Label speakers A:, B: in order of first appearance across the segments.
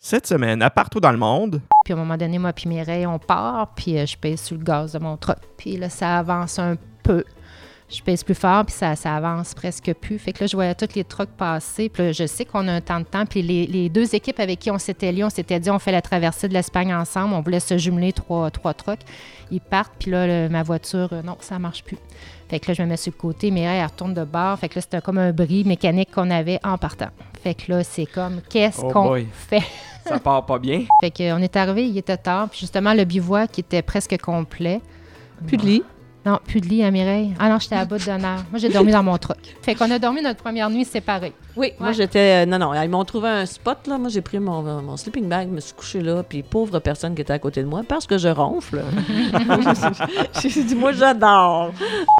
A: Cette semaine, à partout dans le monde,
B: Puis à un moment donné, moi puis Mireille, on part, puis euh, je pèse sur le gaz de mon truck. Puis là, ça avance un peu. Je pèse plus fort, puis ça, ça avance presque plus. Fait que là, je voyais tous les trucks passer. Puis là, je sais qu'on a un temps de temps. Puis les, les deux équipes avec qui on s'était liés, on s'était dit, on fait la traversée de l'Espagne ensemble. On voulait se jumeler trois, trois trucks. Ils partent, puis là, le- ma voiture, euh, non, ça marche plus. Fait que là, je me mets sur le côté. Mireille, elle retourne de bord. Fait que là, c'était comme un bris mécanique qu'on avait en partant. Fait que là, c'est comme, qu'est-ce
A: Oh
B: qu'on
A: boy.
B: fait?
A: ça part pas bien.
B: Fait qu'on est arrivé, il était tard, puis justement, le bivouac qui était presque complet.
C: Plus de lit.
B: Non, plus de lit à Mireille. Ah non, j'étais à bout d'honneur. Moi, j'ai dormi dans mon truck. Fait qu'on a dormi notre première nuit séparée.
C: Oui, moi j'étais. euh, non, non, ils m'ont trouvé un spot, là. Moi j'ai pris mon, mon sleeping bag, je me suis couchée là, puis pauvre personne qui était à côté de moi, parce que je ronfle. j'ai dit, moi j'adore.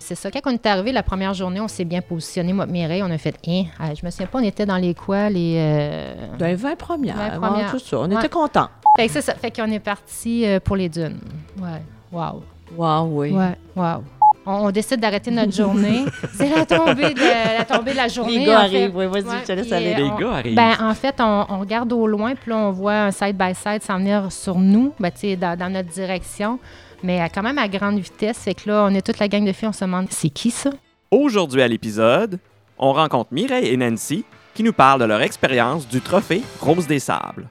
B: C'est ça. Quand on est arrivé la première journée, on s'est bien positionné. Moi, et Mireille, on a fait hein. Ah, Je me souviens pas, on était dans les quoi, les. euh,
C: Dans les 20 Ben, premières.
B: 20
C: ouais,
B: premières.
C: tout ça. On
B: Ouais.
C: était contents.
B: Fait que c'est ça. Fait qu'on est parti euh, pour les dunes. Ouais. Wow.
C: Wow, oui.
B: Ouais. Wow. On, on décide d'arrêter notre journée. c'est la tombée de la, la tombée de la journée.
C: Les gars
B: en fait.
C: arrivent. Oui, vas-y,
B: Ouais,
C: je te laisse
B: puis,
C: aller.
B: euh,
A: Les
B: on-
A: gars arrivent.
B: Ben, en fait, on, on regarde au loin, puis là, on voit un side-by-side s'en venir sur nous, ben, tu sais, dans, dans notre direction, mais à- quand même à grande vitesse. Fait que là, on est toute la gang de filles, on se demande, c'est qui ça?
A: Aujourd'hui à l'épisode, on rencontre Mireille et Nancy qui nous parlent de leur expérience du trophée Rose des Sables.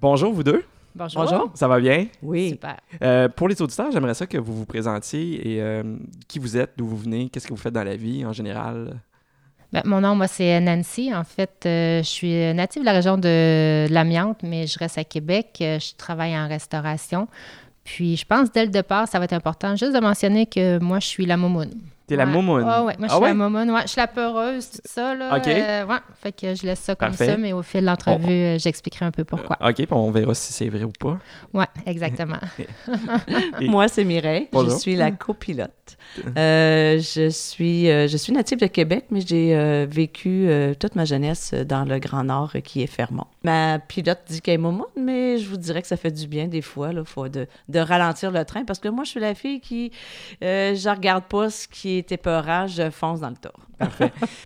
A: Bonjour vous deux,
B: Bonjour.
C: Bonjour.
A: ça va bien?
C: Oui.
B: Super.
A: Euh, pour les auditeurs, j'aimerais ça que vous vous présentiez et euh, qui vous êtes, d'où vous venez, qu'est-ce que vous faites dans la vie en général.
B: Ben, mon nom, moi, c'est Nancy. En fait, euh, je suis native de la région de, de l'Amiante, mais je reste à Québec. Euh, Je travaille en restauration. Puis, je pense, dès le départ, ça va être important juste de mentionner que moi, je suis la momoune.
A: T'es la
B: Ouais.
A: momoune.
B: Ah ouais, moi, je
A: Ah
B: suis
A: ouais?
B: la momoune. Ouais, je suis la peureuse, tout ça. Là,
A: OK.
B: Euh, ouais, fait que je laisse ça comme
A: Parfait.
B: ça, mais au fil de l'entrevue, euh, j'expliquerai un peu pourquoi.
A: OK, puis on verra si c'est vrai ou pas.
B: Ouais, exactement.
A: Et-
C: Moi, c'est Mireille.
A: Bonjour. Mm.
C: Je suis la copilote. Euh, je, suis, euh, je suis native de Québec, mais j'ai euh, vécu euh, toute ma jeunesse euh, dans le Grand Nord euh, qui est Fermont. Ma pilote dit qu'elle est momoune, mais je vous dirais que ça fait du bien des fois là, faut de, de ralentir le train parce que moi, je suis la fille qui. euh, je regarde pas ce qui est épeurant, je fonce dans le tas.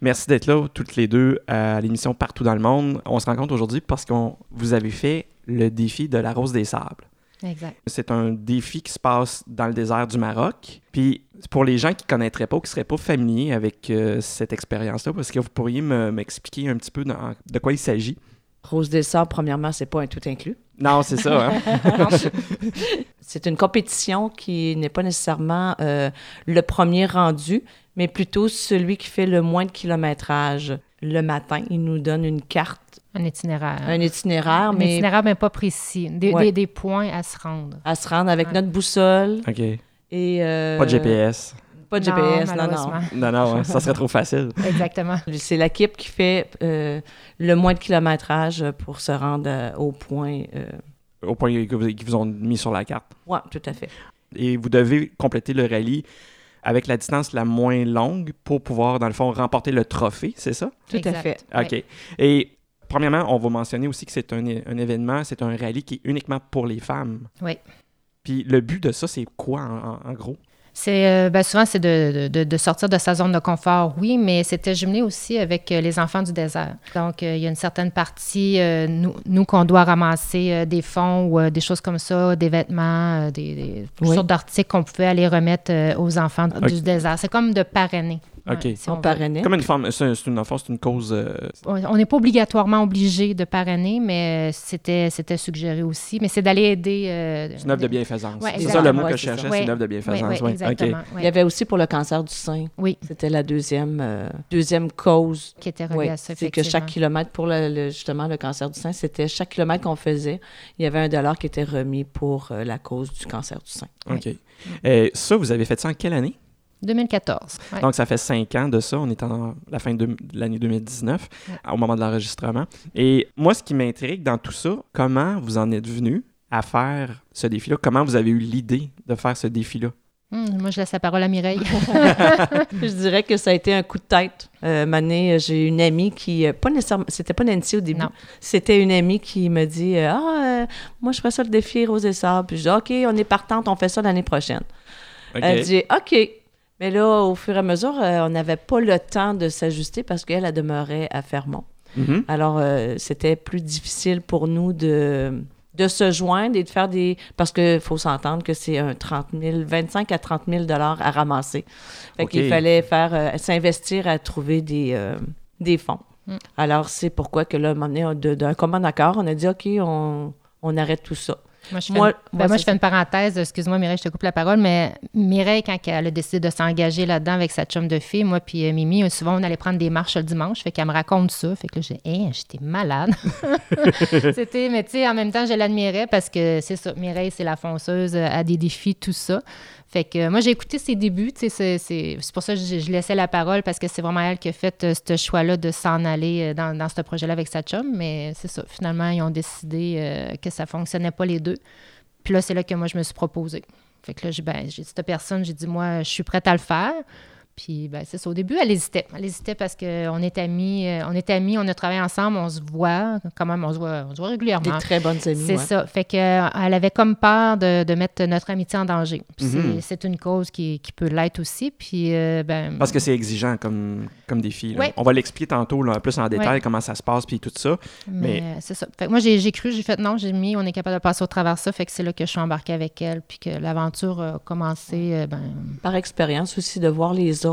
A: Merci d'être là toutes les deux à l'émission Partout dans le monde. On se rencontre aujourd'hui parce qu'on vous avez fait le défi de la Rose des Sables.
B: Exact.
A: C'est un défi qui se passe dans le désert du Maroc. Puis pour les gens qui ne connaîtraient pas ou qui ne seraient pas familiers avec euh, cette expérience-là, parce que vous pourriez me- m'expliquer un petit peu dans- de quoi il s'agit.
C: Rose des Sables, premièrement, c'est pas un tout inclus.
A: Non, c'est ça. hein?
C: C'est une compétition qui n'est pas nécessairement euh, le premier rendu, mais plutôt celui qui fait le moins de kilométrage. Le matin, il nous donne une carte,
B: Un itinéraire.
C: un itinéraire,
B: Ah. Un
C: mais
B: itinéraire, mais pas précis. Des,
C: Ouais.
B: des- des points à se rendre.
C: à se rendre avec
B: Ouais.
C: notre boussole
A: OK.
C: et... euh,
A: Pas de GPS.
C: Pas de GPS, non, non.
B: malheureusement.
A: Non, non, hein, ça serait trop facile.
B: Exactement.
C: C'est l'équipe qui fait euh, le moins de kilométrage pour se rendre euh, au point... euh,
A: Au point que vous- qu'ils vous ont mis sur la carte.
C: ouais, tout à fait.
A: Et vous devez compléter le rallye avec la distance la moins longue pour pouvoir, dans le fond, remporter le trophée, c'est ça?
C: Tout à
B: Exact.
C: fait.
B: Ouais.
A: OK. Et premièrement, on va mentionner aussi que c'est un, é- un événement, c'est un rallye qui est uniquement pour les femmes.
B: Oui.
A: Puis le but de ça, c'est quoi en, en- en gros?
B: C'est euh, ben, souvent c'est de, de- de sortir de sa zone de confort, oui, mais c'était jumelé aussi avec euh, les enfants du désert. Donc euh, il y a une certaine partie euh, nous, nous, qu'on doit ramasser euh, des fonds ou euh, des choses comme ça, des vêtements, euh, des, des- toutes
C: Oui.
B: sortes d'articles qu'on pouvait aller remettre euh, aux enfants
A: Ok.
B: du désert. C'est comme de parrainer.
A: Ok.
B: si
C: On
B: veut.
C: parrainait.
A: Comme une forme, c'est c'est une, enfant, c'est une cause. euh,
B: On on n'est pas obligatoirement obligé de parrainer, mais euh, c'était c'était suggéré aussi. Mais c'est d'aller aider. euh,
A: c'est une œuvre de bienfaisance.
B: Ouais,
A: c'est ça le mot que
C: exactement. Ouais,
A: je
C: c'est ça.
A: cherchais,
B: Ouais.
A: c'est une œuvre de
B: Oui,
A: bienfaisance.
B: oui,
A: ouais.
B: exactement.
A: OK.
B: ouais.
C: Il y avait aussi pour le cancer du sein.
B: Oui,
C: C'était la deuxième, euh, deuxième cause
B: qui était relié
C: Oui,
B: à ça.
C: c'est que chaque
B: effectivement.
C: kilomètre, pour le, le- justement le cancer du sein, c'était chaque kilomètre qu'on faisait, il y avait un dollar qui était remis pour euh, la cause du cancer du sein.
B: Mm.
A: OK. Euh, ça, vous avez fait ça en quelle année?
B: 2014. ouais.
A: Donc, ça fait cinq ans de ça. On est en la fin de de l'année 2019, au moment de l'enregistrement. Et moi, ce qui m'intrigue dans tout ça, comment vous en êtes venu à faire ce défi-là? Comment vous avez eu l'idée de faire ce défi-là?
B: Hum, moi, je laisse la parole à Mireille. Mm.
C: Je dirais que ça a été un coup de tête. Euh, Mané, j'ai une amie qui, euh, pas nécessairement, c'était pas Nancy au début,
B: Non.
C: c'était une amie qui me dit euh, Ah, euh, moi, je ferais ça le défi Rose et Sable. Puis je dis OK, on est partante, on fait ça l'année prochaine.
B: Euh,
C: Elle dit OK. Mais là, au fur et à mesure, euh, on n'avait pas le temps de s'ajuster parce qu'elle elle demeurait à Fermont.
A: Mhm.
C: Alors, euh, c'était plus difficile pour nous de, de se joindre et de faire des... Parce qu'il faut s'entendre que c'est un 30 000, 25 000 à 30 000 dollars à ramasser. Fait
A: OK.
C: qu'il fallait faire euh, s'investir à trouver des, euh, des fonds.
B: Mm.
C: Alors, c'est pourquoi que là, à un moment donné, on- de- d'un commun accord, on a dit, OK, on, on arrête tout ça.
B: Moi, je fais,
C: Moi-
B: une, ben, moi,
C: ouais, c'est
B: je fais une parenthèse. Excuse-moi, Mireille, je te coupe la parole, mais Mireille, quand elle a décidé de s'engager là-dedans avec sa chum de fille, moi puis euh, Mimi, euh, souvent, on allait prendre des marches le dimanche. Fait qu'elle me raconte ça. Fait que là, j'ai Hein, j'étais malade. C'était, mais tu sais, en même temps, je l'admirais parce que c'est ça. Mireille, c'est la fonceuse, euh, a des défis, tout ça. Fait que euh, moi, j'ai écouté ses débuts. tu sais, C'est c'est- c'est pour ça que je, je laissais la parole parce que c'est vraiment elle qui a fait euh, ce choix-là de s'en aller euh, dans, dans ce projet-là avec sa chum. Mais c'est ça. Finalement, ils ont décidé euh, que ça fonctionnait pas les deux. Puis là, c'est là que moi, je me suis proposée. Fait que là, j'ai ben, j'ai dit à personne, j'ai dit, moi, je suis prête à le faire. Puis, ben, c'est ça. Au début, elle hésitait. Elle hésitait parce qu'on est amis, euh, on est amis, on a travaillé ensemble, on se voit quand même, on se voit, on se
A: Ah.
B: voit
C: Des
B: régulièrement.
C: très bonnes amies.
B: C'est
C: ouais.
B: ça. Fait que, euh, elle avait comme peur de, de mettre notre amitié en danger. Puis c'est-
A: Mhm.
B: C'est une cause qui, qui peut l'être aussi. Puis, euh, ben,
A: Parce que c'est exigeant comme, comme défi. là.
B: Ouais.
A: On va l'expliquer tantôt là, plus en détail,
B: Ouais.
A: comment ça se passe, puis tout ça.
B: mais, euh, c'est ça. Fait que moi, j'ai j'ai cru, j'ai fait non, j'ai mis, on est capable de passer au travers de ça. Fait que c'est là que je suis embarquée avec elle. Puis que l'aventure a commencé. euh, ben,
C: Par expérience aussi, de voir les autres.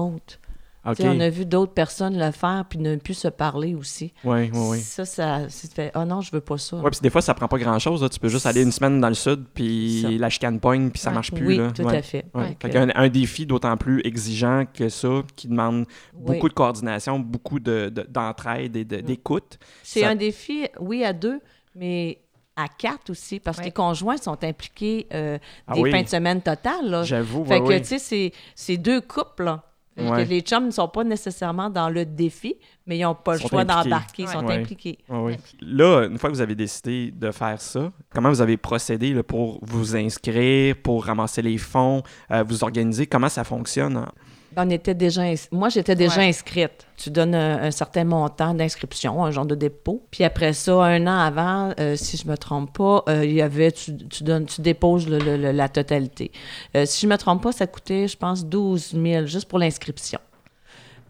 A: OK.
C: Tu sais, On a vu d'autres personnes le faire puis ne plus se parler aussi.
A: Oui, oui, oui.
C: Ça, ça, ça te fait, ah non, je veux pas ça.
A: Ouais, puis des fois, ça prend pas grand-chose. là. Tu peux juste aller une semaine dans le sud, puis
C: Ça.
A: la chicane pogne, puis ça
B: Ouais.
A: marche plus.
C: oui,
A: là.
C: tout
A: Ouais.
C: à fait. euh,
A: Ouais.
B: Ouais.
A: Fait qu'un- un, défi d'autant plus exigeant que ça, qui demande
C: Oui.
A: beaucoup de coordination, beaucoup de- de- d'entraide et de- d'écoute.
C: C'est
A: Ça-
C: un défi, oui, à deux, mais à quatre aussi, parce que
B: Ouais.
C: les conjoints sont impliqués euh,
A: Ah
C: des
A: oui.
C: fins de semaine totales. là.
A: J'avoue,
C: Fait
A: ouais,
C: que,
A: ouais.
C: tu sais, c'est- c'est deux couples. là. Fait que
A: Ouais.
C: les chums ne sont pas nécessairement dans le défi, mais ils n'ont pas le
A: Sont
C: choix
A: impliqués.
C: d'embarquer, ils sont
A: Ouais.
C: impliqués.
A: Ouais, ouais. Là, une fois que vous avez décidé de faire ça, comment vous avez procédé là, pour vous inscrire, pour ramasser les fonds, euh, vous organiser? Comment ça fonctionne? hein?
C: On était déjà ins- Moi, j'étais déjà
B: Ouais.
C: inscrite. Tu donnes un, un certain montant d'inscription, un genre de dépôt. Puis après ça, un an avant, euh, si je me trompe pas, euh, il y avait, tu, tu donnes, tu déposes le- le- le- la totalité. Euh, si je me trompe pas, ça coûtait, je pense, 12 000 juste pour l'inscription.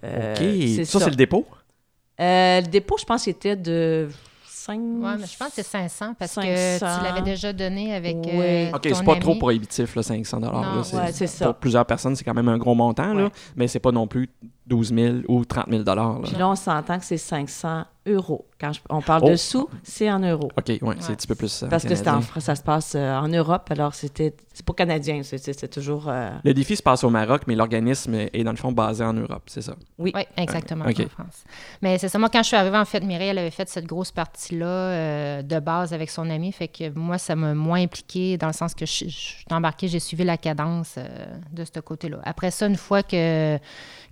C: Euh,
A: OK.
C: c'est
A: Ça,
C: ça.
A: c'est le dépôt?
C: Euh, le dépôt, je pense, était de 5
B: ouais, mais je pense que c'est 500 parce que
C: 500.
B: tu l'avais déjà donné avec.
C: Oui.
B: euh,
A: OK,
B: ton
A: c'est pas trop
B: ami.
A: prohibitif, là, 500 là,
B: Non,
A: c'est-
C: Ouais, c'est ça.
A: Pour plusieurs personnes, c'est quand même un gros montant, là,
C: Ouais.
A: mais c'est pas non plus 12 000 ou 30 000 là.
C: Puis là, on s'entend que c'est 500 euros. Quand je- on parle
A: Oh.
C: de sous, c'est en euros.
A: OK, ouais, c'est un petit peu plus. euh,
C: Parce que c'est en
A: canadien.
C: Fran- ça se passe euh, en Europe, alors c'était c'est pas canadien, c'est- c'est c'est toujours euh,
A: Le défi se passe au Maroc, mais l'organisme est dans le fond basé en Europe, c'est ça.
B: Oui, exactement,
A: OK.
B: en France. Mais c'est ça, moi, quand je suis arrivée, en fait, Mireille, elle avait fait cette grosse partie-là euh, de base avec son ami. Fait que moi, ça m'a moins impliquée dans le sens que je, je suis embarquée, j'ai suivi la cadence euh, de ce côté-là. Après ça, une fois que,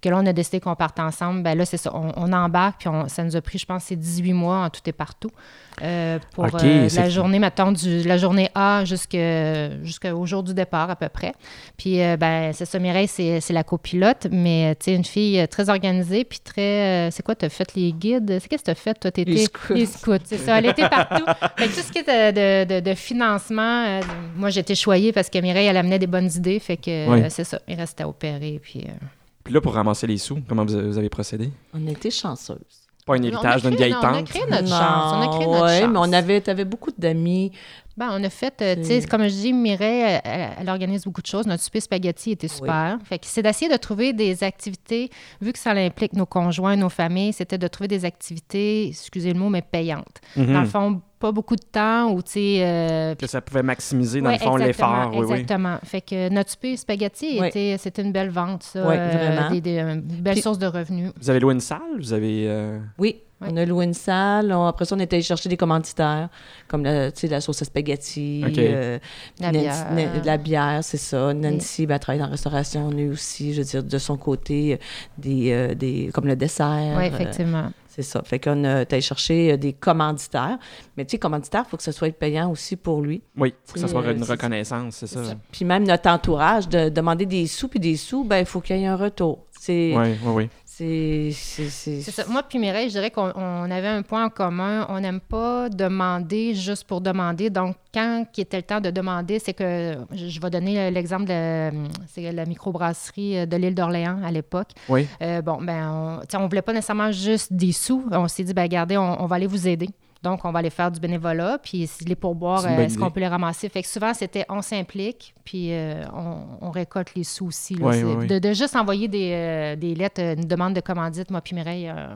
B: que là, on a décidé qu'on parte ensemble, ben là, c'est ça, on, on embarque, puis on- ça nous a pris, je pense, c'est 18 mois en tout et partout euh, pour
A: OK,
B: euh,
A: c'est-
B: la journée, mettons, du, de la journée A jusque- jusqu'au jour du départ à peu près. Puis, euh, ben, c'est ça, Mireille, c'est c'est la copilote, mais euh, tu sais, une fille euh, très organisée, puis très. euh, c'est quoi, t'as fait les guides? C'est qu'est-ce que t'as fait, toi? T'étais.
C: Les scouts.
B: Les scouts, c'est ça. Elle était partout. Fait que tout ce qui était de, de- de financement, euh, moi, j'étais choyée parce que Mireille, elle amenait des bonnes idées, fait que euh,
A: Oui.
B: c'est ça. Il restait à opérer, puis. euh,
A: Puis là, pour ramasser les sous, comment vous vous avez procédé?
C: on était chanceuse.
A: Pas un
B: on a
A: héritage
B: créé-
A: d'une vieille
B: non, On a
A: tante?
B: créé notre chance. On a créé notre
C: ouais,
B: chance.
C: mais on avait t'avais beaucoup d'amis.
B: Ben, on a fait, euh, tu sais,
C: C'est-
B: comme je dis, Mireille, elle, elle- elle organise beaucoup de choses. Notre souper spaghetti était super. Fait que c'est d'essayer de trouver des activités, vu que ça implique nos conjoints, nos familles, c'était de trouver des activités, excusez le mot, mais payantes.
A: Mhm.
B: Dans le fond, pas beaucoup de temps ou, tu sais, euh,
A: Que ça pouvait maximiser, dans
B: ouais,
A: le fond, l'effort.
B: exactement,
A: Oui, oui.
B: Exactement. Fait que notre souper spaghetti,
C: Oui.
B: était, c'était une belle vente, ça. euh,
C: Oui, vraiment.
B: des- des- une belle
C: Puis-
B: source de revenus.
A: Vous avez loué une salle? Vous avez. euh,
C: Oui,
B: Ouais.
C: On a loué une salle. on- après ça, on était allé chercher des commanditaires, comme la, tu sais, la sauce à spaghetti,
A: OK.
C: euh,
B: La
C: Nancy-
B: bière.
C: Na- la bière, c'est ça. Nancy ben, elle travaille dans la restauration. On a eu aussi, je veux dire, de son côté, euh, des, euh, des, comme le dessert.
B: Oui,
C: euh,
B: effectivement.
C: c'est ça. Fait qu'on a été chercher euh, des commanditaires. Mais tu sais, commanditaire, il faut que ce soit payant aussi pour lui.
A: Oui, faut que ça
C: C'est-
A: soit une
C: c'est-
A: reconnaissance, c'est ça.
C: Puis même notre entourage, de demander des sous puis des sous, ben il faut qu'il y ait un retour. C'est.
A: Oui, oui, oui.
C: C'est. c'est- c'est-
B: C'est ça. Moi puis Mireille, je dirais qu'on on avait un point en commun. On n'aime pas demander juste pour demander. Donc, quand qui était le temps de demander, c'est que je, je vais donner l'exemple de la, c'est la microbrasserie de l'île d'Orléans à l'époque.
A: Oui.
B: Euh, bon, ben, on- tu sais, on voulait pas nécessairement juste des sous. On s'est dit, ben, regardez, on, on va aller vous aider. Donc, on va aller faire du bénévolat, puis si les pourboires,
A: C'est une
B: euh,
A: bonne
B: est-ce
A: idée.
B: qu'on peut les ramasser? Fait que souvent, c'était on s'implique, puis euh, on, on récolte les sous aussi. là.
A: Ouais,
B: C'est-
A: ouais, ouais.
B: De, de juste envoyer des, euh, des lettres, euh, une demande de commandite, moi puis Mireille, euh,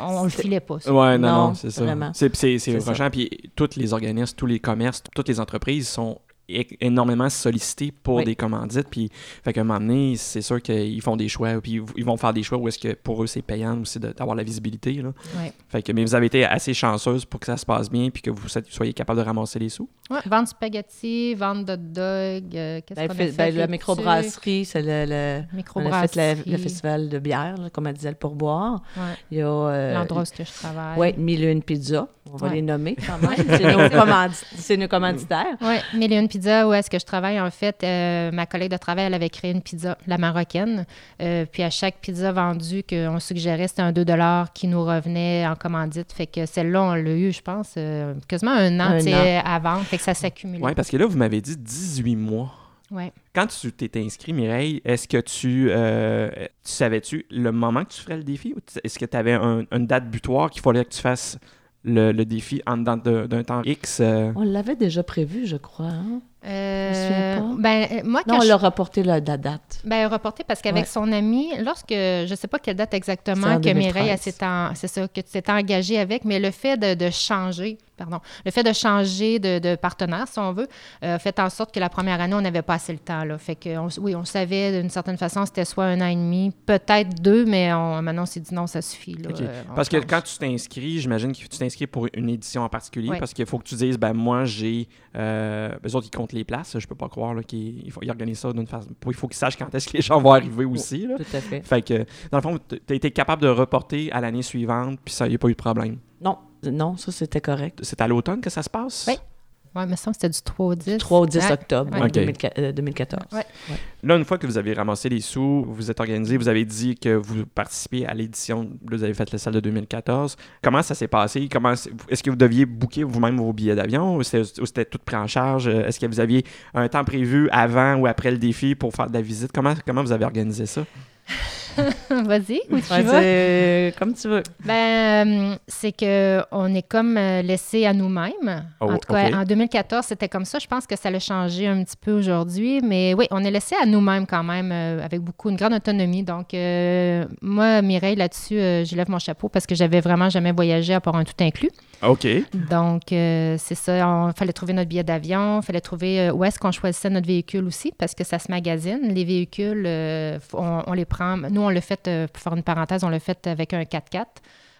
B: on, on le
C: C'est-
B: filait pas. ça.
A: Ouais, non, non,
C: Non,
A: c'est ça.
C: vraiment.
A: C'est, c'est, c'est
C: C'est
A: urgent. Puis tous les organismes, tous les commerces, toutes les entreprises sont é- énormément sollicités pour
C: Oui.
A: des commandites. Puis, fait qu'à un moment donné, c'est sûr qu'ils font des choix. Puis ils- ils vont faire des choix où est-ce que pour eux, c'est payant aussi de- d'avoir la visibilité. Là.
B: Ouais.
A: Fait que, mais vous avez été assez chanceuse pour que ça se passe bien puis que vous so- soyez capable de ramasser les sous.
B: Ouais, Vente spaghetti, vente de dog, euh, qu'est-ce
C: Ben,
B: qu'on a
C: fait-
B: fait?
C: ben, la
B: Les petits-
C: microbrasserie, c'est le. le- On a fait la-
B: Microbrasserie,
C: le festival de bière, là, comme elle disait, le pourboire.
B: ouais,
C: Il y a. euh,
B: l'endroit où je travaille.
C: Oui, mille et une pizza. On va
B: Ouais.
C: les nommer quand même. C'est nos, commandi- c'est nos commanditaires.
B: Oui, Mille et une pizza, où est-ce que je travaille? En fait, euh, ma collègue de travail, elle avait créé une pizza, la marocaine. Euh, puis à chaque pizza vendue qu'on suggérait, c'était un 2 qui nous revenait en commandite. Fait que celle-là, on l'a eu, je pense, euh, quasiment un an,
C: Un
B: tu sais, avant. Fait que ça s'accumulait.
A: Oui, parce que là, vous m'avez dit 18 mois.
B: Ouais.
A: Quand tu t'es inscrit, Mireille, est-ce que tu, euh, tu savais-tu le moment que tu ferais le défi ou tu- est-ce que tu avais un- une date butoir qu'il fallait que tu fasses le, le défi en dedans de- d'un temps X? euh?
C: On l'avait déjà prévu, je crois. hein?
B: Euh,
C: Je me souviens
B: ben, euh, moi, quand
C: Non, on
B: je-
C: l'a reporté la, la date.
B: Ben, reporté parce qu'avec
C: Ouais.
B: son ami, lorsque, je sais pas quelle date
C: C'est
B: exactement
C: en
B: que
C: 2013.
B: Mireille, elle s'est en- c'est ça, que tu t'es engagée avec, mais le fait de, de changer, pardon, le fait de changer de, de partenaire, si on veut, euh, fait en sorte que la première année, on n'avait pas assez le temps, là. Fait que, on- oui, on savait d'une certaine façon, c'était soit un an et demi, peut-être deux, mais on, maintenant, on s'est dit non, ça suffit, là.
A: Ok.
B: euh, on
A: Parce que
B: change.
A: quand tu t'inscris, j'imagine que tu t'inscris pour une édition en particulier
B: Ouais.
A: parce qu'il faut que tu dises, ben moi j'ai. Euh, eux autres, ils comptent les places. Je peux pas croire là, qu'ils ils font- ils organisent ça d'une façon. Il faut qu'ils sachent quand est-ce que les gens vont arriver aussi. là.
C: Tout à fait.
A: Fait que, dans le fond, tu as été capable de reporter à l'année suivante, puis ça, il n'y a pas eu de problème.
C: Non, non, ça, c'était correct.
A: C'est à l'automne que ça se passe?
B: Oui. Ouais, me semble que c'était du 3 au 10.
C: 3 au 10
B: Ouais.
C: octobre
A: Ouais. Ok.
C: 2004 euh, 2014.
B: Ouais.
A: Là, une fois que vous avez ramassé les sous, vous vous êtes organisé, vous avez dit que vous participez à l'édition, vous avez fait la salle de 2014. Comment ça s'est passé? Comment c'est- Est-ce que vous deviez booker vous-même vos billets d'avion ou c'était ou c'était tout pris en charge? Euh, Est-ce que vous aviez un temps prévu avant ou après le défi pour faire de la visite? Comment, comment vous avez organisé ça?
B: Vas-y, où tu
C: Ouais,
B: vas?
C: c'est comme tu veux.
B: Ben, euh, c'est que on est comme euh, laissé à nous-mêmes.
A: Oh,
B: en tout cas,
A: ok.
B: en 2014, c'était comme ça. Je pense que ça l'a changé un petit peu aujourd'hui. Mais oui, on est laissé à nous-mêmes quand même, euh, avec beaucoup, une grande autonomie. Donc, euh, moi, Mireille, là-dessus, euh, je lève mon chapeau parce que j'avais vraiment jamais voyagé à part un tout inclus.
A: OK.
B: Donc, euh, c'est ça. On fallait trouver notre billet d'avion. fallait trouver euh, où est-ce qu'on choisissait notre véhicule aussi, parce que ça se magazine. Les véhicules, euh, faut- on, on les prend. Nous, on l'a fait, euh, pour faire une parenthèse, on l'a fait avec un 4x4.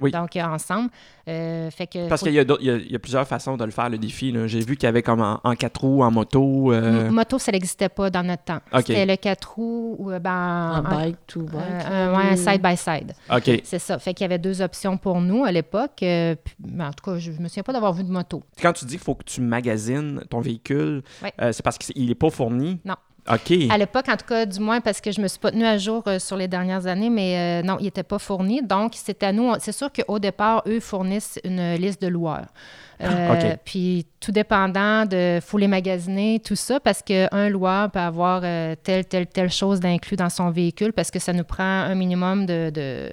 A: Oui.
B: Donc, euh, ensemble. Euh, fait que
A: Parce
B: faut-
A: qu'il y, a d'autres- il y a- il y a plusieurs façons de le faire, le défi. là. J'ai vu qu'il y avait comme en, en quatre roues, en moto. euh,
B: M- moto, ça n'existait pas dans notre temps.
A: OK.
B: C'était le 4 roues ou euh, ben, un-
C: Un
B: euh,
C: bike, tout bike. euh,
B: un- un-
C: là,
B: ouais, un
C: ou-
B: side-by-side.
A: OK.
B: C'est ça. Fait qu'il y avait deux options pour nous à l'époque. Euh, puis- mais en tout cas, je ne me souviens pas d'avoir vu de moto.
A: Quand tu dis qu'il faut que tu magasines ton véhicule,
B: Ouais.
A: euh, c'est parce qu'il n'est pas fourni?
B: Non.
A: OK.
B: À l'époque, en tout cas, du moins parce que je me suis pas tenue à jour euh, sur les dernières années, mais euh, non, il n'était pas fourni. Donc, c'est à nous. on- C'est sûr qu'au départ, eux fournissent une liste de loueurs. Euh,
A: Ah, ok.
B: Puis, tout dépendant de. faut les magasiner, tout ça, parce qu'un loueur peut avoir euh, telle, telle, telle chose d'inclus dans son véhicule, parce que ça nous prend un minimum de. de-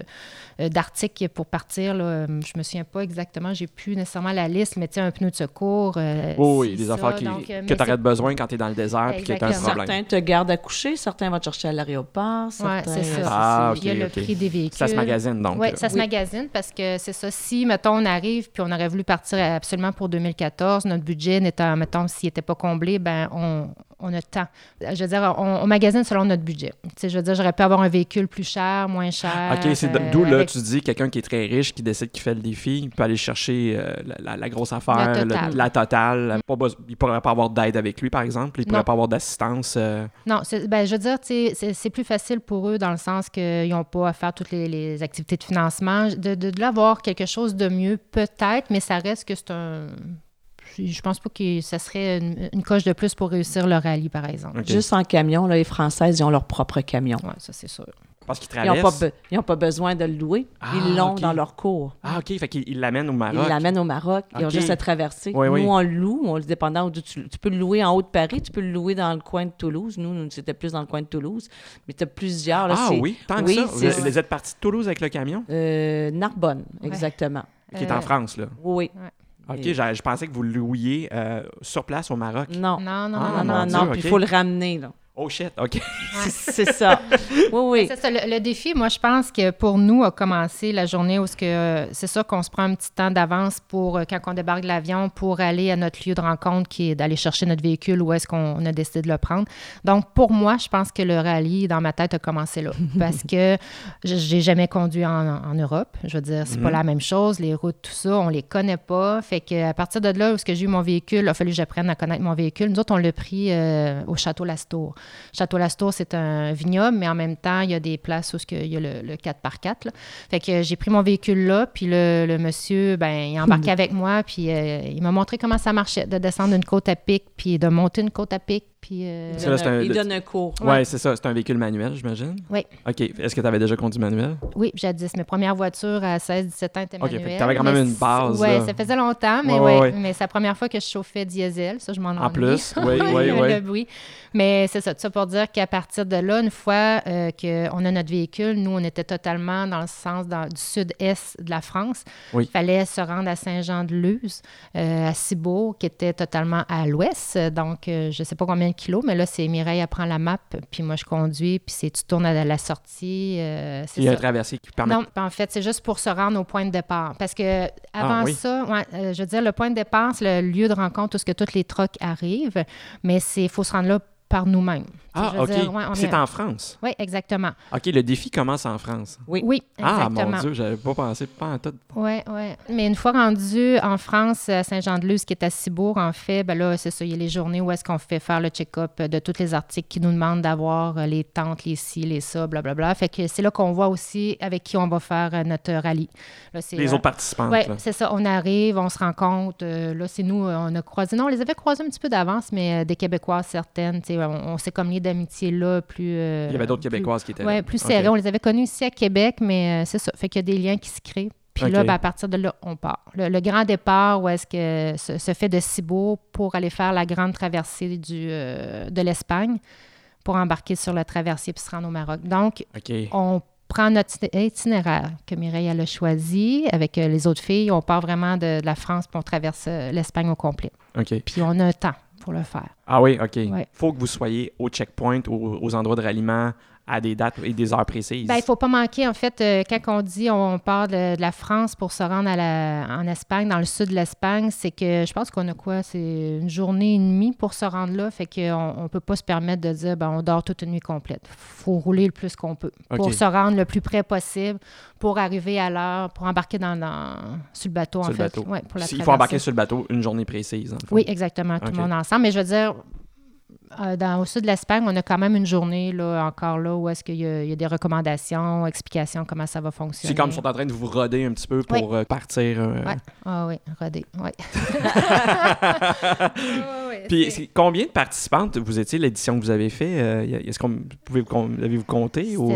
B: euh, d'articles pour partir. Là. Euh, Je me souviens pas exactement, j'ai plus nécessairement la liste, mais tu sais, un pneu de secours. euh,
A: Oui, oui,
B: c'est
A: des
B: ça.
A: affaires qui-
B: Donc, euh, mais
A: que
B: c'est-
A: tu aurais besoin quand tu es dans le désert et que tu un
B: Exactement.
A: problème.
C: Certains te gardent à coucher, certains vont te chercher à l'aéroport. certains-
B: euh, c'est ça.
A: Ah,
B: Puis il y a
A: ok,
B: le
A: ok.
B: prix des véhicules.
A: Ça se magasine donc. euh,
B: Oui,
A: là.
B: ça se
C: Oui.
B: magasine parce que c'est ça. Si, mettons, on arrive puis on aurait voulu partir absolument pour 2014, notre budget n'étant, mettons, s'il n'était pas comblé, ben on, on a tant. Je veux dire, on, on magasine selon notre budget. Tu sais, je veux dire, j'aurais pu avoir un véhicule plus cher, moins cher.
A: OK, c'est
B: euh,
A: d'où là,
B: avec
A: tu dis quelqu'un qui est très riche, qui décide qu'il fait le défi, il peut aller chercher euh, la, la- la grosse affaire,
B: La
A: le-
B: totale. Mm.
A: la totale. Pas bes- il pourrait pas avoir d'aide avec lui, par exemple. Il pourrait
B: Non.
A: pas avoir d'assistance. euh,
B: Non, c'est- ben, je veux dire, tu sais, c'est c'est plus facile pour eux dans le sens qu'ils n'ont pas à faire toutes les, les activités de financement. De, de, de l'avoir quelque chose de mieux, peut-être, mais ça reste que c'est un. Je je pense pas que ça serait une, une coche de plus pour réussir le rallye, par exemple.
A: OK.
C: Juste en camion, là, les Françaises, ils ont leur propre camion.
B: Oui, ça, c'est sûr.
A: Parce qu'il
C: Ils n'ont pas,
A: traverse.
C: be- ils ont pas besoin de le louer.
A: Ah,
C: ils l'ont
A: ok.
C: dans leur cours.
A: Ah, OK, fait qu'il il l'amène au
C: Ils
A: Maroc.
C: l'amènent au Maroc. Ils ont
A: Ok.
C: juste à traverser.
A: Oui,
C: nous,
A: oui.
C: on le loue. On, le- dépendant où tu, tu peux le louer en haut de Paris, tu peux le louer dans le coin de Toulouse. Nous, nous, c'était plus dans le coin de Toulouse. Mais tu as plusieurs. là,
A: Ah
C: c'est-
A: oui, tant
C: Oui,
A: que ça.
C: c'est
A: Vous,
C: ça.
A: vous êtes parti de Toulouse avec le camion,
C: Euh, Narbonne,
B: Ouais.
C: exactement.
A: qui est en
B: Euh,
A: France, là.
C: Oui.
A: OK,
C: Et-
A: j'a- je pensais que vous le louiez euh, sur place au Maroc.
C: Non.
B: Non, non,
A: Ah,
B: non,
C: Non,
A: mon
C: non,
A: Dieu,
C: non. Puis il
A: ok.
C: faut le ramener, là.
A: Oh shit, OK.
C: C'est ça. Oui, oui.
B: C'est ça, le, le défi, moi, je pense que pour nous, a commencé la journée où ce que, euh, c'est sûr qu'on se prend un petit temps d'avance pour, euh, quand on débarque de l'avion, pour aller à notre lieu de rencontre, qui est d'aller chercher notre véhicule, où est-ce qu'on on a décidé de le prendre. Donc, pour moi, je pense que le rallye, dans ma tête, a commencé là. parce que je- j'ai jamais conduit en, en Europe. Je veux dire, c'est pas la même chose. Les routes, tout ça, on les connaît pas. Fait que à partir de là, où est-ce que j'ai eu mon véhicule, il a fallu que j'apprenne à connaître mon véhicule. Nous autres, on l'a pris euh, au Château Lastour. Château Lastour, c'est un vignoble, mais en même temps, il y a des places où ce que- il y a le, le 4x4. là. Fait que euh, j'ai pris mon véhicule là, puis le, le monsieur, ben, il a embarqué avec moi, puis euh, il m'a montré comment ça marchait de descendre une côte à pic, puis de monter une côte à pic, puis... euh,
A: Ça, là, c'est un-
C: Il donne un cours.
A: Ouais, c'est ça. C'est un véhicule manuel, j'imagine.
B: Oui.
A: OK. Est-ce que tu avais déjà conduit manuel?
B: Oui, jadis. Mes premières voitures à 16-17 ans étaient
A: Ok, fait que
B: manuelles.
A: t'avais quand
B: mais
A: même une
B: c-
A: base,
B: Ouais,
A: là.
B: ça faisait longtemps, mais
A: Ouais, ouais,
B: ouais,
A: ouais.
B: mais c'est la première fois que je chauffais diesel, ça, je m'en
A: En plus, oui, oui,
B: le
A: oui.
B: bruit. Mais c'est ça, tout ça pour dire qu'à partir de là, une fois euh, qu'on a notre véhicule, nous, on était totalement dans le sens dans- du sud-est de la France.
A: Oui.
B: Il fallait se rendre à Saint-Jean-de-Luz, euh, à Cibourg, qui était totalement à l'ouest. Donc, euh, je ne sais pas combien de kilos, mais là, c'est Mireille, elle prend la map, puis moi, je conduis, puis c'est tu tournes à la sortie. euh, c'est
A: Il y a
B: ça.
A: un traversier qui permet.
B: Non, en fait, c'est juste pour se rendre au point de départ. Parce que avant
A: Ah, oui.
B: ça, ouais, euh, je veux dire, le point de départ, c'est le lieu de rencontre où ce que toutes les trocs arrivent, mais c'est faut se rendre là par nous-mêmes.
A: Ah,
B: Je veux
A: OK.
B: dire, ouais, on
A: c'est
B: est-
A: en France.
B: Oui, exactement.
A: OK, le défi commence en France.
C: Oui.
B: Oui, exactement.
A: Ah, mon Dieu, j'avais pas pensé, pas en tout.
B: Oui, oui. Mais une fois rendu en France, à Saint-Jean-de-Luz, qui est à Cibourg, en fait, ben là, c'est ça, il y a les journées où est-ce qu'on fait faire le check-up de tous les articles qui nous demandent d'avoir euh, les tentes, les ci, les ça, blablabla. Fait que c'est là qu'on voit aussi avec qui on va faire euh, notre rallye. Là, c'est,
A: Les
B: euh,
A: autres participantes.
B: Oui,
A: là.
B: c'est ça. On arrive, on se rencontre. euh, là, c'est nous, euh, on a croisé. Non, on les avait croisés un petit peu d'avance, mais euh, des Québécois, certaines. tu sais, On, on s'est comme liés d'amitié là, plus. euh,
A: Il y avait d'autres
B: plus-
A: Québécoises qui étaient là.
B: Ouais, plus
A: OK.
B: serrés. On les avait connus ici à Québec, mais euh, c'est ça. Fait qu'il y a des liens qui se créent. Puis là,
A: OK.
B: ben, à partir de là, on part. Le, le grand départ, où est-ce que se, se fait de Cibourg pour aller faire la grande traversée du, euh, de l'Espagne pour embarquer sur le traversier puis se rendre au Maroc. Donc,
A: OK.
B: on prend notre iti- itinéraire que Mireille elle a choisi avec euh, les autres filles. On part vraiment de, de la France puis on traverse euh, l'Espagne au complet.
A: OK.
B: Puis on a un temps pour le faire.
A: Ah oui, OK.
B: Ouais.
A: faut que vous soyez au checkpoint, aux, aux endroits de ralliement, à des dates et des heures précises.
B: Ben, il ne faut pas manquer, en fait, euh, quand on dit on part de, de la France pour se rendre à la- en Espagne, dans le sud de l'Espagne, c'est que je pense qu'on a quoi? C'est une journée et demie pour se rendre là. Fait qu'on ne peut pas se permettre de dire ben, on dort toute une nuit complète. faut rouler le plus qu'on peut
A: OK.
B: pour se rendre le plus près possible, pour arriver à l'heure, pour embarquer dans, dans- sur le bateau,
A: Sur
B: en
A: le
B: fait.
A: bateau.
B: Ouais, pour la
A: il faut
B: traversée.
A: embarquer sur le bateau une journée précise. dans le fond.
B: Oui, exactement, tout
A: OK.
B: le monde ensemble. Mais je veux dire, euh, dans, au sud de l'Espagne, on a quand même une journée là, encore là où est-ce qu'il y, a- il y a des recommandations, explications, comment ça va fonctionner.
A: C'est comme ils sont en train de vous roder un petit peu pour euh, partir. euh,
B: Ouais. Ah oui, rodé, oui.
A: Puis c'est- combien de participantes vous étiez l'édition que vous avez fait euh, y a- Est-ce qu'on pouvez l'avez-vous compté ou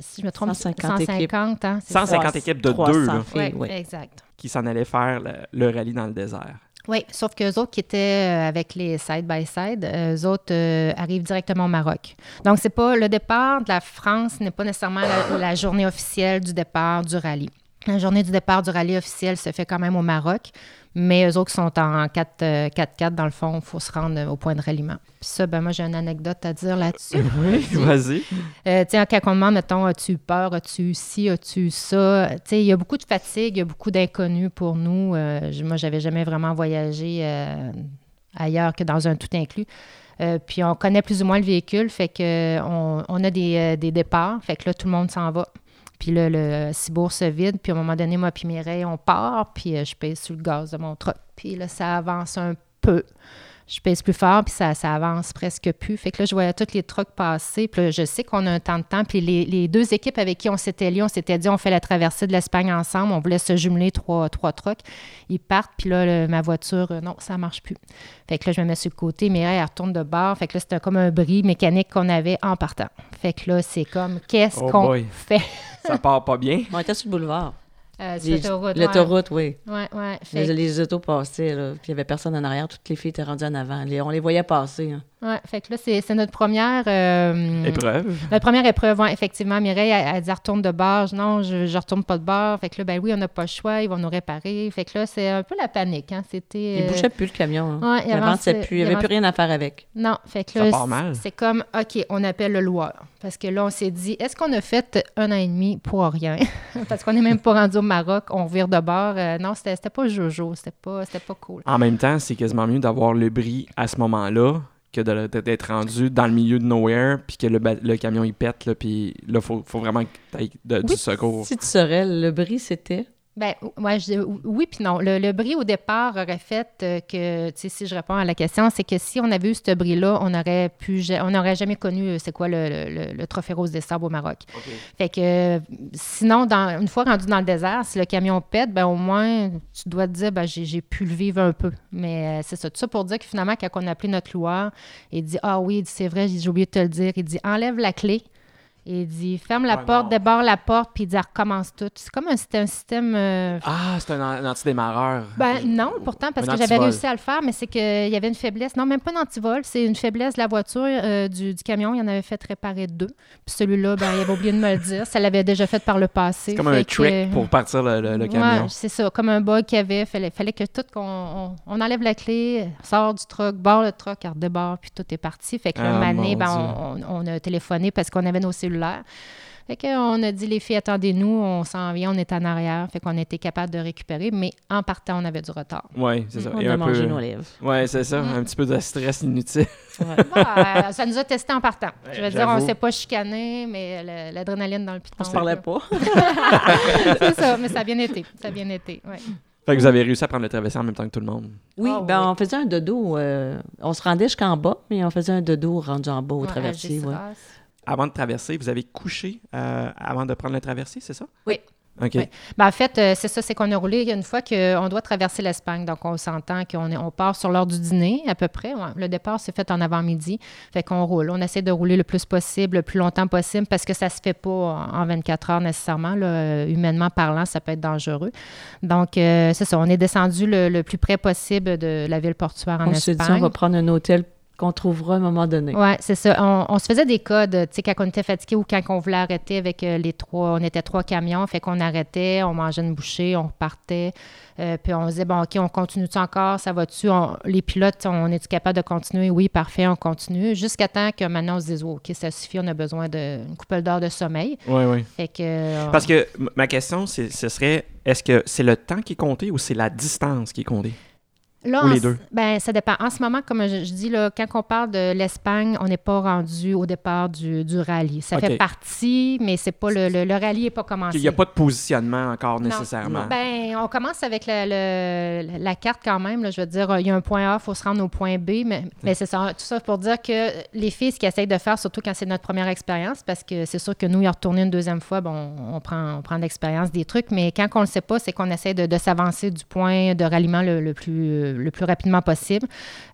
B: si je me trompe,
C: 150 équipes.
B: 150 hein, c'est ça?
A: 150 équipes de
C: 300
A: deux là,
C: filles,
B: Ouais,
C: oui.
B: exact.
A: qui s'en allaient faire le, le rallye dans le désert.
B: Oui, sauf qu'eux autres qui étaient euh, avec les side-by-side, euh, eux autres euh, arrivent directement au Maroc. Donc, c'est pas le départ de la France n'est pas nécessairement la, la journée officielle du départ du rallye. La journée du départ du rallye officiel se fait quand même au Maroc, mais eux autres qui sont en 4, euh, 4-4, dans le fond, il faut se rendre au point de ralliement. Puis ça, ben moi, j'ai une anecdote à dire là-dessus.
A: Oui, vas-y.
B: Euh, tu sais, quand on demande, mettons, as-tu eu peur, as-tu eu ci, as-tu eu ça, tu sais, il y a beaucoup de fatigue, il y a beaucoup d'inconnus pour nous. Euh, je- moi, j'avais jamais vraiment voyagé euh, ailleurs que dans un tout inclus. Euh, puis on connaît plus ou moins le véhicule, fait que euh, on, on a des, des, départs, fait que là, tout le monde s'en va. Puis là, le Cibourg se vide, puis à un moment donné, moi puis Mireille, on part, puis euh, je pèse sur le gaz de mon truck. Puis là, ça avance un peu. Je pèse plus fort, puis ça, ça avance presque plus. Fait que là, je voyais tous les trucks passer. Puis là, je sais qu'on a un temps de temps. Puis les, les deux équipes avec qui on s'était liés, on s'était dit, on fait la traversée de l'Espagne ensemble. On voulait se jumeler trois, trois trucks. Ils partent, puis là, le, ma voiture, euh, non, ça marche plus. Fait que là, je me mets sur le côté. Mireille, elle retourne de bord. Fait que là, c'était comme un bris mécanique qu'on avait en partant. Fait que là, c'est comme, qu'est-ce
A: Oh
B: qu'on
A: boy.
B: fait?
A: Ça part pas bien.
C: On était sur le boulevard.
B: Euh, sur
C: Les-
B: l'autoroute, ouais.
C: L'autoroute, oui.
B: Ouais, ouais. Fait
C: Les, les autos passaient, là. Puis il n'y avait personne en arrière. Toutes les filles étaient rendues en avant. Les- on les voyait passer. hein.
B: Ouais, fait que là, c'est c'est notre première. euh,
A: Épreuve.
B: Notre première épreuve, ouais, effectivement, Mireille, elle, elle dit retourne de bord. Je dis, Non, je, je retourne pas de bord. Fait que là, ben oui, on n'a pas le choix, ils vont nous réparer. Fait que là, c'est un peu la panique. Hein. C'était.
C: Ils
B: euh,
C: bougeaient plus le camion. hein.
B: ouais, il
C: il avançait
B: avançait-
C: plus. Il
B: il
C: n'y avait plus rien à faire avec.
B: Non, fait que
A: Ça
B: là,
A: part mal.
B: c'est comme, OK, on appelle le loueur. Parce que là, on s'est dit, est-ce qu'on a fait un an et demi pour rien? parce qu'on n'est même pas rendu au Maroc, on vire de bord. Euh, non, c'était c'était pas Jojo, c'était pas, c'était pas cool.
A: En même temps, c'est quasiment mieux d'avoir le bris à ce moment-là que de le- de- d'être rendu dans le milieu de nowhere puis que le, ba- le camion il pète là puis là faut, faut vraiment que t'ailles de- du
C: Oui,
A: secours.
C: Si tu saurais, le bris, c'était.
B: Ben, ou- ouais, je dis ou- oui, puis non. Le, le bris au départ aurait fait euh, que, tu sais, si je réponds à la question, c'est que si on avait eu ce bris-là, on aurait pu, ja- on n'aurait jamais connu euh, c'est quoi le, le- le- le Trophée Rose des Sables au Maroc. Fait que, euh, sinon, dans, une fois rendu dans le désert, si le camion pète, ben au moins, tu dois te dire, ben, j'ai, j'ai pu le vivre un peu. Mais euh, c'est ça. Tout ça pour dire que finalement, quand on a appelé notre loueur, il dit, ah oui, il dit, c'est vrai, j'ai j'ai oublié de te le dire. Il dit, enlève la clé. Il dit, ferme la
A: Ouais,
B: porte,
A: non.
B: débarre la porte, puis il dit, recommence tout. C'est comme un, c'était un système. euh,
A: Ah, c'est un, an- un antidémarreur.
B: ben non, pourtant, parce
A: Un
B: que j'avais
A: antivol.
B: réussi à le faire, mais c'est qu'il y avait une faiblesse. Non, même pas un antivol, c'est une faiblesse de la voiture, euh, du, du camion. Il en avait fait réparer deux. Puis celui-là, ben, il avait oublié de me le dire. Ça l'avait déjà fait par le passé.
A: C'est comme un
B: Fait
A: trick
B: que-
A: pour partir le, euh, le- le
B: Ouais,
A: camion.
B: c'est ça, comme un bug qu'il y avait. Fallait, fallait que tout, qu'on on, on enlève la clé, sort du truck, barre le truck, elle redébarre, puis tout est parti. Fait que là,
A: Ah,
B: un moment donné,
A: mon
B: ben, on, on- on a téléphoné parce qu'on avait nos cellulaires. Fait que, euh, on a dit, les filles, attendez-nous, on s'en vient, on est en arrière. Fait qu'on était capable de récupérer, mais en partant, on avait du retard.
A: Ouais, c'est ça.
C: On
A: Et
C: a
A: un
C: mangé
A: peu-
C: nos lèvres.
A: Ouais, c'est ça, un petit peu de stress inutile.
C: Ouais.
B: Bah, euh, ça nous a testé en partant.
A: Ouais,
B: Je veux dire, on
A: j'avoue.
B: s'est pas chicané, mais le- l'adrénaline dans le piton.
C: on se parlait pas.
B: là. C'est ça, mais ça a bien été. Ça a bien été, ouais.
A: Fait que vous avez réussi à prendre le traversée en même temps que tout le monde.
C: Oui,
B: Ah,
C: ben
B: oui.
C: on faisait un dodo. euh, on se rendait jusqu'en bas, mais on faisait un dodo rendu en bas au
B: Ouais, à
C: traversier. ouais.
B: Gésiras.
A: Avant de traverser, vous avez couché euh, avant de prendre le traversée, c'est ça?
B: Oui.
A: OK.
B: Oui. Ben, en fait, euh, c'est ça, c'est qu'on a roulé une fois qu'on doit traverser l'Espagne. Donc, on s'entend qu'on est- on part sur l'heure du dîner, à peu près. ouais. Le départ s'est fait en avant-midi. Fait qu'on roule. On essaie de rouler le plus possible, le plus longtemps possible, parce que ça se fait pas en en 24 heures nécessairement. là. Euh, Humainement parlant, ça peut être dangereux. Donc, euh, c'est ça. On est descendu le, le plus près possible de la ville portuaire en
C: On s'est
B: Espagne.
C: dit, on va prendre un hôtel qu'on trouvera à un moment donné.
B: Oui, c'est ça. On, on se faisait des codes, tu sais, quand on était fatigué ou quand on voulait arrêter avec euh, les trois, on était trois camions, fait qu'on arrêtait, on mangeait une bouchée, on repartait, euh, puis on disait, bon, OK, on continue-tu encore, ça va-tu? On- les pilotes, on est-tu capable de continuer? Oui, parfait, on continue, jusqu'à temps que maintenant on se dise, Oh, OK, ça suffit, on a besoin d'une couple d'heures de sommeil.
A: Oui, oui.
B: Fait que... euh,
A: Parce que m- ma question, c'est- ce serait est-ce que c'est le temps qui est compté ou c'est la distance qui est comptée?
B: Là,
A: Ou
B: en
A: les
B: ce-
A: deux?
B: Ben, ça dépend. En ce moment, comme je, je dis, là, quand on parle de l'Espagne, on n'est pas rendu au départ du, du rallye. Ça
A: OK.
B: fait partie, mais c'est pas le, le- le rallye n'est pas commencé.
A: Il n'y a pas de positionnement encore
B: Ah, Non.
A: nécessairement.
B: Ben, on commence avec la, le- la carte quand même. là. je veux dire, euh, il y a un point A, il faut se rendre au point B. Mais, mais c'est ça. Tout ça pour dire que les filles, ce qu'elles essayent de faire, surtout quand c'est notre première expérience, parce que c'est sûr que nous, y retourner une deuxième fois, bon, on prend, on prend de l'expérience, des trucs. Mais quand on le sait pas, c'est qu'on essaie de, de s'avancer du point de ralliement le, le plus, le plus rapidement possible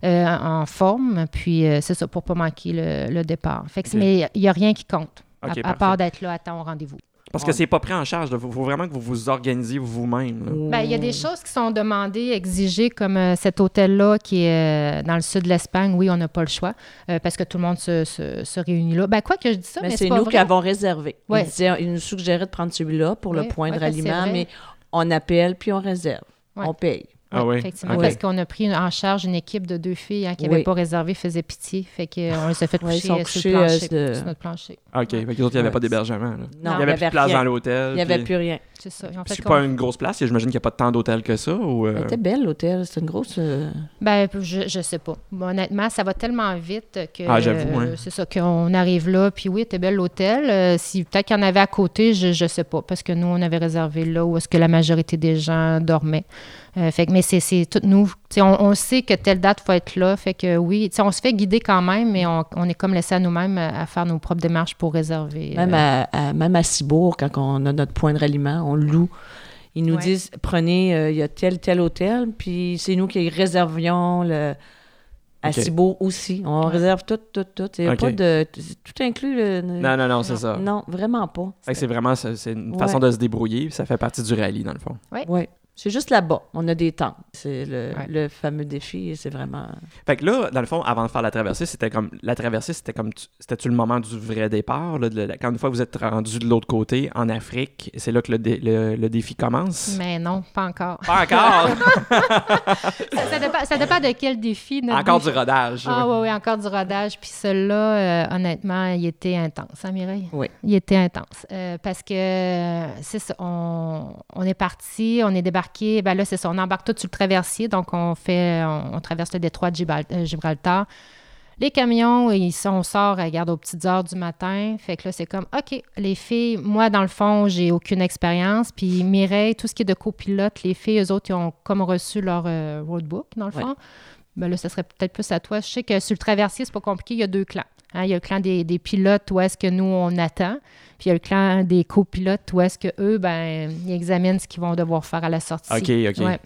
B: euh, en forme. Puis euh, c'est ça, pour pas manquer le, le départ. Fait que,
A: Ok.
B: Mais il n'y a rien qui compte, à-
A: Ok,
B: à,
A: parfait.
B: part d'être là à temps au rendez-vous.
A: Parce que c'est pas pris en charge. Il faut faut vraiment que vous vous organisiez vous-même. là.
B: Ben, Il y a
C: Hmm.
B: des choses qui sont demandées, exigées, comme euh, cet hôtel-là qui est euh, dans le sud de l'Espagne. Oui, on n'a pas le choix euh, parce que tout le monde se, se- se réunit là. Ben, quoi que je dis ça, mais,
C: Mais
B: c'est
C: c'est
B: pas
C: nous
B: vrai.
C: qui avons réservé.
B: Ouais.
C: Ils, disaient- ils nous suggéraient de prendre celui-là pour
B: Ouais,
C: le point de
B: ouais, ben, c'est
C: ralliement,
B: vrai.
C: mais on appelle puis on réserve.
B: Ouais.
C: On paye.
A: Ah oui?
B: Effectivement,
A: Ok.
B: parce qu'on a pris en charge une équipe de deux filles hein, qui n'avaient
C: Oui.
B: pas réservé, faisaient pitié. Fait qu'on les a fait
C: Ouais, ils
B: coucher
C: sont
B: euh, sur,
C: couchés,
B: le plancher,
C: euh, de-
B: sur notre plancher.
A: OK. Fait que les autres, il n'y avait pas d'hébergement. là.
C: Non,
A: Il n'y avait plus de place
C: rien.
A: dans l'hôtel.
C: Il n'y avait
A: puis-
C: plus rien.
B: C'est ça. Ils ont fait
A: C'est pas
B: qu'on-
A: une grosse place. J'imagine qu'il n'y a pas tant d'hôtels que ça. Ou, euh,
C: Elle était belle, l'hôtel. C'est une grosse. euh,
B: Ben, je, je sais pas. Bon, honnêtement, ça va tellement vite que
A: Ah, j'avoue, hein.
B: euh, c'est ça qu'on arrive là. Puis oui, t'es belle l'hôtel. Euh, si peut-être qu'il y en avait à côté, je, je sais pas, parce que nous on avait réservé là où est-ce que la majorité des gens dormaient. Euh, fait que mais c'est c'est tout nous. Tu sais, On, on sait que telle date faut être là. Fait que oui, tu sais, on se fait guider quand même, mais on, on est comme laissé à nous-mêmes euh, à, à faire nos propres démarches pour réserver.
C: Même,
B: euh,
C: à, à- même à Cibourg, quand on a notre point de ralliement, on loue. Ils nous
B: Ouais.
C: disent prenez, euh, il y a tel, tel hôtel, puis c'est nous qui réservions le. À
A: Ok.
C: Cibourg aussi. On
B: Ouais.
C: réserve tout, tout, tout. Il y a
A: Ok.
C: pas de. c'est Tout inclus. le-
B: Mm.
A: Non, non, non, c'est ça.
C: Non, vraiment pas.
A: Fait que c'est vraiment c'est c'est une
C: Ouais.
A: façon de se débrouiller. puis Ça fait partie du rallye, dans le fond.
C: Oui. C'est juste là-bas. On a des temps. C'est le,
B: Ouais.
C: le fameux défi et c'est vraiment.
A: Fait que là, dans le fond, avant de faire la traversée, c'était comme. La traversée, c'était comme. tu- C'était-tu le moment du vrai départ? Là, de la- quand une fois vous êtes rendu de l'autre côté, en Afrique, c'est là que le, dé- le- le défi commence?
B: Mais non, pas encore.
A: Pas encore!
B: ça, ça dépend, ça dépend de quel défi. notre
A: encore
B: défi-
A: du rodage.
B: Ah oui, oui, encore du rodage. Puis celui-là, euh, honnêtement, il était intense, hein, Mireille?
C: Oui.
B: Il était intense. Euh, parce que, euh, c'est ça, on, on est parti, on est débarqué. Ben là, c'est ça, on embarque tout sur le traversier. Donc, on fait, on, on traverse le détroit de Gibral- euh, Gibraltar. Les camions, ils sont, on sort, euh, regarde, aux petites heures du matin. Fait que là, c'est comme, OK, les filles, moi, dans le fond, j'ai aucune expérience. Puis Mireille, tout ce qui est de copilote, les filles, eux autres, ils ont comme reçu leur euh, roadbook, dans le
C: Ouais.
B: fond. Ben là, ça serait peut-être plus à toi. Je sais que sur le traversier, c'est pas compliqué, il y a deux clans. Hein, il y a le clan des, des pilotes où est-ce que nous, on attend. Puis il y a le clan des copilotes où est-ce que eux, ben, ils examinent ce qu'ils vont devoir faire à la sortie.
A: OK, OK.
B: Ouais.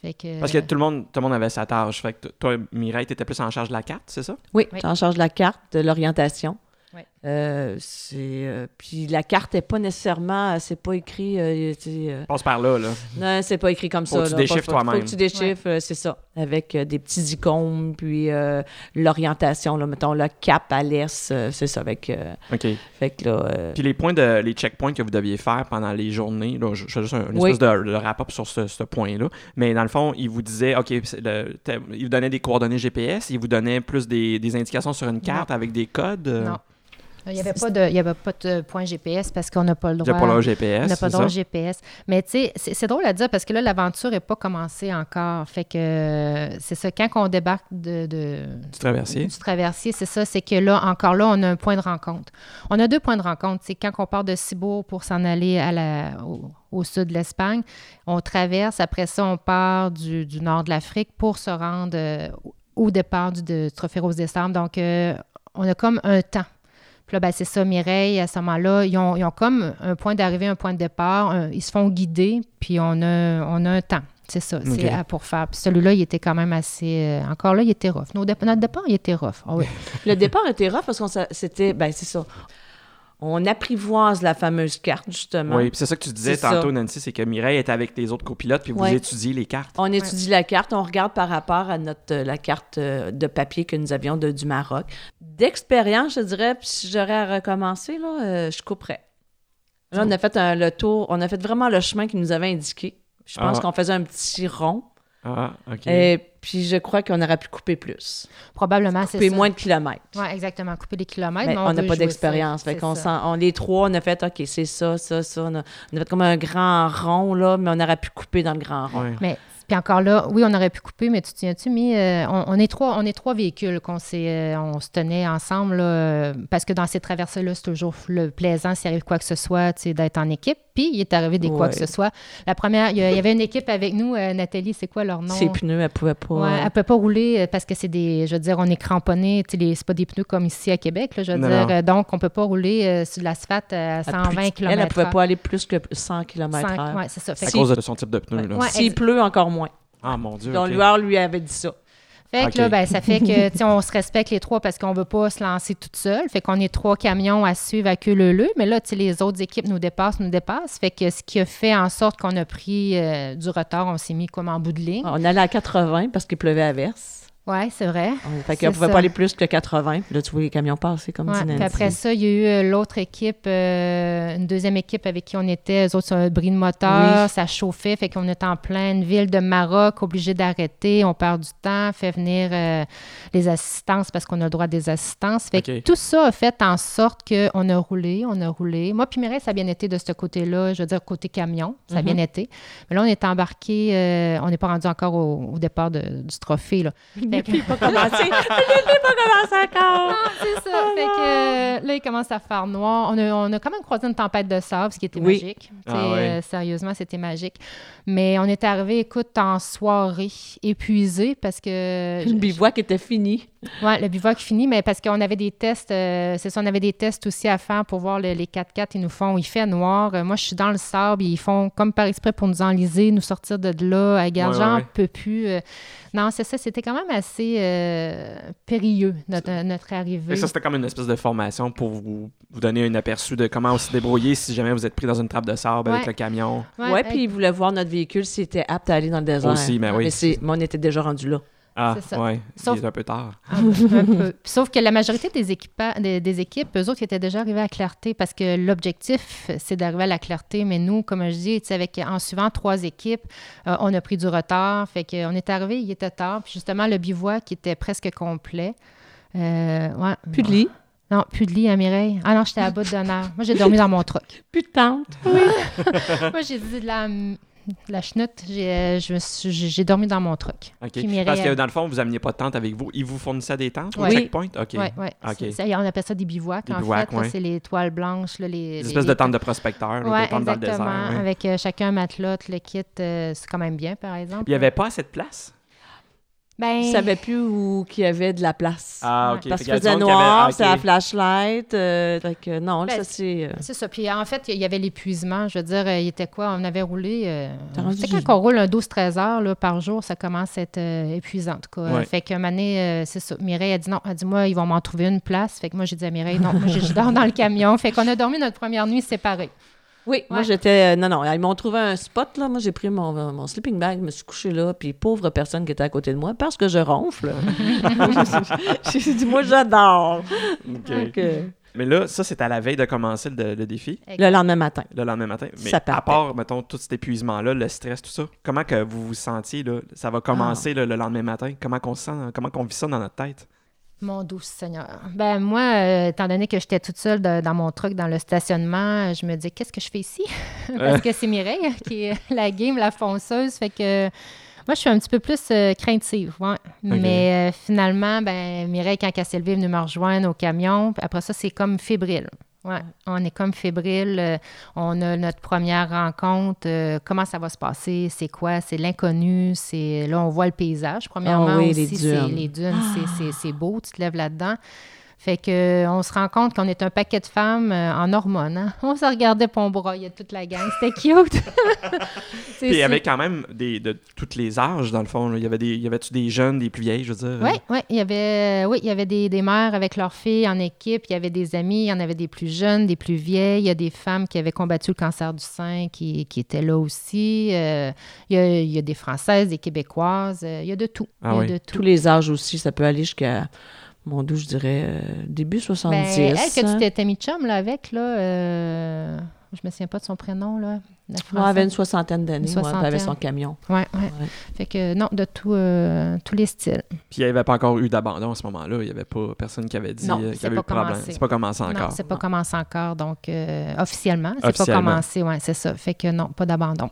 B: Fait que,
A: Parce que tout le, monde, tout le monde avait sa tâche. Fait que t- toi, Mireille, t'étais plus en charge de la carte, c'est ça?
C: Oui,
B: Oui.
C: tu euh, en charges de la carte, de l'orientation.
B: Oui.
C: Euh, c'est, euh, puis la carte n'est pas nécessairement, euh, c'est pas écrit, euh, c'est, euh,
A: Passe par là, là.
C: non, c'est pas écrit comme
A: Faut
C: ça.
A: que tu
C: là. Pas-
A: déchiffres
C: faut- faut
A: toi-même.
C: que tu déchiffres, euh, c'est ça, avec euh, des petits icônes, puis euh, l'orientation, là, mettons, le cap à l'est, euh, c'est ça, avec, euh,
A: OK.
C: fait que là, euh,
A: Puis les points de les checkpoints que vous deviez faire pendant les journées, là, je, je fais juste un, une
C: Oui.
A: espèce de, de rapport sur ce, ce point-là. Mais dans le fond, ils vous disaient, OK, c'est le, thème- ils vous donnaient des coordonnées GPS, ils vous donnaient plus des, des indications sur une carte avec des codes. euh,
B: Non. Il n'y avait, pas de- il y avait pas de point GPS parce qu'on n'a pas le
A: déjà
B: droit.
A: pour leur
B: On
A: GPS.
B: n'a pas
A: c'est
B: droit au
A: ça?
B: GPS. Mais tu sais, c'est c'est drôle à dire parce que là, l'aventure n'est pas commencée encore. Fait que euh, c'est ça, quand on débarque de- de,
A: Du traversier.
B: du traversier, c'est ça, c'est que là, encore là, on a un point de rencontre. On a deux points de rencontre. C'est quand on part de Cibourg pour s'en aller à la, au, au sud de l'Espagne, on traverse, après ça, on part du, du nord de l'Afrique pour se rendre euh, au départ du, de- du Trophée Rose des Sables. Donc, euh, on a comme un temps. Puis là, ben, c'est ça, Mireille, à ce moment-là, ils ont, ils ont comme un point d'arrivée, un point de départ. un- ils se font guider, puis on a, on a un temps. C'est ça, c'est
A: Ok.
B: à pour faire. Puis celui-là, il était quand même assez. euh, encore là, il était rough. Nos dép- notre départ, il était rough. Ah oui.
C: le départ était rough parce qu'on s'a- c'était, ben c'est ça, on apprivoise la fameuse carte, justement.
A: Oui, puis c'est ça que tu disais
C: C'est ça.
A: tantôt, Nancy, c'est que Mireille était avec les autres copilotes, puis vous
C: Ouais.
A: étudiez les cartes.
C: On étudie la carte, on regarde par rapport à notre euh, la carte euh, de papier que nous avions de- du Maroc. D'expérience, je dirais, puis si j'aurais à recommencer, là, euh, je couperais. Là,
B: Oh.
C: on a fait un, le tour, on a fait vraiment le chemin qu'ils nous avaient indiqué. Je pense
A: Ah.
C: qu'on faisait un petit rond.
A: Ah, OK.
C: Et puis, je crois qu'on aurait pu couper plus.
B: Probablement, c'est
C: Couper
B: ça.
C: moins de kilomètres.
B: Ouais, exactement. Couper les kilomètres.
C: Mais
B: mais
C: on n'a
B: veut
C: pas
B: jouer
C: d'expérience.
B: safe,
C: Fait
B: c'est
C: qu'on
B: ça.
C: s'en- on- les trois, on a fait, OK, c'est ça, ça, ça. On a, on a fait comme un grand rond, là, mais on aurait pu couper dans le grand rond.
A: Ouais.
B: Mais puis encore là, oui, on aurait pu couper, mais tu te souviens-tu, mais euh, on, on est trois, on est trois véhicules qu'on s'est, euh, on se tenait ensemble là, euh, parce que dans ces traversées-là, c'est toujours le plaisant s'il arrive quoi que ce soit, tu sais, d'être en équipe. Puis il est arrivé des quoi
C: Ouais.
B: que ce soit. La première, il y, a- il y avait une équipe avec nous, euh, Nathalie, c'est quoi leur nom
C: Ses pneus, elle pouvait pas.
B: Ouais, elle peut pas rouler euh, parce que c'est des, je veux dire, on est cramponné, tu sais, les- c'est pas des pneus comme ici à Québec, là, je veux
A: Non,
B: dire,
A: non.
B: euh, donc on peut pas rouler euh, sur de l'asphalte à
C: Elle
B: 120
C: plus-
B: km/h.
C: Elle, ne pouvait pas aller plus que 100 km
B: Cinq-
C: h
B: ouais, c'est ça. Fait
A: à
B: que-
A: cause de son type de pneu. là.
B: Ouais.
C: S'il
B: ex-
C: pleut, encore moins.
A: Ah, mon Dieu.
C: Donc,
A: ok.
C: Lueur lui avait dit ça.
B: Fait que là,
A: OK.
B: ben, ça fait que, tu sais, on se respecte les trois parce qu'on veut pas se lancer toute seule. Fait qu'on est trois camions à suivre à queue leu leu. Mais là, tu sais, les autres équipes nous dépassent, nous dépassent. Fait que ce qui a fait en sorte
C: Ah.
B: qu'on a pris euh, du retard, on s'est mis comme en bout de ligne.
C: On allait à 80 parce qu'il pleuvait à verse.
B: Oui, c'est vrai.
C: On,
B: C'est
C: fait qu'on pouvait
B: ça.
C: pas aller plus que 80. Puis là, tu vois les camions passer, comme
B: Ouais,
C: dit Nancy.
B: puis après ça, il y a eu euh, l'autre équipe, euh, une deuxième équipe avec qui on était, eux autres, sur un bris de moteur,
C: Oui.
B: ça chauffait, fait qu'on est en pleine ville de Maroc, obligé d'arrêter, on perd du temps, fait venir euh, les assistances parce qu'on a le droit à des assistances. Fait
A: Ok.
B: que tout ça a fait en sorte qu'on a roulé, on a roulé. Moi, puis Mireille, ça a bien été de ce côté-là, je veux dire, côté camion, ça a bien été. Mais là, on est embarqué, euh, on n'est pas rendu encore au, au départ de- du trophée, là. Fait que-
C: Commencer. Je l'ai pas commencé encore.
B: ah, c'est ça. fait que euh, là, il commence à faire noir. On a, on a quand même croisé une tempête de sable, ce qui était
C: Oui.
B: magique. Tu sais,
A: Ah ouais.
B: euh, sérieusement, c'était magique. Mais on est arrivé, écoute, en soirée, épuisé parce que.
C: Le bivouac était fini.
B: Ouais, le bivouac fini, mais parce qu'on avait des tests, euh, c'est ça, on avait des tests aussi à faire pour voir le- les 4x4. Ils nous font, il fait noir. Euh, moi, je suis dans le sable. Ils font comme par exprès pour nous enliser, nous sortir de là. À
A: Ouais,
B: garde,
A: ouais,
B: j'en
A: ouais.
B: peux plus. Euh, non, c'est ça, c'était quand même assez euh, périlleux, notre, notre arrivée.
A: Et ça, c'était comme une espèce de formation pour vous, vous donner un aperçu de comment on se débrouiller si jamais vous êtes pris dans une trappe de sable avec
B: Ouais.
A: le camion.
B: Ouais,
C: Ouais,
B: ouais,
C: puis ils voulaient voir notre véhicule s'il était apte à aller dans le désert.
A: Aussi, mais oui.
C: Mais, c'est- mais on était déjà rendu là.
A: Ah,
B: C'est ça.
A: ouais.
B: Sauf-
A: Il est un peu tard.
B: Ah, ben, un peu. Puis Sauf que la majorité des, équipa- des, des équipes, eux autres, ils étaient déjà arrivés à clarté parce que l'objectif, c'est d'arriver à la clarté. Mais nous, comme je dis, tu sais, avec, en suivant trois équipes, euh, on a pris du retard. Fait qu'on est arrivé, il était tard. Puis justement, le bivouac qui était presque complet. Euh, ouais.
C: Plus de lit,
B: Non, plus de lit à Mireille. Ah non, j'étais à bout d'honneur. Moi, j'ai dormi dans mon truck.
C: plus de tente.
B: Moi, j'ai dit de la, de la chenoute. J'ai, euh, je me suis- j'ai j'ai dormi dans mon truck.
A: OK.
B: Puis Mireille,
A: Parce que
B: elle-
A: dans le fond, vous ameniez pas de tente avec vous. Ils vous fournissaient des tentes au
B: Oui.
A: checkpoint? OK.
B: Ouais, ouais.
A: Ok.
B: C'est- c'est- on appelle ça des bivouacs,
A: Des
B: en
A: bivouacs,
B: fait. là,
A: ouais.
B: C'est les toiles blanches. Là, les,
A: Des
B: les-
A: espèces de
B: les-
A: tentes de prospecteurs, là,
B: Ouais,
A: des tentes dans le désert.
B: exactement.
A: ouais.
B: Avec euh, chacun un matelas, tout le kit, euh, c'est quand même bien, par exemple.
A: Il n'y avait pas assez de place?
B: Ben,
C: Ils savaient plus où qu'il y avait de la place.
A: Ah,
B: Ouais.
A: OK.
C: Parce
A: Fait
C: qu'il
A: y a du
C: faisait
A: monde qui avait-
C: noir,
A: ah,
C: c'est la
A: OK.
C: flashlight. euh, fait que non,
B: Ben,
C: ça c'est... euh,
B: C'est ça. Puis en fait, il y avait l'épuisement. Je veux dire, euh, il était quoi? On avait roulé. euh,
C: T'as rendu
B: tu sais, quand on roule un 12-13 heures là, par jour, ça commence à être euh, épuisant, en tout cas.
A: Ouais.
B: Fait que Mané, euh, c'est ça. Mireille a dit non. Elle dit, moi, ils vont m'en trouver une place. Fait que moi, j'ai dit à Mireille, non, moi, je je dors dans le camion. Fait qu'on a dormi notre première nuit séparée.
C: Oui, moi
B: Ouais.
C: j'étais. euh, non, non, ils m'ont trouvé un spot, là. Moi j'ai pris mon, mon sleeping bag, je me suis couchée là, puis pauvre personne qui était à côté de moi, parce que je ronfle. j'ai dit, moi j'adore.
A: OK.
C: Donc, euh,
A: Mais là, ça, c'était à la veille de commencer le, le défi,
C: le lendemain matin.
A: le lendemain matin. Mais
C: Ça
A: à
C: partait.
A: part, mettons, tout cet épuisement-là, le stress, tout ça, comment que vous vous sentiez, là? Ça va commencer
B: Ah.
A: là, le lendemain matin. Comment qu'on se sent? Comment qu'on vit ça dans notre tête?
B: Mon doux Seigneur. Ben moi, euh, étant donné que j'étais toute seule de- dans mon truck, dans le stationnement, je me dis qu'est-ce que je fais ici? Parce que c'est Mireille qui est la game, la fonceuse. Fait que moi, je suis un petit peu plus euh, craintive. ouais. Mais euh, finalement, ben, Mireille, quand elle s'est levée, est venue me rejoindre au camion. Puis Après ça, c'est comme fébrile. Ouais, on est comme fébrile. euh, on a notre première rencontre. euh, comment ça va se passer? C'est quoi? C'est l'inconnu. C'est là, on voit le paysage. Premièrement,
C: Ah oui, les
B: aussi, c'est-
C: dunes.
B: les dunes, c'est- c'est- c'est beau. Tu te lèves là-dedans. Fait que euh, on se rend compte qu'on est un paquet de femmes euh, en hormones. hein. On se regardait pour on broyait toute la gang. C'était cute. C'est
A: Puis il y
B: sûr.
A: avait quand même des, de tous les âges, dans le fond. là. Il y avait des, il y avait-tu des jeunes, des plus vieilles, je veux dire?
B: Oui, ouais, il y avait, oui, il y avait des, des mères avec leurs filles en équipe, il y avait des amis, il y en avait des plus jeunes, des plus vieilles, il y a des femmes qui avaient combattu le cancer du sein qui, qui étaient là aussi, euh, il, y a, il y a des Françaises, des Québécoises, euh, il y a de tout.
A: Ah
B: il y a
A: oui.
B: de tout.
C: Tous les âges aussi, ça peut aller jusqu'à mon doux, je dirais, euh, début 70.
B: Ben, elle que
C: hein.
B: tu t'étais mis chum là, avec, là, euh, je me souviens pas de son prénom, là, la
C: Ouais, elle avait une
B: Française.
C: soixantaine d'années,
B: Une
C: moi, puis elle avait
B: soixantaine.
C: son camion.
B: Ouais, ouais.
C: Ouais.
B: Fait que non, de tout, euh, tous les styles.
A: Puis il n'y avait pas encore eu d'abandon à ce moment-là. Il n'y avait pas personne qui avait dit
B: Non,
A: euh, qu'il y
B: c'est
A: avait eu
B: pas
A: de problème.
B: commencé.
A: C'est pas commencé
B: Non,
A: encore.
B: c'est pas
C: Non.
B: commencé encore, donc euh, officiellement, c'est pas
A: Officiellement.
B: commencé, ouais, c'est ça. Fait que non, pas d'abandon.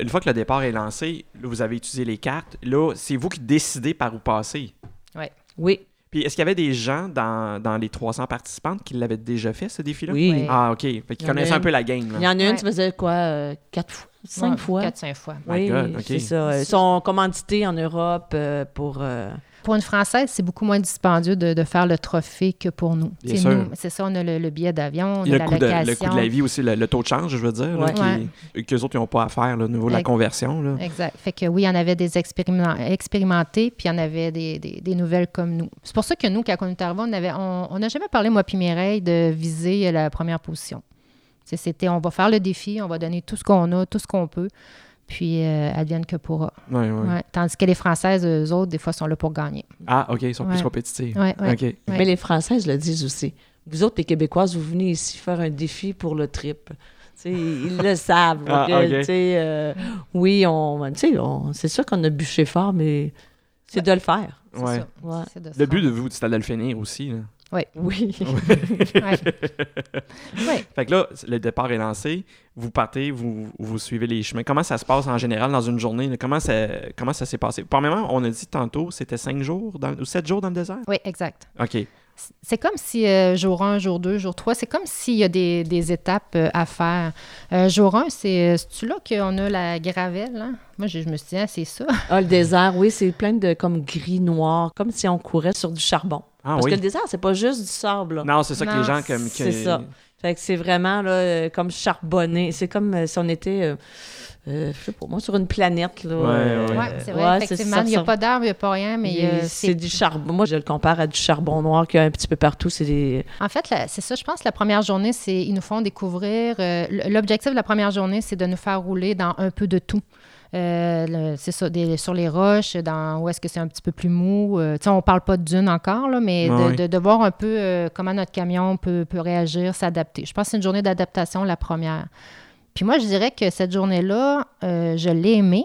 A: Une fois que le départ est lancé, là, vous avez utilisé les cartes. Là, c'est vous qui décidez par où passer.
C: Oui,
A: Puis est-ce qu'il y avait des gens dans, dans les 300 participantes qui l'avaient déjà fait, ce défi-là?
C: oui.
B: Ouais.
A: Ah, OK. Fait qu'ils
C: y en
A: connaissaient
C: a
A: un
C: une.
A: peu la game. là.
C: Il y en a une,
B: Ouais.
C: tu faisais quoi, euh, quatre fois, cinq
B: Ouais,
C: fois?
B: Quatre, cinq fois.
A: My
C: Oui,
A: God, ok.
C: c'est ça. Ils sont commandités en Europe euh, pour... euh,
B: Pour une Française, c'est beaucoup moins dispendieux de, de faire le trophée que pour nous.
A: Bien
B: C'est
A: sûr.
B: nous, c'est ça, on a le, le billet d'avion, on
A: Il y
B: a
A: a le
B: la
A: coût, de, le coût
B: location.
A: de la vie aussi, le, le taux de change, je veux dire, là,
C: Ouais.
A: qui- qu'eux autres, ils n'ont pas à faire là, au niveau de la
B: Ex-
A: conversion. là.
B: Exact. Fait que oui, il y en avait des expérimen- expérimentés, puis il y en avait des, des- des nouvelles comme nous. C'est pour ça que nous, quand on est arrivés, on avait, on on n'a jamais parlé, moi puis Mireille, de viser la première position. Tu sais, C'était, on va faire le défi, on va donner tout ce qu'on a, tout ce qu'on peut. Puis euh, advienne que pourra.
A: Ouais, ouais.
B: Ouais. Tandis que les Françaises, eux autres, des fois, sont là pour gagner.
A: Ah, OK, ils sont plus
B: Ouais.
A: compétitifs.
B: Ouais, ouais.
A: OK.
B: Ouais.
C: Mais les Françaises le disent aussi. Vous autres, les Québécoises, vous venez ici faire un défi pour le trip. Tu sais, ils le savent.
A: Ah,
C: Donc, euh,
A: ok.
C: tu sais, euh, oui, on, tu sais, on- c'est sûr qu'on a bûché fort, mais c'est de le faire.
B: C'est
A: Ouais.
B: ça.
C: Ouais.
B: C'est de se
A: Le but de vous, c'était de le finir aussi. là.
C: Oui.
B: rendre- Ouais. Ouais.
A: Fait que là, le départ est lancé, vous partez, vous, vous suivez les chemins. Comment ça se passe en général dans une journée? là? Comment ça, comment ça s'est passé? Premièrement, on a dit tantôt, c'était cinq jours dans- ou sept jours dans le désert?
B: Oui, exact.
A: OK.
B: C'est comme si euh, jour 1, jour 2, jour 3, c'est comme s'il y a des, des étapes euh, à faire. Euh, jour 1, c'est c'est-tu là qu'on a la gravelle? hein? Moi, je, je me suis dit, ah, c'est ça.
C: Ah, le désert, oui, c'est plein de comme gris noir, comme si on courait sur du charbon.
A: Ah
C: Parce
A: oui.
C: que le désert, c'est pas juste du sable. là.
A: Non, c'est ça que
B: Non,
A: les gens comme. que-
C: C'est ça. Fait que c'est vraiment là, euh, comme charbonné. C'est comme euh, si on était, euh, euh, je sais pas moi, sur une planète. Là,
A: Ouais,
C: euh,
A: ouais.
B: Oui, c'est vrai.
C: ouais,
B: effectivement,
C: ça
B: il n'y a
C: ressemble-
B: pas d'arbre, il n'y a pas rien, mais
C: Il-
B: euh,
C: c'est
B: c'est...
C: du charbon. Moi, je le compare à du charbon noir qu'il y a un petit peu partout. C'est des...
B: En fait, la- c'est ça, je pense, la première journée, c'est ils nous font découvrir... euh, l- L'objectif de la première journée, c'est de nous faire rouler dans un peu de tout. Euh, le- c'est ça, des- sur les roches, dans où est-ce que c'est un petit peu plus mou. euh, tu sais, on parle pas de dunes encore, là, mais de,
A: Ouais.
B: de- de voir un peu euh, comment notre camion peut, peut réagir, s'adapter. Je pense que c'est une journée d'adaptation, la première. Puis moi, je dirais que cette journée-là, euh, je l'ai aimée,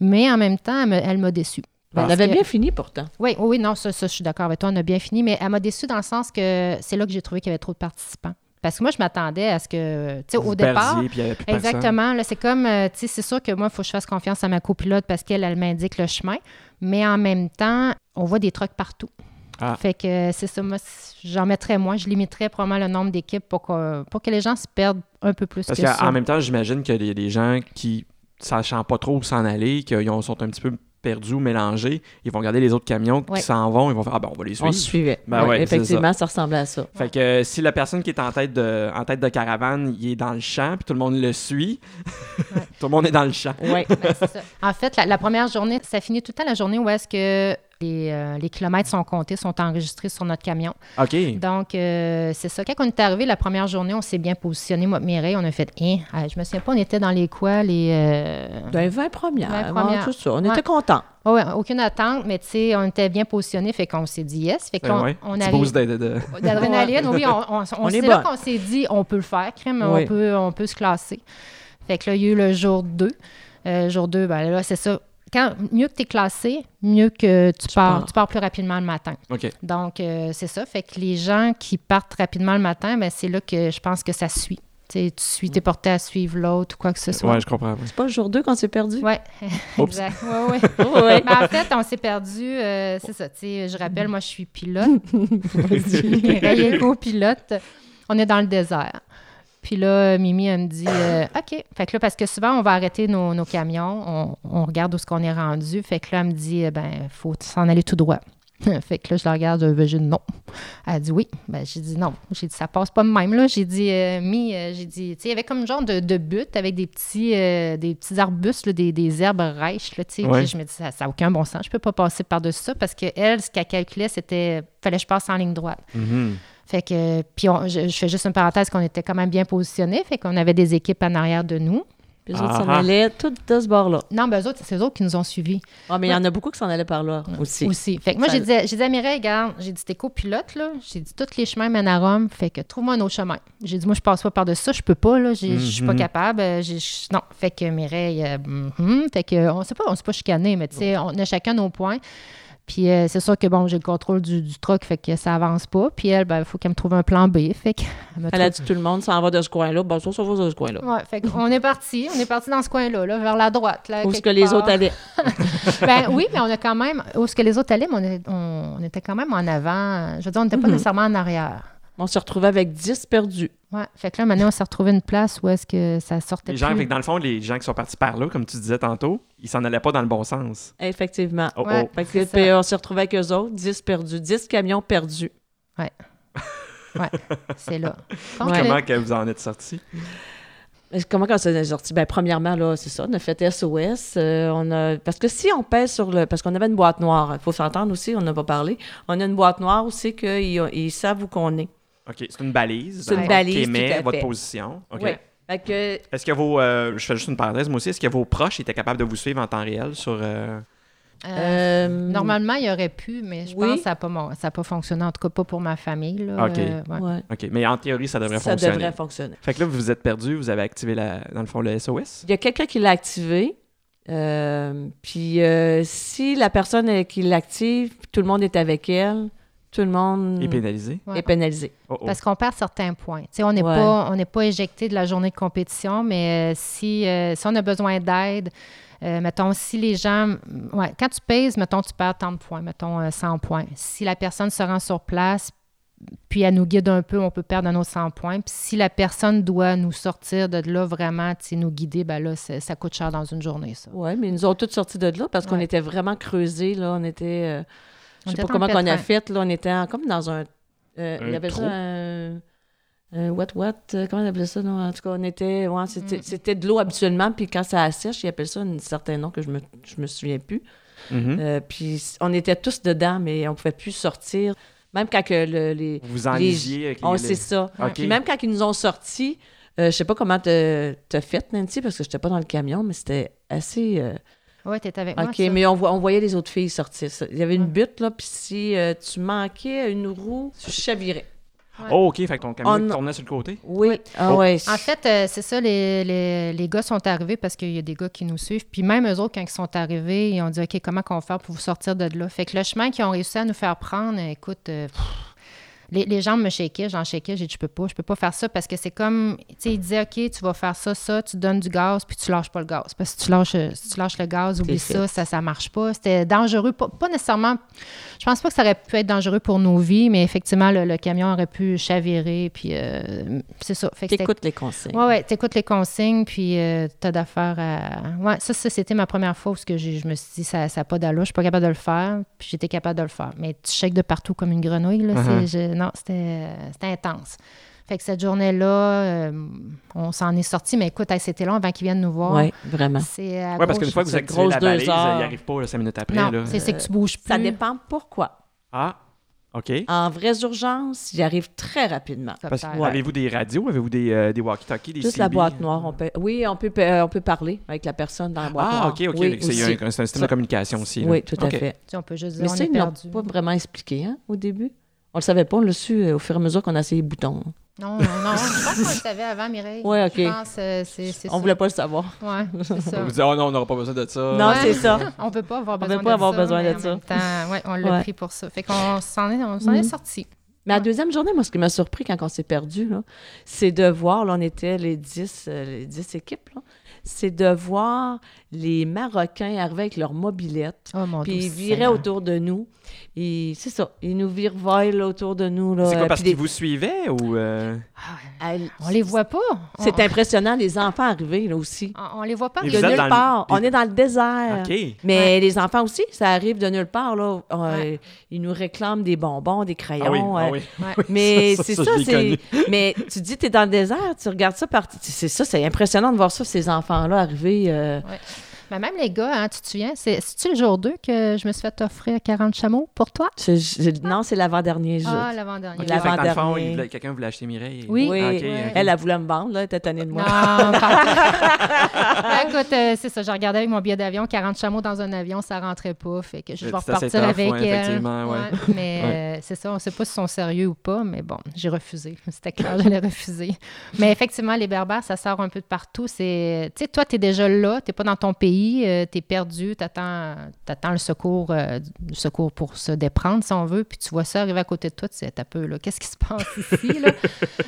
B: mais en même temps, elle me- elle m'a déçue.
C: On
B: Parce
C: avait
B: que-
C: bien fini pourtant.
B: Oui, oui, oui, non, ça, ça, je suis d'accord avec toi, on a bien fini, mais elle m'a déçue dans le sens que c'est là que j'ai trouvé qu'il y avait trop de participants. Parce que moi, je m'attendais à ce que, tu sais,
A: vous
B: au départ,
A: perdiez, puis il y avait plus personne.
B: Exactement. Là, c'est comme, euh, tu sais, c'est sûr que moi, il faut que je fasse confiance à ma copilote parce qu'elle, elle m'indique le chemin. Mais en même temps, on voit des trucks partout.
A: Ah.
B: Fait que euh, c'est ça, moi, c- j'en mettrais moins. Je limiterais probablement le nombre d'équipes pour que, pour que les gens se perdent un peu plus
A: Parce
B: que ça.
A: qu'en même temps, j'imagine que les, les gens qui, sachant pas trop où s'en aller, qui ont- sont un petit peu perdus ou mélangés, ils vont regarder les autres camions
B: Ouais.
A: qui s'en vont, ils vont faire Ah ben, on va les suivre.
C: On se suivait.
A: Ben
C: Ouais,
A: ouais, c'est
C: effectivement, ça. ressemblait à ça.
A: Fait que euh, si la personne qui est en tête de, en tête de caravane, il est dans le champ, puis tout le monde le suit, tout le monde est dans le champ.
C: Ouais.
B: Ouais, c'est ça. En fait, la, la première journée, ça finit tout le temps la journée où est-ce que les, euh, les kilomètres sont comptés, sont enregistrés sur notre camion.
A: OK.
B: Donc, euh, c'est ça. Quand on est arrivé la première journée, on s'est bien positionné. Moi, et Mireille, on a fait Hein? Ah, Je me souviens pas, on était dans les quoi, les. euh,
C: D'un 20 premières.
B: Vingt
C: Ben, ouais,
B: premières.
C: tout ça. On
B: Ouais.
C: était contents.
B: Ah ouais, aucune attente, mais tu sais, on était bien positionné, fait qu'on s'est dit yes. Fait
A: C'est
B: qu'on
A: ouais.
B: on
A: Petit
B: arrive.
A: boost de- de- de-
B: D'adrénaline, oui, on, on, on,
C: On est
B: c'est là
C: bonne.
B: qu'on s'est dit on peut le faire, crime,
C: Oui.
B: on, peut, on peut se classer. Fait que là, il y a eu le jour 2. Euh, jour 2, ben là, c'est ça. Quand, mieux que tu es classé, mieux que tu, pars,
C: pars.
B: tu pars plus rapidement le matin.
A: OK.
B: Donc, euh, c'est ça. Fait que les gens qui partent rapidement le matin, ben, c'est là que je pense que ça suit. Tu sais, tu suis, t'es porté à suivre l'autre ou quoi que ce soit.
A: Ouais, je comprends. ouais.
C: C'est pas le jour 2 qu'on s'est perdu?
B: Ouais,
A: Oups.
B: exact. Ouais, ouais.
C: Ouais.
B: Ben, en fait, on s'est perdu. euh, c'est ça. Tu sais, je rappelle, moi, je suis pilote. Mireille est copilote. On est dans le désert. Puis là, Mimi, elle me dit euh, OK. Fait que là, parce que souvent, on va arrêter nos, nos camions, on, on regarde où ce qu'on est rendu. Fait que là, elle me dit euh, ben faut s'en aller tout droit. fait que là, je la regarde, euh, ben, j'ai dit non. Elle dit oui. Ben, j'ai dit non. J'ai dit ça passe pas de même. là. J'ai dit, euh, mi, euh, j'ai dit, tu sais, il y avait comme un genre de, de butte avec des petits, euh, des petits arbustes, là, des, des herbes rêches. Là, tu sais.
A: Ouais.
B: Puis je me dis, ça n'a aucun bon sens. Je peux pas passer par-dessus ça parce que elle, ce qu'elle calculait, c'était fallait que je passe en ligne droite.
A: Mhm.
B: Fait que, puis on- je, je fais juste une parenthèse qu'on était quand même bien positionnés. Fait qu'on avait des équipes en arrière de nous.
C: Puis eux autres s'en
A: Ah.
C: allaient tout de ce bord-là.
B: Non, ben, eux autres, c'est eux autres qui nous ont suivis.
C: Ah, mais il y en a beaucoup qui s'en allaient par là aussi.
B: Aussi. Fait que moi,
C: Ça-
B: j'ai dit, à- j'ai dit à Mireille, regarde, j'ai dit, t'es copilote, là. J'ai dit, tous les chemins mènent à Rome. Fait que trouve-moi un autre chemin. J'ai dit, moi, je passe pas par-dessus ça. Je peux pas, là. J'ai- Je suis
C: Mm-hmm.
B: pas
A: Mhm.
B: capable. Euh, j'ai- je- non. Fait que Mireille, euh, mhm. fait que, euh, on s'est pas, on s'est pas chicané, mais tu sais, on a chacun nos points. Puis euh, c'est sûr que, bon, j'ai le contrôle du, du truck, fait que ça avance pas. Puis elle, ben, il faut qu'elle me trouve un plan B. Fait que, elle me
C: Elle a dit tout le monde s'en va de ce coin-là. Bon, ça, ça va de ce coin-là.
B: Ouais, fait on est parti, on est parti dans ce coin-là, là, vers la droite. Là,
C: Où est-ce
B: quelque
C: que les
B: part.
C: autres allaient?
B: Ben oui, mais on a quand même, où est-ce que les autres allaient, mais on, est- on- on était quand même en avant. Je veux dire, on n'était
C: Mhm.
B: pas nécessairement en arrière.
C: On se retrouvait avec 10 perdus.
B: Ouais, fait que là, maintenant, on s'est retrouvé une place où est-ce que ça sortait
A: Les gens,
B: plus.
A: fait que dans le fond, les gens qui sont partis par là, comme tu disais tantôt, ils s'en allaient pas dans le bon sens.
C: Effectivement.
A: Oh
B: Ouais.
A: oh.
C: Fait que,
B: C'est ça.
C: puis on s'est retrouvés avec eux autres, 10 perdus, 10 camions perdus.
B: C'est là.
C: Ouais.
A: Comment que vous en êtes sortis?
C: Mais Comment qu'on s'est sorti? Ben, premièrement, là, c'est ça, on a fait SOS. euh, on a... Parce que si on pèse sur le. Parce qu'on avait une boîte noire, il faut s'entendre aussi, on n'a pas parlé. On a une boîte noire où c'est qu'ils ils savent où qu'on est.
A: OK, c'est une balise.
C: C'est
A: dans
C: une
A: le fond,
C: balise,
A: Qui émet
C: tout à
A: votre
C: fait.
A: position. OK.
C: Ouais. Fait que,
A: Est-ce que vos. euh, je fais juste une parenthèse, moi aussi. Est-ce que vos proches étaient capables de vous suivre en temps réel sur. euh,
B: Euh,
C: euh,
B: Normalement, il aurait pu, mais je
C: Oui.
B: pense que ça n'a pas, mon- ça a pas fonctionné, en tout cas pas pour ma famille. là.
A: OK.
B: Euh, ouais.
C: ouais,
A: OK. Mais en théorie, ça devrait
C: ça
A: fonctionner.
C: devrait fonctionner.
A: Fait que là, vous vous êtes perdu, vous avez activé, la, dans le fond, le SOS.
C: Il y a quelqu'un qui l'a activé. euh, puis euh, si la personne euh, qui l'active, tout le monde est avec elle, tout le monde
A: Et pénalisé.
B: Ouais.
C: est pénalisé.
A: Oh, oh.
B: Parce qu'on perd certains points. Tu sais, on n'est
C: Ouais.
B: pas, on n'est pas éjecté de la journée de compétition, mais euh, si, euh, si on a besoin d'aide, euh, mettons, si les gens... mm, ouais, quand tu pèses, mettons, tu perds tant de points, mettons euh, 100 points. Si la personne se rend sur place, puis elle nous guide un peu, on peut perdre un autre 100 points. Puis si la personne doit nous sortir de là vraiment, tu sais, nous guider, ben là, c'est- ça coûte cher dans une journée, ça.
C: Oui, mais ils nous ont tous sortis de là parce qu'on
B: Ouais.
C: était vraiment creusés. Là, on était. euh, je
B: On
C: sais
B: était
C: pas
B: dans
C: comment
B: le
C: qu'on a
B: pétrin.
C: fait. Là, on était en- comme dans un. euh,
A: Un
C: il y avait ça,
A: trou.
C: un. un what, what? euh, Comment on appelait ça? Non? En tout cas, on était.
B: Mm.
C: ouais, c'était, c'était de l'eau habituellement. Puis quand ça assèche, ils appellent ça un certain nom que je me, je me souviens plus.
A: Mhm.
C: Euh, puis on était tous dedans, mais on pouvait plus sortir. Même quand que le- les.
A: Vous vous enlisiez avec les-
C: On
A: les-
C: sait ça.
A: OK.
C: Puis même quand ils nous ont sortis, euh, je sais pas comment te- t'as fait, Nancy, parce que j'étais pas dans le camion, mais c'était assez. euh,
B: Oui, tu es avec moi.
C: OK,
B: ça.
C: mais on, voit- on voyait les autres filles sortir. ça. Il y avait une
B: Ouais.
C: butte, là, puis si euh, tu manquais une roue, tu chavirais.
A: Oh, OK. Fait que ton camion
C: On-
A: tournait sur le côté.
C: Oui.
B: Oui.
C: Ah
A: Oh.
C: ouais.
B: En fait, euh, c'est ça, les, les- les gars sont arrivés parce qu'il y a des gars qui nous suivent. Puis même eux autres, quand ils sont arrivés, ils ont dit OK, comment qu'on va faire pour vous sortir de là Fait que le chemin qu'ils ont réussi à nous faire prendre, euh, écoute. euh, pff, les, les jambes me shakeaient, j'en shakeais, j'ai dit, je peux pas, je peux pas faire ça parce que c'est comme, tu sais, ils disaient, OK, tu vas faire ça, ça, tu donnes du gaz, puis tu lâches pas le gaz. Parce que si tu lâches, euh, si tu lâches le gaz, oublie
C: fait.
B: ça, ça, ça marche pas. C'était dangereux, pas, pas nécessairement, je pense pas que ça aurait pu être dangereux pour nos vies, mais effectivement, le, le camion aurait pu chavirer, puis euh, c'est ça. Fait que c'était
C: T'écoutes les conseils.
B: Ouais, ouais, t'écoutes les consignes, puis euh, t'as d'affaires à. Ouais, ça, ça, c'était ma première fois où ce que j'ai- je me suis dit, ça n'a pas d'allure, je suis pas capable de le faire, puis j'étais capable de le faire. Mais tu shakes de partout comme une grenouille, là.
A: Uh-huh.
B: c'est- je- non, c'était c'était intense. Fait que cette journée-là, euh, on s'en est sorti, mais écoute, hey, c'était long avant qu'ils viennent nous voir.
C: Ouais, vraiment.
B: C'est à
A: Oui, parce
B: gauche.
A: qu'une fois que vous
C: c'est
A: activez
C: grosse
A: la
C: deux
A: balise,
C: heures.
A: il n'y arrive pas là, cinq minutes après.
B: Non,
A: là.
B: c'est c'est que tu bouges plus.
A: Hmm.
C: Ça dépend pourquoi.
A: Ah, OK.
C: En vraies urgences, ils arrivent très rapidement.
A: Parce que-
B: Hélicoptère.
A: Avez-vous des radios? Avez-vous des, euh, des walkie-talkies? Des
C: Juste la
A: CB?
C: boîte noire, on peut. Oui, on peut, euh, on peut parler avec la personne dans la boîte noire.
A: Ah, OK, OK.
C: Oui,
A: Donc, c'est il y a
C: aussi.
A: un, c'est un système
C: Ça-
A: de communication aussi. là.
C: Oui, tout à
A: OK.
C: fait.
B: Tu sais, on peut juste dire,
C: Mais
B: on
C: ça,
B: est
C: ils n'ont
B: perdu.
C: pas vraiment expliqué hein, au début. On le savait pas, on l'a su euh, au fur et à mesure qu'on a essayé les boutons.
B: Non, non, non. je pense qu'on le savait avant, Mireille.
C: Ouais, OK.
B: Je pense, euh, c'est c'est
C: On
B: ça.
C: voulait pas le savoir.
B: Ouais, c'est ça.
A: Vous dites, oh non, on n'aura pas besoin de ça.
C: Non,
B: Ouais.
C: c'est ça.
B: On peut pas avoir
C: peut
B: besoin de ça.
C: pas avoir besoin
B: mais
C: de
B: en
C: ça.
B: même temps, ouais, on l'a
C: Ouais.
B: pris pour ça. Fait qu'on s'en est, on s'en est
C: Mhm.
B: sorti.
C: Mais la deuxième journée, moi, ce qui m'a surpris quand on s'est perdu, là, c'est de voir, là, on était les 10, euh, les 10 équipes, là, c'est de voir les Marocains arriver avec leurs mobilettes,
B: Oh mon
C: puis ils viraient
B: Seigneur.
C: autour de nous. Et c'est ça, ils nous virevolent là, autour de nous. Là,
A: C'est quoi,
C: euh,
A: parce
C: puis
A: qu'ils vous suivaient ou... euh,
B: Ah ouais.
C: des- elles-
B: On les voit pas. On,
C: C'est impressionnant, les enfants arriver, là, aussi.
B: on, on les voit pas.
A: Mais
C: De
A: vous êtes
C: nulle
A: dans le-
C: part.
A: puis-
C: On est dans le désert.
A: OK.
C: Mais
B: Ouais.
C: les enfants aussi, ça arrive de nulle part. Là. Euh,
B: Ouais.
C: Ils nous réclament des bonbons, des crayons.
A: Ah oui, ah
C: euh,
A: oui.
B: Ouais.
C: Mais
A: Ça, ça,
C: c'est
A: ça,
C: ça,
A: je l'ai
C: c'est. Mais tu dis, tu es dans le désert, tu regardes ça par. C'est ça, c'est impressionnant de voir ça, ces enfants-là arriver. euh,
B: Mais même les gars, hein, tu te souviens, c'est- c'est-tu le jour 2 que je me suis fait offrir 40 chameaux pour toi?
C: je- je- non, c'est l'avant-dernier jeu.
B: Ah, l'avant-dernier.
A: OK,
C: La-
A: fait que dans le fond,
C: l'avant-dernier.
A: il voulait- quelqu'un voulait acheter Mireille.
B: Oui.
A: OK,
C: Oui.
A: OK.
B: Ouais.
C: Elle, elle voulait me vendre, là, elle était tannée de
B: Non,
C: moi.
B: pas- Écoute, euh, c'est ça, je regardais avec mon billet d'avion, 40 chameaux dans un avion, ça rentrait pas, fait que je
A: Euh,
B: vais
A: Ça, c'est
B: repartir
A: tough,
B: avec
A: ouais,
B: elle.
A: effectivement, ouais.
B: mais euh, c'est ça, on sait pas si sont sérieux ou pas, mais bon, j'ai refusé. C'était clair, j'allais refuser. Mais effectivement, les Berbères, ça sort un peu de partout. C'est, tu sais, toi, t'es déjà là, t'es pas dans ton pays, euh, t'es perdu, t'attends, t'attends le secours, euh, le secours pour se déprendre, si on veut, puis tu vois ça arriver à côté de toi, tu sais, t'as peu, là, qu'est-ce qui se passe ici, là?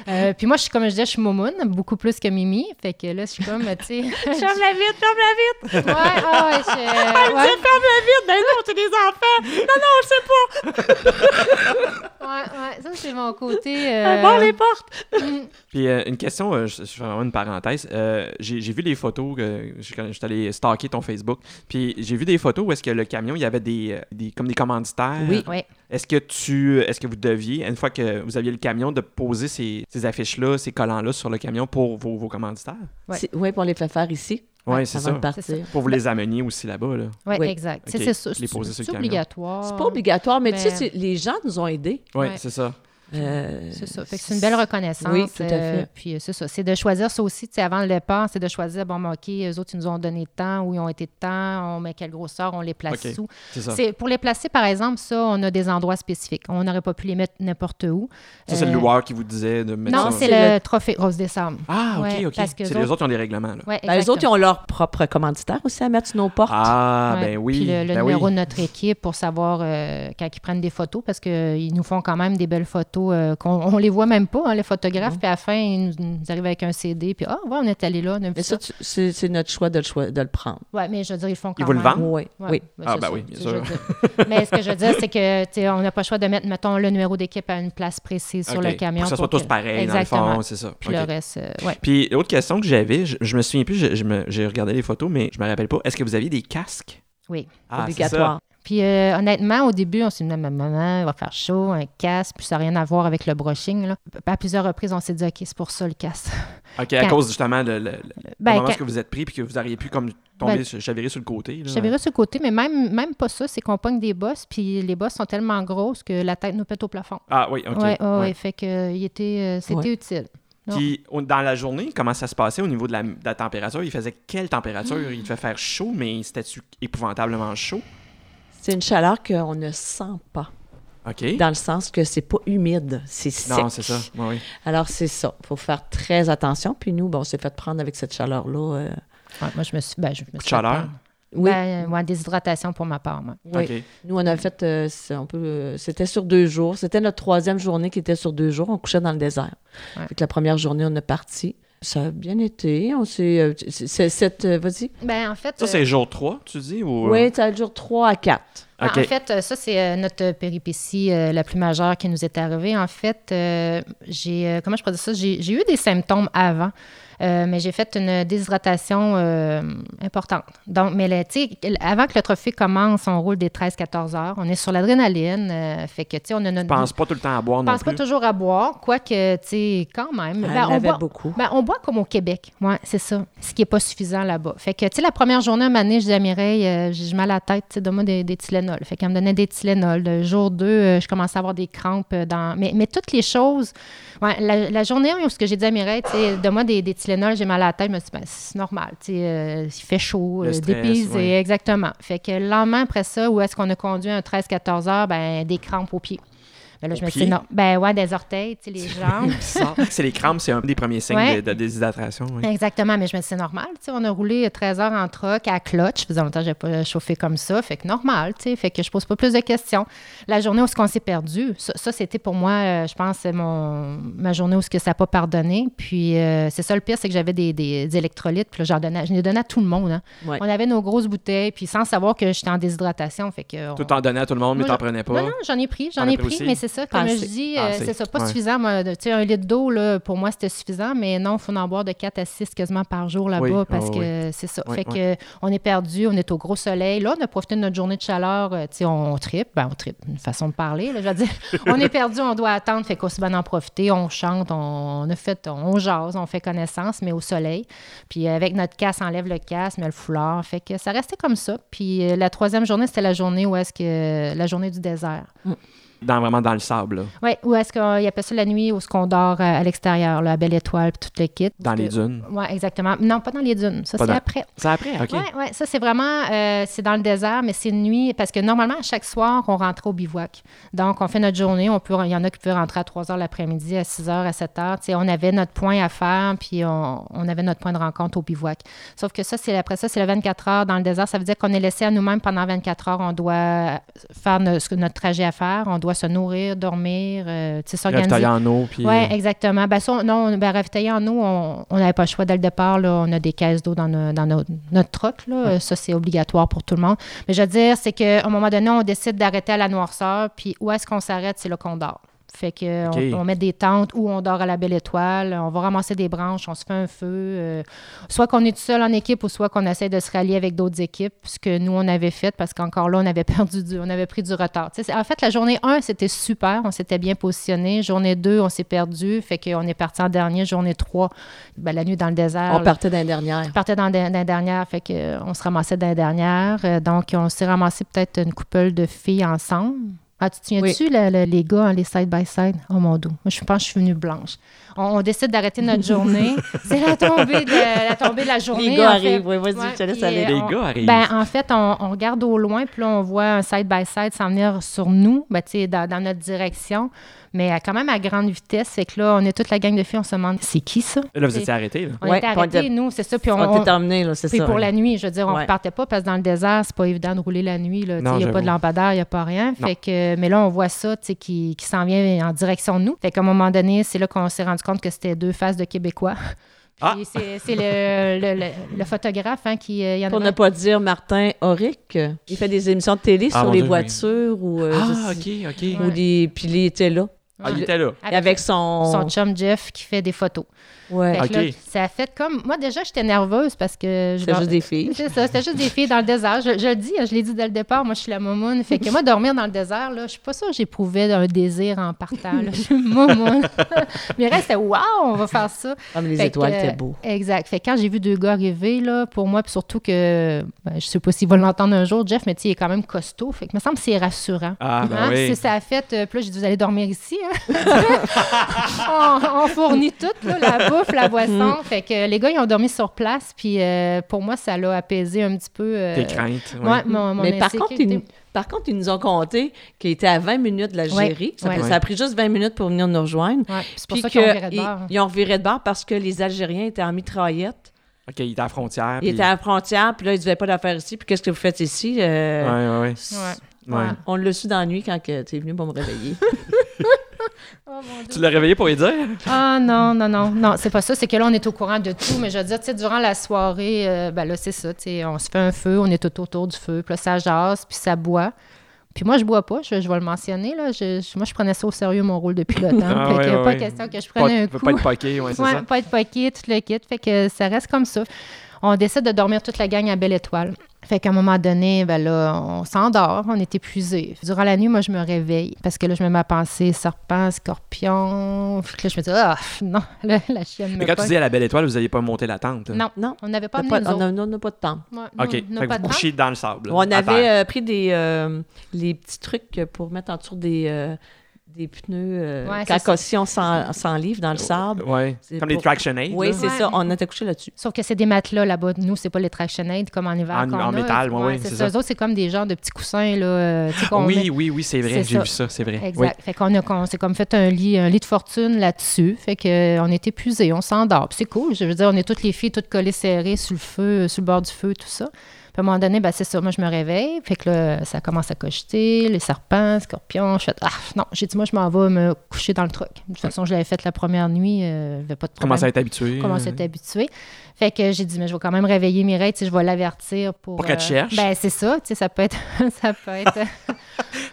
B: Euh, puis moi, je suis, comme je disais, je suis momoune, beaucoup plus que Mimi, fait que là, je suis comme, tu sais...
C: Ferme la vitre, ferme la vitre,
B: ouais, ah ouais, je- ouais.
C: ferme la vitre! Ben non, c'est des enfants! Non, non, je sais pas!
B: Ouais, ouais, ça c'est mon côté.
C: On
B: euh,
C: barre les portes!
A: Puis euh, une question, euh, je, je fais vraiment une parenthèse. Euh, j'ai j'ai vu les photos, que, je, quand j'étais allé stalker ton Facebook, puis j'ai vu des photos où est-ce que le camion, il y avait des, euh, des comme des commanditaires.
C: Oui.
B: ouais.
A: Est-ce que tu, euh, est-ce que vous deviez, une fois que vous aviez le camion, de poser ces, ces affiches-là, ces collants-là sur le camion pour vos, vos commanditaires?
B: Ouais.
C: Oui, ouais, puis on les fait faire ici.
A: Oui, c'est
C: avant
A: ça.
C: de partir.
A: Pour vous les amener aussi là-bas, là.
B: ouais,
C: Oui.
B: exact. Tu sais,
A: Ok,
B: C'est sûr,
A: les poser sur
B: c'est
A: le
B: c'est
A: camion.
B: obligatoire.
C: C'est pas obligatoire, mais, tu sais,
B: Mais-
C: c'est- les gens nous ont aidés.
A: Oui,
B: Ouais.
A: c'est ça.
C: Euh,
B: C'est ça. Fait que c'est une belle reconnaissance.
C: Oui, tout à fait.
B: puis euh, c'est ça. C'est de choisir ça aussi, tu sais, avant le départ, c'est de choisir, bon, ben, OK, eux autres, ils nous ont donné de temps, où ils ont été de temps, on met quelle grosseur, on les place
A: OK.
B: sous.
A: C'est ça.
B: C'est- Pour les placer, par exemple, ça, on a des endroits spécifiques. On n'aurait pas pu les mettre n'importe où.
A: Ça, c'est le
B: Euh,
A: loueur qui vous disait de mettre
B: Non,
A: ça.
B: c'est le trophée Rose décembre.
A: Ah, OK,
B: Ouais,
A: OK.
B: parce que
A: C'est
B: les
A: les autres qui ont des règlements, là.
B: Ouais,
C: Ben, les autres, ils ont leur propre commanditaire aussi à mettre sur nos portes.
A: Ah,
B: Ouais.
A: ben oui.
B: Puis le, le
A: ben
B: numéro
A: oui.
B: de notre équipe pour savoir euh, quand ils prennent des photos, parce qu'ils nous font quand même des belles photos euh, qu'on on les voit même pas, hein, les photographes.
C: Mhm.
B: Puis à la fin, ils nous, nous arrivent avec un CD. Puis ah, ouais, on est allé là, on a vu
C: Mais
B: ça.
C: ça, tu- c'est c'est notre choix de le, choi- de le prendre.
B: Ouais, mais je veux dire, ils le font quand
A: Ils vous le
B: même.
A: vendent?
C: Oui,
B: Ouais,
C: oui.
B: ben,
A: Ah,
B: c'est
A: ben
B: ça,
A: oui,
B: tu
A: bien
B: sais, je
A: sûr.
B: veux dire. mais ce que je veux dire, c'est que tu sais, on n'a pas le choix de mettre, mettons, le numéro d'équipe à une place précise sur
A: OK.
B: le camion.
A: Pour que ça soit
B: pour
A: tous pareils, dans
B: Exactement.
A: le fond, c'est ça.
B: Puis
A: OK.
B: le reste, euh, ouais.
A: Puis, autre question que j'avais, je, je me souviens plus, je- je me- j'ai regardé les photos, mais je me rappelle pas. Est-ce que vous aviez des casques?
B: Oui.
A: Ah, c'est ça.
C: obligatoire.
B: Puis euh, honnêtement, au début, on s'est dit, maman, maman, il va faire chaud, un casque, puis ça n'a rien à voir avec le brushing. Là. À plusieurs reprises, on s'est dit, OK, c'est pour ça le casque.
A: OK, à
B: Quand-
A: cause justement de le, le-
B: Ben,
A: le moment
B: quand-
A: où vous êtes pris puis que vous auriez pu comme tomber,
B: Ben,
A: sur- chavirer sur le côté. là.
B: Je verrais ce côté, mais même, même pas ça, c'est qu'on pogne des bosses, puis les bosses sont tellement grosses que la tête nous pète au plafond.
A: Ah oui, OK.
B: Oui, ouais, ouais,
A: ouais.
B: ouais, fait que euh, il était, euh, c'était
C: Ouais.
B: utile. Non.
A: Puis, au- dans la journée, comment ça se passait au niveau de la, de la température? Il faisait quelle température? Il devait faire chaud, mais c'était-tu épouvantablement chaud?
C: C'est une chaleur qu'on ne sent pas,
A: OK.
C: dans le sens que c'est pas humide, c'est sec.
A: Non, c'est ça. Ouais, ouais.
C: Alors, c'est ça. Il faut faire très attention. Puis nous, bon, on s'est fait prendre avec cette chaleur-là. euh,
B: Ouais, moi, je me suis. Ben, je me suis fait
A: chaleur?
B: prendre.
C: Oui,
B: Ben, euh, ouais, déshydratation pour ma part, moi.
C: oui.
A: OK.
C: Nous, on a fait, euh, c'est un peu, euh, c'était sur deux jours. C'était notre troisième journée qui était sur deux jours. On couchait dans le désert.
B: Ouais.
C: Fait que la première journée, on est parti. Ça a bien été. On s'est, euh, c'est- c'est- cette, euh, vas-y.
B: Ben, en fait.
A: Ça,
B: euh,
A: c'est jour 3, tu dis? Ou... euh?
C: Oui, ça dure trois à quatre.
B: Ah,
A: OK.
B: En fait, euh, ça, c'est euh, notre péripétie euh, la plus majeure qui nous est arrivée. En fait, euh, j'ai, euh, comment je pourrais dire ça, j'ai j'ai eu des symptômes avant, euh, mais j'ai fait une déshydratation euh, importante. Donc, mais là, tu sais, avant que le trophée commence, on roule des 13-14 heures. On est sur l'adrénaline, euh, fait que, tu sais, on a notre...
A: Je pense pas tout le temps à boire
B: on
A: non
B: pense pas
A: plus.
B: toujours à boire, quoique, tu sais, quand même.
C: Ah, Elle
B: Ben,
C: en avait
B: boit-
C: beaucoup.
B: ben, on boit comme au Québec. Oui, c'est ça. Ce qui n'est pas suffisant là-bas. Fait que, tu sais, la première journée, un moment donné, je disais à Mireille, euh, j'ai j'ai mal à la tête, tu sais, donne-moi des, des Tylenol. Fait qu'elle me donnait des Tylenol. Le jour 2, je commençais à avoir des crampes euh, dans. Mais, mais toutes les choses. Ouais, la, la journée 1, où ce que j'ai dit à Mireille, tu sais, donne-moi des, des Tylenol, j'ai mal à la tête, je me suis dit, ben, c'est normal. Tu sais, euh, il fait chaud,
A: Le
B: euh,
A: stress,
B: dépaysé,
A: ouais.
B: exactement. Fait que le lendemain, après ça, où est-ce qu'on a conduit un 13-14 heures, ben, des crampes aux pieds. Ben là,
A: Aux
B: je me suis
A: pieds?
B: dit, non. Ben ouais, des orteils, tu sais, les jambes.
A: C'est les crampes, c'est un des premiers signes
B: Ouais.
A: de, de déshydratation. oui.
B: Exactement, mais je me dis, c'est normal. tu sais, On a roulé 13 heures en troc à clutch. Ça faisait longtemps que je pas chauffé comme ça. Fait que normal, tu sais. Fait que je pose pas plus de questions. La journée où ce qu'on s'est perdu, ça, ça, c'était pour moi, euh, je pense, c'est mon, ma journée où ce que ça n'a pas pardonné. Puis euh, c'est ça le pire, c'est que j'avais des, des- des électrolytes. Puis là, j'en donnais, je les donnais à tout le monde. hein.
C: Ouais.
B: On avait nos grosses bouteilles, puis sans savoir que j'étais en déshydratation. Fait que euh, on-
A: Tout en donnant à tout le monde, mais
B: Moi,
A: t'en
B: je-
A: prenais pas.
B: non, non, j'en ai pris, j'en
A: T'en as
B: ai
A: pris
B: pris,
A: aussi?
B: mais c'est ça,
C: Pas
B: comme
C: assez.
B: je dis,
A: Pas
B: euh,
A: assez.
B: c'est ça, pas
A: Ouais.
B: suffisant. moi, de- tu sais, un litre d'eau, là, pour moi, c'était suffisant, mais non, il faut en boire de 4 à 6 quasiment par jour là-bas
A: Oui,
B: parce
A: oh,
B: que Euh, c'est ça.
A: Oui,
B: fait que on est perdu, on est au gros soleil. Là, on a profité de notre journée de chaleur, euh, tu sais, on, on tripe, ben, on tripe, une façon de parler, là, je veux dire. on est perdu, on doit attendre, fait qu'aussi bien en profiter, on chante, on, on a fait, on jase, on fait connaissance, mais au soleil. Puis euh, avec notre casse, on enlève le casse, met le foulard. Fait que ça restait comme ça. Puis euh, la troisième journée, c'était la journée où est-ce que la journée du désert.
A: Dans, vraiment dans le sable, là.
B: Oui, ou est-ce qu'il appelle ça la nuit où ce qu'on dort euh, à, à l'extérieur, là, à Belle Étoile, puis tout le kit.
A: dans les dunes.
B: Oui, exactement. Non, pas dans les dunes. Ça,
A: Pas
B: c'est
A: dans-
B: après.
A: C'est après, OK.
B: Oui, ouais, ça, c'est vraiment, euh, c'est dans le désert, mais c'est une nuit, parce que normalement, à chaque soir, on rentre au bivouac. Donc, on fait notre journée. On peut, il y en a qui peuvent rentrer à 3 heures l'après-midi, à 6 heures, à 7 heures. Tu sais, on avait notre point à faire, puis on, on avait notre point de rencontre au bivouac. Sauf que ça, c'est après ça, c'est le 24 heures dans le désert. Ça veut dire qu'on est laissé à nous-mêmes pendant 24 heures. On doit faire no- ce que- notre trajet à faire. On doit se nourrir, dormir, euh, tu sais, s'organiser.
A: Ravitailler en eau, puis... euh,
B: Oui, exactement. Ben, ça, on- non, ben, ravitailler en eau, on on n'avait pas le choix dès le départ. Là, on a des caisses d'eau dans, nos- dans nos- notre troc. Là. Euh, Ça, c'est obligatoire pour tout le monde. Mais je veux dire, c'est qu'à un moment donné, on décide d'arrêter à la noirceur. Puis où est-ce qu'on s'arrête? C'est là qu'on dort. Fait que euh,
A: OK.
B: on, on met des tentes où on dort à la belle étoile, on va ramasser des branches, on se fait un feu. euh, soit qu'on est tout seul en équipe ou soit qu'on essaie de se rallier avec d'autres équipes, ce que nous, on avait fait parce qu'encore là, on avait perdu du, on avait pris du retard. Tu sais, c'est- en fait, la journée 1, c'était super, on s'était bien positionné. Journée 2, on s'est perdu, fait qu'on est parti en dernier. Journée 3, ben, la nuit dans le désert.
C: On
B: là,
C: partait d'un dernière.
B: on partait dans la dernière, fait que euh, on se ramassait dans la dernière. Euh, donc, on s'est ramassé peut-être une couple de filles ensemble. Ah, tu te souviens-tu, le- le- les gars, hein, les side-by-side? Oh mon dos. Moi, je pense que je suis venue blanche. On, on décide d'arrêter notre journée. C'est la tombée de la, la tombée de la journée.
C: gars
B: en fait.
C: arrivent, oui, vas-y, je te laisse
B: puis,
C: aller.
B: euh,
A: Les
B: on-
A: gars arrivent.
B: Ben, en fait, on, on regarde au loin, puis là, on voit un side-by-side s'en venir sur nous, ben, tu sais, dans, dans notre direction, mais à- quand même à grande vitesse. Fait que là, on est toute la gang de filles, on se demande, c'est qui ça?
A: Là, vous étiez arrêtés, là.
B: On
C: Ouais,
B: était
C: puis on
B: arrêtés,
C: était-
B: nous, c'est ça. Puis on,
C: On
B: on-
C: t'est emmené, là, c'est
B: puis
C: ça.
B: pour la nuit, je veux dire, on ne
C: Ouais.
B: partait pas parce que dans le désert, c'est pas évident de rouler la nuit. Il n'y
A: Non,
B: a
A: j'avoue.
B: pas de lampadaire, il n'y a pas rien.
A: Non.
B: Fait que, mais là, on voit ça tu sais, qui, qui s'en vient en direction de nous. Fait qu'à un moment donné, c'est là qu'on s'est rendu compte que c'était deux faces de Québécois.
A: Ah!
B: Puis c'est c'est le, le- le- le photographe hein, qui. euh, il y en
C: Pour
B: avait
C: ne
B: un-
C: pas dire Martin Auric, euh, il fait des émissions de télé
A: Ah,
C: sur
A: mon
C: les
A: Dieu,
C: voitures ou. euh,
A: Ah,
C: je
A: ok,
C: sais-
A: ok.
C: ou les- Puis il était là.
A: Ah, il était là.
C: Et Avec son.
B: son chum Jeff qui fait des photos.
C: Ouais.
B: Fait que là,
A: Ok.
B: ça a fait comme. Moi, déjà, j'étais nerveuse parce que. je
C: C'était
B: leur-
C: juste des filles.
B: C'est ça, c'était juste des filles dans le désert. Je, je le dis, hein, je l'ai dit dès le départ, moi, je suis la momoune. Fait que moi, dormir dans le désert, là, je suis pas sûre que j'éprouvais un désir en partant. là. Je suis momoune. Mais reste, c'était waouh, on va faire ça.
C: Comme Ah, les
B: Fait que,
C: étoiles,
B: euh,
C: c'était beau.
B: Exact. Fait que quand j'ai vu deux gars arriver, là, pour moi, puis surtout que. ben, je sais pas s'ils vont l'entendre un jour, Jeff, mais tu sais, il est quand même costaud. Fait que, me semble que c'est rassurant.
A: Ah, ben
B: Hein,
A: oui.
B: C'est ça a fait. euh, puis là, j'ai dit, vous allez dormir ici. hein? on, on fournit tout, là, la bouffe, la
C: Mm.
B: boisson. Fait que euh, les gars, ils ont dormi sur place. Puis euh, pour moi, ça l'a apaisé un petit peu. euh,
A: Tes craintes. ouais.
B: ouais, mon, mon
C: Mais par contre,
B: insécurité.
C: ils, par contre, ils nous ont compté qu'ils étaient à 20 minutes de l'Algérie. ça,
B: ouais.
C: ça a pris juste 20 minutes pour venir nous rejoindre.
B: Ouais, c'est pour
C: Puis
B: ça
C: que
B: qu'on virait de
C: ils-
B: bord.
C: ils ont viré de bord parce que les Algériens étaient en mitraillette.
A: Ok, il était à la frontière.
C: Ils
A: Ah, puis-
C: étaient à la frontière, puis là, ils ne disaient pas d'affaires ici. Puis qu'est-ce que vous faites ici? Euh,
A: Ouais, ouais, ouais.
C: s-
B: Ouais.
A: Ouais.
B: Ouais.
C: On l'a su dans la nuit quand tu es venu pour me réveiller.
B: Oh, mon Dieu.
A: Tu l'as réveillé pour lui dire?
B: Ah non, non, non, non, c'est pas ça. C'est que là, on est au courant de tout. Mais je veux dire, tu sais, durant la soirée, euh, ben là, c'est ça. Tu sais, on se fait un feu, on est tout autour du feu. Puis là, ça jase, puis ça boit. Puis moi, je bois pas, je, je vais le mentionner. Là, je, je- moi, je prenais ça au sérieux, mon rôle de pilote. hein.
A: Ah,
B: fait
A: ouais,
B: que
A: ouais,
B: pas
A: ouais.
B: question que je
A: Pas,
B: prenne un
A: peut
B: coup.
A: pas être poqué, ouais, c'est
B: Ouais,
A: ça.
B: pas être poqué, tout le kit. Fait que ça reste comme ça. On décide de dormir toute la gang à Belle Étoile. Fait qu'à un moment donné, ben là, on s'endort, on est épuisé. Durant la nuit, moi, je me réveille parce que là, je me mets à penser serpent, scorpion. Fait que là, je me dis, ah, pff, non, là, la chienne me
A: Mais quand tu
B: pogne.
A: dis à la belle étoile, vous n'aviez pas monté la tente. hein?
B: Non,
C: Non,
B: on n'avait pas
C: on n'a
B: amené
C: pas-
B: nous
C: on
B: autres.
C: a- on n'a pas de temps.
B: Ouais, non,
A: OK.
B: on n'a
A: fait que
B: pas
A: vous
B: de temps.
A: couchiez dans le sable.
C: On
A: à
C: avait
A: terre.
C: euh, pris des euh, les petits trucs pour mettre en dessous des, euh, des pneus euh,
B: Ouais,
C: quand
B: c'est ça.
C: si on s'en s'en livre dans le sable.
A: Ouais.
C: C'est
A: Comme
C: pour-
A: les traction aids.
C: Oui,
A: Oh, là.
C: c'est
B: Ouais.
C: ça. On était couché là-dessus.
B: Sauf que c'est des matelas là-bas. Nous, c'est pas les traction aids comme en hiver.
A: Ah, En-
B: qu'on
A: en
B: a.
A: métal, ouais, ouais,
B: c'est
A: c'est ça.
B: ça. Eux autres, c'est comme des genres de petits coussins, là. euh, tu sais, qu'on met-
A: Oui, oui, oui, c'est
B: C'est
A: vrai. J'ai
B: ça.
A: vu ça, c'est vrai. Oui.
B: Exact. Fait qu'on a, qu'on s'est comme fait un lit, un lit de fortune là-dessus. Fait qu'on est épuisé, on s'endort. Puis c'est cool. Je veux dire, on est toutes les filles, toutes collées serrées sur le feu, euh, sur le bord du feu, tout ça. Puis à un moment donné, ben, c'est ça. Moi, je me réveille. Fait que là, ça commence à cogiter, les serpents, scorpions. Je fais, ah, non, j'ai dit, moi, je m'en vais me coucher dans le truc. De toute façon, je l'avais fait la première nuit. Euh, j'avais pas de problème.
A: Commence à être habitué.
B: Comment
A: euh,
B: s'est habitué. Fait que j'ai dit, mais je vais quand même réveiller Mireille, tu sais, je vais l'avertir pour.
A: Pour qu'elle te cherche.
B: Ben, c'est ça, tu sais, ça peut être. ça peut être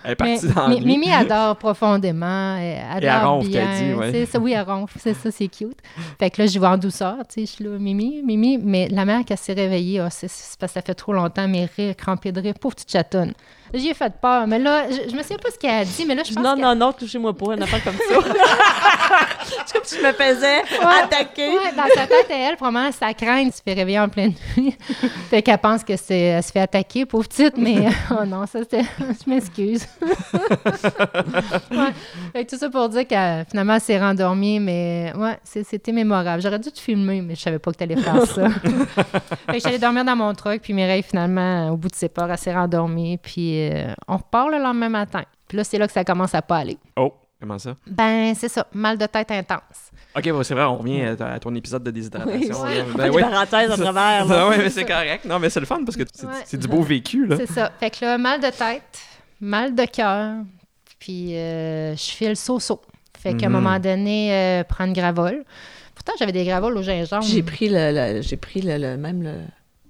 A: Elle est
B: mais-
A: partie dans
B: mais-
A: la nuit.
B: Mimi adore profondément. Elle adore
A: Et elle ronfle,
B: bien.
A: qu'elle dit, ouais.
B: C'est ça, oui, elle ronfle. C'est ça, c'est cute. Fait que là, je vais en douceur. Tu sais, je suis là, Mimi, Mimi. Mais la mère qui s'est réveillée, ah, c'est c'est parce que ça fait trop longtemps, mais rire, crampée de rire, pauvre petite chatonne. J'y ai fait peur. Mais là, je, je me souviens pas ce qu'elle a dit, mais là, je pense
C: non,
B: qu'elle-
C: non, non, touchez-moi pas, un affaire comme ça. c'est comme si je me faisais attaquer.
B: Ouais, dans sa tête, elle, probablement, sa crainte se fait réveiller en pleine nuit. fait qu'elle pense que c'est, elle se fait attaquer, pauvre petite, mais oh non, ça, c'était. Je m'excuse. ouais. Fait que tout ça pour dire que finalement, elle s'est rendormie, mais ouais, c'est- c'était mémorable. J'aurais dû te filmer, mais je savais pas que t'allais faire ça. fait que j'allais dormir dans mon truck, puis Mireille, finalement, au bout de ses peurs, elle s'est rendormie, puis euh, on repart le lendemain matin. Puis là, c'est là que ça commence à pas aller.
A: Oh, comment ça?
B: Ben, c'est ça, mal de tête intense.
A: OK, bon, c'est vrai, on revient à, à ton épisode de déshydratation.
C: Oui,
A: là.
C: on fait
A: Ben
C: des parenthèses à travers. là.
A: Ah ouais, mais c'est correct. Non, mais c'est le fun parce que c'est
B: Ouais.
A: c'est du beau vécu, là.
B: C'est ça. Fait que là, mal de tête, mal de cœur, puis euh, je file so-so. Fait qu'à un
A: Mhm.
B: moment donné, euh, prendre gravol. Pourtant, j'avais des gravoles au gingembre.
C: J'ai pris le, le- j'ai pris le, le- même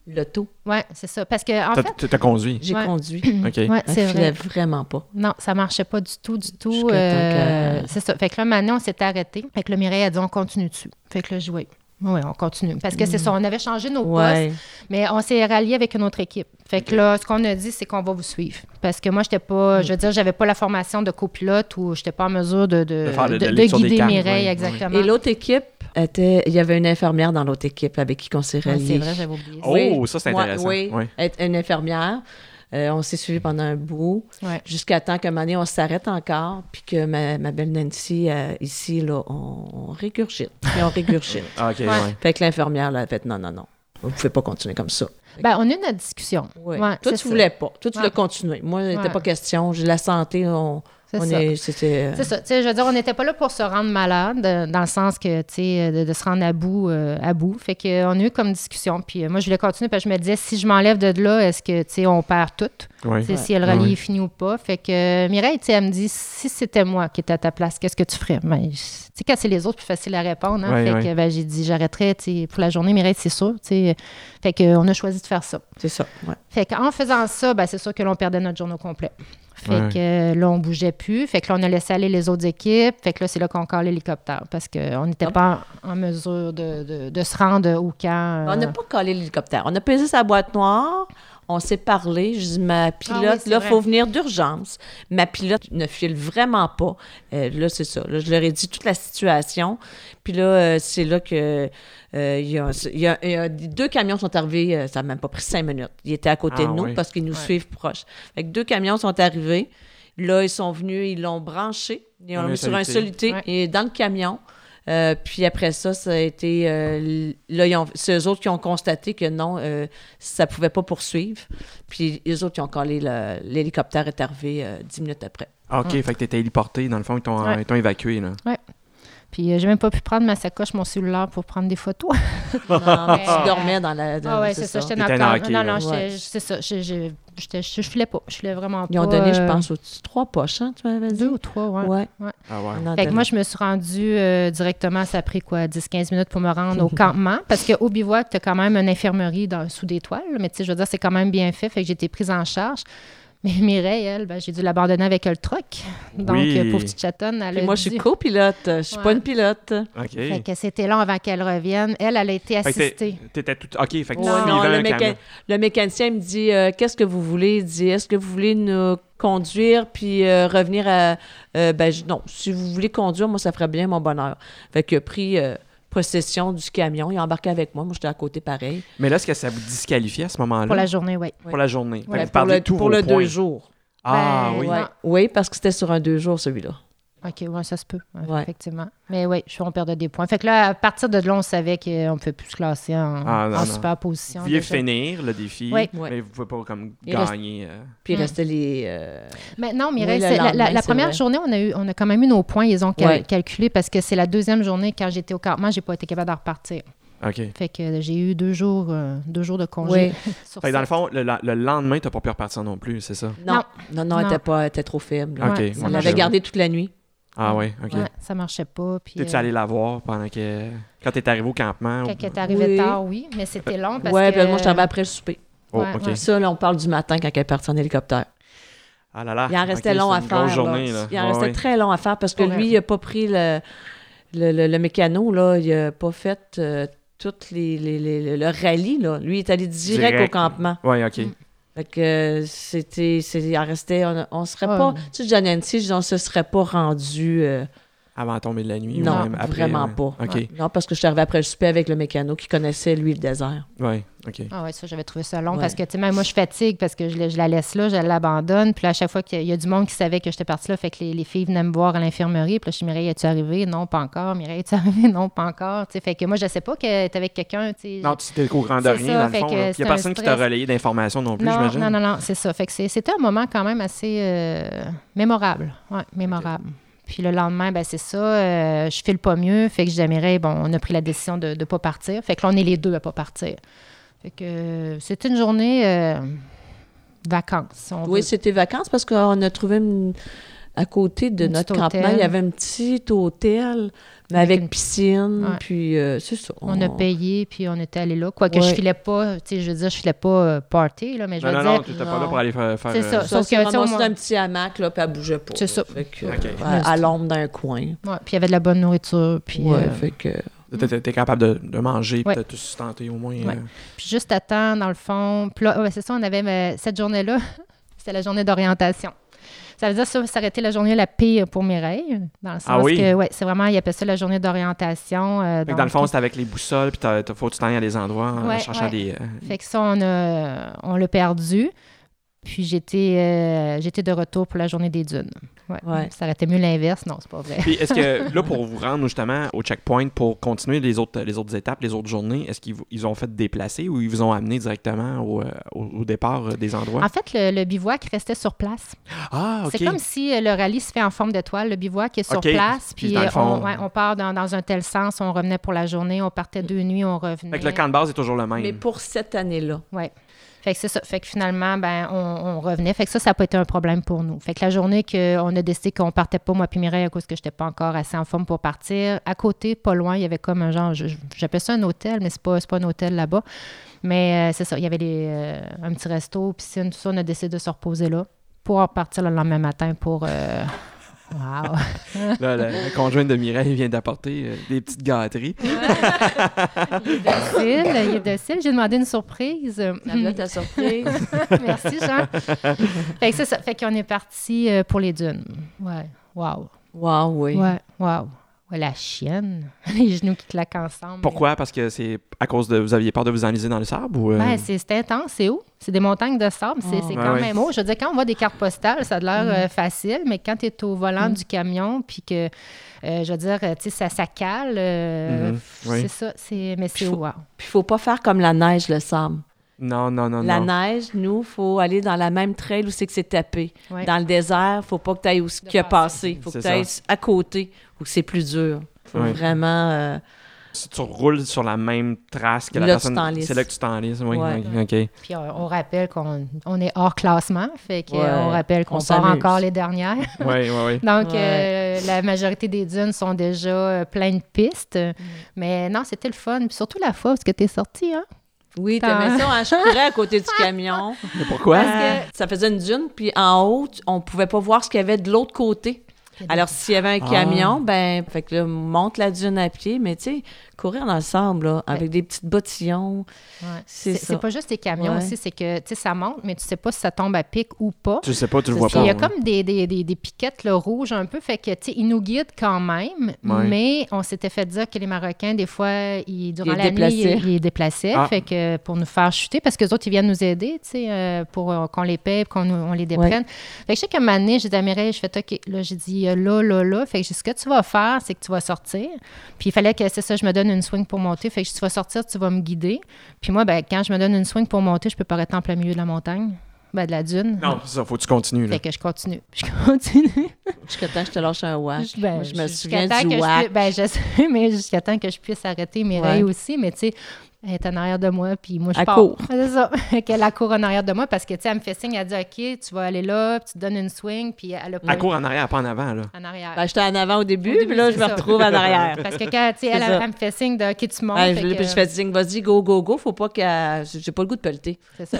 C: le l'auto.
B: Ouais, c'est ça. Parce que, en
A: T'as-
B: fait,
A: T'as t'as conduit.
C: J'ai
B: Ouais.
C: conduit.
A: OK.
B: ouais,
C: Ah, Je
B: c'est
C: filais
B: vrai.
C: vraiment pas.
B: Non, ça marchait pas du tout, du tout.
C: Jusqu'à temps
B: euh,
C: que-
B: C'est ça. Fait que là, maintenant, on s'est arrêté. Fait que le Mireille a dit on continue dessus. Fait que là, je oui. Oui, on continue. Parce que c'est ça, on avait changé nos postes.
C: Mm. Ouais.
B: Mais on s'est rallié avec une autre équipe. Fait que là, ce qu'on a dit, c'est qu'on va vous suivre. Parce que moi, j'étais pas, je veux dire, j'avais pas la formation de copilote ou j'étais pas en mesure de, de,
A: De faire le-
B: de-
A: la
B: de
A: lecture des
B: guider
A: cartes,
B: Mireille,
A: oui,
B: exactement.
C: Et l'autre équipe était. Il y avait une infirmière dans l'autre équipe avec qui on s'est
B: Ouais,
C: relié.
B: c'est vrai, j'avais oublié. Oh, ça.
A: Oh, ça, c'est
C: Ouais,
A: intéressant.
C: Oui.
A: Ouais.
C: Être Une infirmière. Euh, on s'est suivi pendant un bout,
B: Ouais.
C: jusqu'à temps qu'à un moment donné, on s'arrête encore, puis que ma, ma belle Nancy, euh, ici, là, on, on régurgite, puis on régurgite.
A: Ah, OK, ouais.
C: fait que l'infirmière, là, a fait « Non, non, non, vous pouvez pas continuer comme ça. »
B: Ben, on a eu notre discussion.
C: Ouais.
B: Ouais,
C: Toi,
B: c'est
C: tu
B: ça.
C: voulais pas. Toi, tu
B: Ouais.
C: l'as continué. Moi, il n'était
B: Ouais.
C: pas question. J'ai la santé. On,
B: C'est
C: on
B: ça.
C: est. C'était.
B: C'est ça. Tu sais, je veux dire, on n'était pas là pour se rendre malade, euh, dans le sens que, tu sais, de, de se rendre à bout, euh, à bout. Fait qu'on a eu comme discussion. Puis euh, moi, je voulais continuer parce que je me disais, si je m'enlève de là, est-ce que, tu sais, on perd tout?
A: Ouais.
B: Tu sais, Si le
A: Ouais.
B: rallye est fini ou pas. Fait que euh, Mireille, tu sais, elle me dit, si c'était moi qui étais à ta place, qu'est-ce que tu ferais? Ben, je- tu sais, quand c'est les autres, plus facile à répondre. hein.
A: Ouais,
B: fait
A: ouais.
B: que ben, j'ai dit, j'arrêterais, tu sais, pour la journée, Mireille, c'est sûr. tu sais. Fait qu'on a choisi de faire ça.
C: C'est ça. ouais.
B: Fait qu'en faisant ça, ben, c'est sûr que l'on perdait notre journée au complet. Fait
A: Ouais.
B: que euh, là, on bougeait plus. Fait que là, on a laissé aller les autres équipes. Fait que là, c'est là qu'on colle l'hélicoptère parce qu'on n'était pas en, en mesure de, de- de se rendre au camp. euh.
C: On n'a pas collé l'hélicoptère. On a pesé sa boîte noire. On s'est parlé. Je dis, ma pilote,
B: Ah oui, c'est
C: là,
B: vrai.
C: faut venir d'urgence. Ma pilote ne file vraiment pas. Euh, là, c'est ça. Là, je leur ai dit toute la situation. Puis là, euh, c'est là que. euh, il y a, il y a- il y a deux camions sont arrivés. euh, ça n'a même pas pris cinq minutes. Ils étaient à côté
A: Ah
C: de nous
A: oui.
C: parce qu'ils nous
B: Ouais.
C: suivent proches. Fait que deux camions sont arrivés. Là, ils sont venus, ils l'ont branché. Ils
A: On
C: l'ont
A: l'a
C: mis sur un
A: saluté.
C: soluté
B: Ouais.
C: et dans le camion. Euh, puis après ça, ça a été. euh, l- là, ils ont- c'est eux autres qui ont constaté que non, euh, ça pouvait pas poursuivre. Puis eux autres qui ont collé. le- L'hélicoptère est arrivé euh, dix minutes après.
A: Ah, OK, fait que t'étais héliporté, dans le fond, ils t'ont
B: Ouais.
A: ils t'ont évacué, là.
B: Puis euh, j'ai même pas pu prendre ma sacoche, mon cellulaire pour prendre des photos.
C: Non, mais
B: Ah.
C: tu dormais dans la. dans-
B: Ah ouais, c'est ça. J'étais dans
A: T'étais
B: le camp.
A: knocké,
B: Non,
A: là.
B: non, j'étais-
C: Ouais.
B: c'est ça. j'ai- j'ai- j'étais- Je je filais pas. Je filais vraiment pas.
C: Ils ont donné, je
B: euh,
C: pense, au-dessus de trois poches, hein, tu m'avais dit?
B: Deux ou trois, ouais.
C: Ouais.
A: Ah, ouais.
C: On en
B: Fait que
C: donne-
B: moi, je me suis rendue euh, directement, ça a pris quoi, 10-15 minutes pour me rendre au campement, parce qu'au bivouac, tu as quand même une infirmerie dans, sous des toiles, mais tu sais, je veux dire, c'est quand même bien fait, fait que j'ai été prise en charge. Mais Mireille, elle, ben, j'ai dû l'abandonner avec le truck. Donc,
A: Oui.
B: euh, pauvre petite chatonne, elle
C: Puis
B: a
C: moi, je
B: dû-
C: suis copilote. Je suis
B: Ouais.
C: pas une pilote.
A: OK.
B: Fait que c'était long avant qu'elle revienne. Elle, elle a été
A: Fait que t'es-
B: assistée.
A: t'étais tout... OK, fait que tu
C: Ouais,
A: suivais
C: non, le,
A: un
C: méca-
A: camion.
C: le mécanicien me dit euh, Qu'est-ce que vous voulez Il dit Est-ce que vous voulez nous conduire puis euh, revenir à. euh, ben, je- non, si vous voulez conduire, moi, ça ferait bien mon bonheur. Fait qu'il a pris euh, possession du camion, il a embarqué avec moi. Moi, j'étais à côté pareil.
A: Mais là, est-ce que ça vous disqualifiait à ce moment-là?
B: Pour la journée, oui.
A: Pour la journée. Fait que
C: Ben,
A: vous
C: pour
A: perdez
C: le,
A: tous
C: pour
A: vos
C: le
A: points.
C: deux jours.
A: Ah,
B: Ben,
A: oui.
B: ouais.
C: Ouais. Oui, parce que c'était sur un deux jours, celui-là.
B: OK, ouais, ça se peut, ouais,
C: Ouais.
B: effectivement. Mais oui, je suis, on perdait des points. Fait que là, à partir de là, on savait qu'on ne pouvait plus se classer en,
A: Ah, non,
B: en
A: non.
B: superposition.
A: Vous pouviez
B: déjà.
A: finir le défi,
B: Oui.
C: Ouais.
A: mais vous pouvez pas comme
C: Il reste-
A: gagner. euh.
C: Puis il
B: Hmm.
C: restait les. euh,
B: Mais non, Mireille,
C: Oui, le
B: c'est- la, la-
C: lendemain,
B: la
C: c'est
B: première
C: vrai.
B: journée, on a, eu, on a quand même eu nos points. Ils ont cal-
C: Ouais.
B: calculé parce que c'est la deuxième journée, quand j'étais au campement, j'ai pas été capable de repartir.
A: OK. Fait
B: Fait que j'ai eu deux jours, euh, deux jours de congé. sur
A: que dans le
B: sept.
A: fond, le, la- le lendemain, t'as pas pu repartir non plus, c'est ça?
C: Non,
B: Non.
C: non, non, elle
B: Non.
C: était pas, elle était trop faible.
B: Ouais,
A: OK.
B: ça
C: On
B: marche.
C: l'avait
A: j'avoue.
C: gardée toute la nuit.
A: Ah ouais, OK.
B: Ouais, ça marchait pas. Puis,
A: T'es-tu
B: euh,
A: allé la voir pendant que... Quand t'es arrivé au campement?
B: quand
A: ou-
B: elle est arrivée
C: Oui.
B: tard, oui, mais c'était long parce
C: Ouais,
B: que...
C: puis moi, je t'avais après le souper.
A: Oh,
B: Ouais,
A: OK.
B: ouais.
C: Ça, là, on parle du matin quand elle est partie en hélicoptère.
A: Ah là là.
C: Il en restait
A: ok,
C: long
A: c'est
C: à
A: une
C: faire.
A: grosse
C: là.
A: journée, là.
C: Il en
A: Ouais,
C: restait
A: ouais.
C: très long à faire parce que
B: Ouais.
C: lui, il n'a pas pris le, le, le- le mécano, là. il n'a pas fait euh, toutes les, les- les- le rallye. Là. Lui, il est allé direct,
A: Direct.
C: au campement.
A: Ouais, OK.
B: Mm.
C: Fait que euh, c'était. c'est- Il en restait. On, on serait
B: Ouais.
C: pas. Tu sais, John Nancy, je dis, on se serait pas rendu. euh,
A: Avant de tomber de la nuit ou
C: non,
A: même après?
C: vraiment
A: ouais.
C: pas.
A: OK.
C: Non, parce que je suis arrivée après le souper avec le mécano qui connaissait, lui, le désert.
A: Ouais, OK.
B: Ah ouais, ça, j'avais trouvé ça long
C: Ouais.
B: parce que, tu sais, même moi, je fatigue parce que je, la- je la laisse là, je l'abandonne. Puis là, à chaque fois qu'il y a- il y a du monde qui savait que j'étais partie là, fait que les, les filles venaient me voir à l'infirmerie. Puis là, je suis Mireille, es-tu arrivée? Non, pas encore. Mireille, es-tu arrivée? Non, pas encore. Tu sais, fait que moi, je sais pas qu'elle était avec quelqu'un. tu sais.
A: Non, tu t'es au courant de
B: C'est
A: rien,
B: ça,
A: dans
B: fait
A: le fond.
B: que
A: là. Il
B: c'est
A: n'y a
B: un
A: personne qui t'a
B: stress.
A: relayé d'informations non plus,
B: non,
A: j'imagine.
B: non, non, non, c'est ça. Fait que c'est- c'était un moment quand même assez euh, mémorable. Ouais, mémorable. Puis le lendemain, ben c'est ça, euh, je file pas mieux. Fait que j'aimerais, bon, on a pris la décision de ne pas partir. Fait que là, on est les deux à pas partir. Fait que euh, c'était une journée euh, vacances. on
C: Oui,
B: veut.
C: c'était vacances parce qu'on a trouvé une- à côté de
B: Un petit
C: notre campement,
B: hôtel.
C: il y avait un petit hôtel, mais
B: Avec
C: avec,
B: une-
C: piscine,
B: Ouais.
C: puis euh, c'est ça.
B: On a payé, puis on était allé là. Quoique je
C: Ouais.
B: filais pas, tu sais, je veux dire, je filais pas euh, party, là, mais je
A: Non,
B: veux
A: non,
B: dire,
A: non, tu n'étais pas là
C: non.
A: pour aller faire. faire, euh,
B: C'est ça.
C: Ça,
B: Sauf
C: Sauf
B: que, tu sais, au moins-
C: un petit hamac, là, puis elle bougeait pas.
B: C'est
C: là.
B: ça.
C: Fait que,
A: Ok.
C: euh, à, à l'ombre d'un coin.
B: ouais, puis il y avait de la bonne nourriture, puis
C: ouais,
B: euh,
C: fait que...
A: T'es- T'es t'es capable de, de manger,
B: Ouais.
A: peut-être de te sustenter au moins.
B: Ouais.
A: euh.
B: Puis juste à temps, dans le fond. Puis là, ouais, c'est ça, on avait euh, cette journée-là, c'était la journée d'orientation. Ça veut dire que ça, ça aurait été la journée la pire pour Mireille, dans le sens
A: Ah oui?
B: que, ouais, c'est vraiment, il appelle ça la journée d'orientation. euh,
A: Fait que dans
B: donc,
A: le fond, c'est avec les boussoles, puis t'as- t'as- faut que tu t'en ailles à des euh, endroits en
B: Ouais,
A: cherchant
B: ouais.
A: des. euh,
B: Fait que ça, on, a- on l'a perdu. Puis j'étais, euh, j'étais de retour pour la journée des dunes. Ouais.
C: Ouais.
B: Ça aurait été mieux l'inverse. Non, c'est pas vrai.
A: Puis est-ce que là, pour vous rendre justement au checkpoint, pour continuer les autres, les autres étapes, les autres journées, est-ce qu'ils vous- ils ont fait déplacer ou ils vous ont amené directement au, euh, au- au départ euh, des endroits?
B: En fait, le, le bivouac restait sur place.
A: Ah, ok.
B: C'est comme si euh, le rallye se fait en forme d'étoile. Le bivouac est sur
A: OK.
B: place.
A: Puis
B: Puis
A: dans le
B: euh,
A: fond-
B: on, ouais, on part dans, dans un tel sens. On revenait pour la journée. On partait deux nuits. On revenait.
A: Fait que le camp de base est toujours le même.
C: Mais pour cette année-là.
B: Oui. Fait que c'est ça. Fait que finalement, ben, on, on revenait. Fait que ça, ça n'a pas été un problème pour nous. Fait que la journée qu'on a décidé qu'on partait pas, moi puis Mireille, à cause que j'étais pas encore assez en forme pour partir, à côté, pas loin, il y avait comme un genre, je- je- j'appelle ça un hôtel, mais c'est pas, c'est pas un hôtel là-bas. Mais euh, c'est ça, il y avait les, euh, un petit resto, piscine, tout ça. On a décidé de se reposer là pour repartir le lendemain matin pour... euh, Wow!
A: Là, la, la conjointe de Mireille vient d'apporter euh, des petites gâteries.
B: Docile, il est docile. J'ai demandé une surprise.
A: Ah,
C: Là, ta surprise.
B: Merci, Jean. fait que c'est ça. Fait qu'on est parti euh, pour les dunes. Ouais. Wow.
C: Wow, oui.
B: Ouais. Wow. Ouais, la chienne. Les genoux qui claquent ensemble.
A: Pourquoi? Parce que c'est à cause de... Vous aviez peur de vous enliser dans le sable ou... euh,
B: Ben, c'est c'est intense, c'est haut. C'est des montagnes de sable, c'est c'est
A: Ah
B: quand
A: ouais. Mm.
B: même haut. Je veux dire, quand on voit des cartes postales, ça a l'air euh, facile, mais quand tu es au volant du camion, puis que, euh, je veux dire, euh, tu sais, ça, ça cale, euh,
A: Mhm.
B: pff,
A: Oui.
B: c'est ça, c'est- mais c'est
C: faut-
B: wow.
C: Puis faut pas faire comme la neige, le sable.
A: Non, non, non,
C: La
A: Ah non.
C: neige, nous, faut aller dans la même trail où c'est que c'est tapé.
B: Ouais.
C: Dans le désert, faut pas que tu ailles où ce
B: De
C: qui a
B: passer.
C: passé. faut que
A: C'est
C: tu
A: ça.
C: ailles à côté où c'est plus dur. Faut
A: Ouais.
C: vraiment. euh,
A: Si tu roules sur la même trace que la
C: Là, tu
A: personne...
C: t'enlises.
A: C'est là que tu t'enlises, oui.
C: Ouais.
A: oui, OK.
B: Puis on, on rappelle qu'on on est hors classement, fait qu'on
C: Ouais.
B: rappelle qu'on
C: On
B: sort
C: s'amuse.
B: encore les dernières.
A: Oui, oui, oui.
B: Donc,
C: Ouais.
B: euh, la majorité des dunes sont déjà euh, plein de pistes.
C: Mm.
B: Mais non, c'était le fun. Puis surtout la fois où est-ce que t'es sorti, hein?
C: Oui,
B: T'as-
C: t'aimais ça. hein? Je courais à côté du camion.
A: Mais pourquoi?
C: Euh, Ça faisait une dune, puis en haut, tu- on pouvait pas voir ce qu'il y avait de l'autre côté. Alors, s'il y avait un
A: Ah.
C: camion, ben, fait que là, monte la dune à pied, mais tu sais, courir dans le sable, là,
B: Ben.
C: avec des petites bottillons.
B: Ouais.
C: C'est
B: C'est
C: ça.
B: c'est pas juste les camions
C: Ouais.
B: aussi, c'est que, tu sais, ça monte, mais tu sais pas si ça tombe à pic ou pas.
A: Tu sais pas, tu le
C: C'est
A: vois
C: ça.
A: pas.
B: Puis il y a
A: ouais.
B: comme des, des, des, des piquettes là, rouges un peu, fait que, tu sais, ils nous guident quand même,
A: Ouais.
B: mais on s'était fait dire que les Marocains, des fois, ils, durant
C: Ils
B: la nuit,
C: déplaçaient.
B: ils, ils déplaçaient,
A: Ah.
B: fait que pour nous faire chuter, parce que les autres, ils viennent nous aider, tu sais, euh, pour euh, qu'on les paye, qu'on nous- on les déprenne. Fait que je sais qu'à un moment donné, j'ai dit à Mireille, je fais, OK, là, j'ai dit, euh, là, là, là, fait que j'ai dit, ce que tu vas faire, c'est que tu vas sortir, puis il fallait que, c'est ça, je me donne une swing pour monter, fait que je dis, tu vas sortir, tu vas me guider, puis moi, ben, quand je me donne une swing pour monter, je peux pas rester en plein milieu de la montagne, ben, de la dune.
A: Non, c'est ça, faut que tu continues. Là.
B: Fait que je continue. Je continue.
C: Jusqu'à temps que je te lâche un wash.
B: Ben,
C: Moi, je
B: jusqu'à
C: me souviens
B: temps que
C: du
B: je
C: wack.
B: pui- ben, je sais, mais jusqu'à temps que je puisse arrêter Mireille
C: Ouais.
B: aussi. Mais tu sais, elle est en arrière de moi, puis moi, je
C: Elle
B: pars.
C: court.
B: C'est ça. Qu'elle court en arrière de moi parce que, tu sais, elle me fait signe, elle dit OK, tu vas aller là, puis tu te donnes une swing, puis elle a pas
A: Elle court en arrière, pas en avant, là.
B: en arrière.
C: Ben, j'étais en avant au début,
B: Au début,
C: puis là, je
B: c'est
C: me
B: ça.
C: retrouve en arrière.
B: parce que quand, tu sais,
C: C'est
B: elle,
C: ça.
B: elle me fait signe de OK, tu montes. fait
C: Ouais, Ben, je,
B: que-
C: puis je fais signe, vas-y, go, go, go, faut pas que. euh, J'ai pas le goût de pelleter.
B: c'est ça.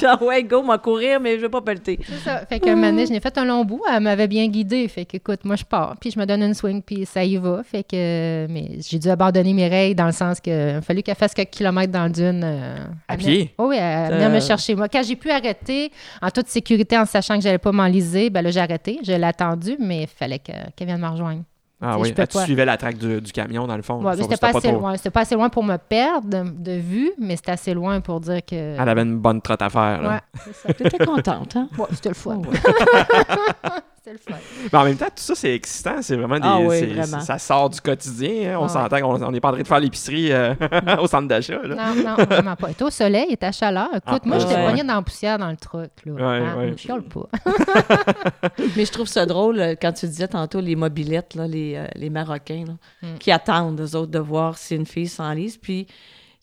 C: Genre, ouais, go, m'a courir, mais je veux pas pelleter.
B: C'est ça. Fait qu'à un moment donné, je n'ai fait un long bout. Elle m'avait bien guidée. Fait que, écoute, moi, je pars. Puis je me donne une swing, puis ça y va. Fait que, euh, mais j'ai dû abandonner Mireille dans le sens qu'il a fallu qu'elle fasse quelques kilomètres dans le dune. euh,
A: À
B: elle
A: pied?
B: venait- Oh oui, elle venait
C: Euh.
B: me chercher. Moi, quand j'ai pu arrêter en toute sécurité, en sachant que j'allais pas m'enliser, ben là, j'ai arrêté. Je l'ai attendu, mais il fallait que- qu'elle vienne me rejoindre.
A: Ah
B: Tu sais,
A: oui,
B: je peux
A: Ah, tu
B: pas.
A: suivais la traque du, du camion, dans le fond.
B: Ouais,
A: là,
B: mais
A: sauf que
B: c'était pas, assez
A: trop-
B: loin. C'était pas assez loin pour me perdre de, de vue, mais c'était assez loin pour dire que.
A: Elle avait une bonne trotte à faire. Là.
B: Ouais, c'est ça.
C: T'étais contente, hein?
B: Ouais, c'était le fun. C'était le fun.
A: Mais en même temps, tout ça, c'est excitant. C'est vraiment des.
C: Ah oui,
A: c'est-
C: vraiment.
A: Ça sort du quotidien. hein. On
B: Ah
A: s'entend qu'on on n'est pas en train de faire l'épicerie euh, au centre d'achat. là.
B: Non, non, vraiment pas. Et au soleil, et à chaleur. Écoute,
A: Ah,
B: moi, j'étais
C: ouais.
B: pognée dans la poussière dans le truc. Là.
A: Ouais,
B: Ah,
A: ouais.
B: Je chiale pas.
C: Mais je trouve ça drôle euh, quand tu disais tantôt les mobilettes, là, les, euh, les Marocains, là,
B: Mm.
C: qui attendent, eux autres, de voir si une fille s'enlise, puis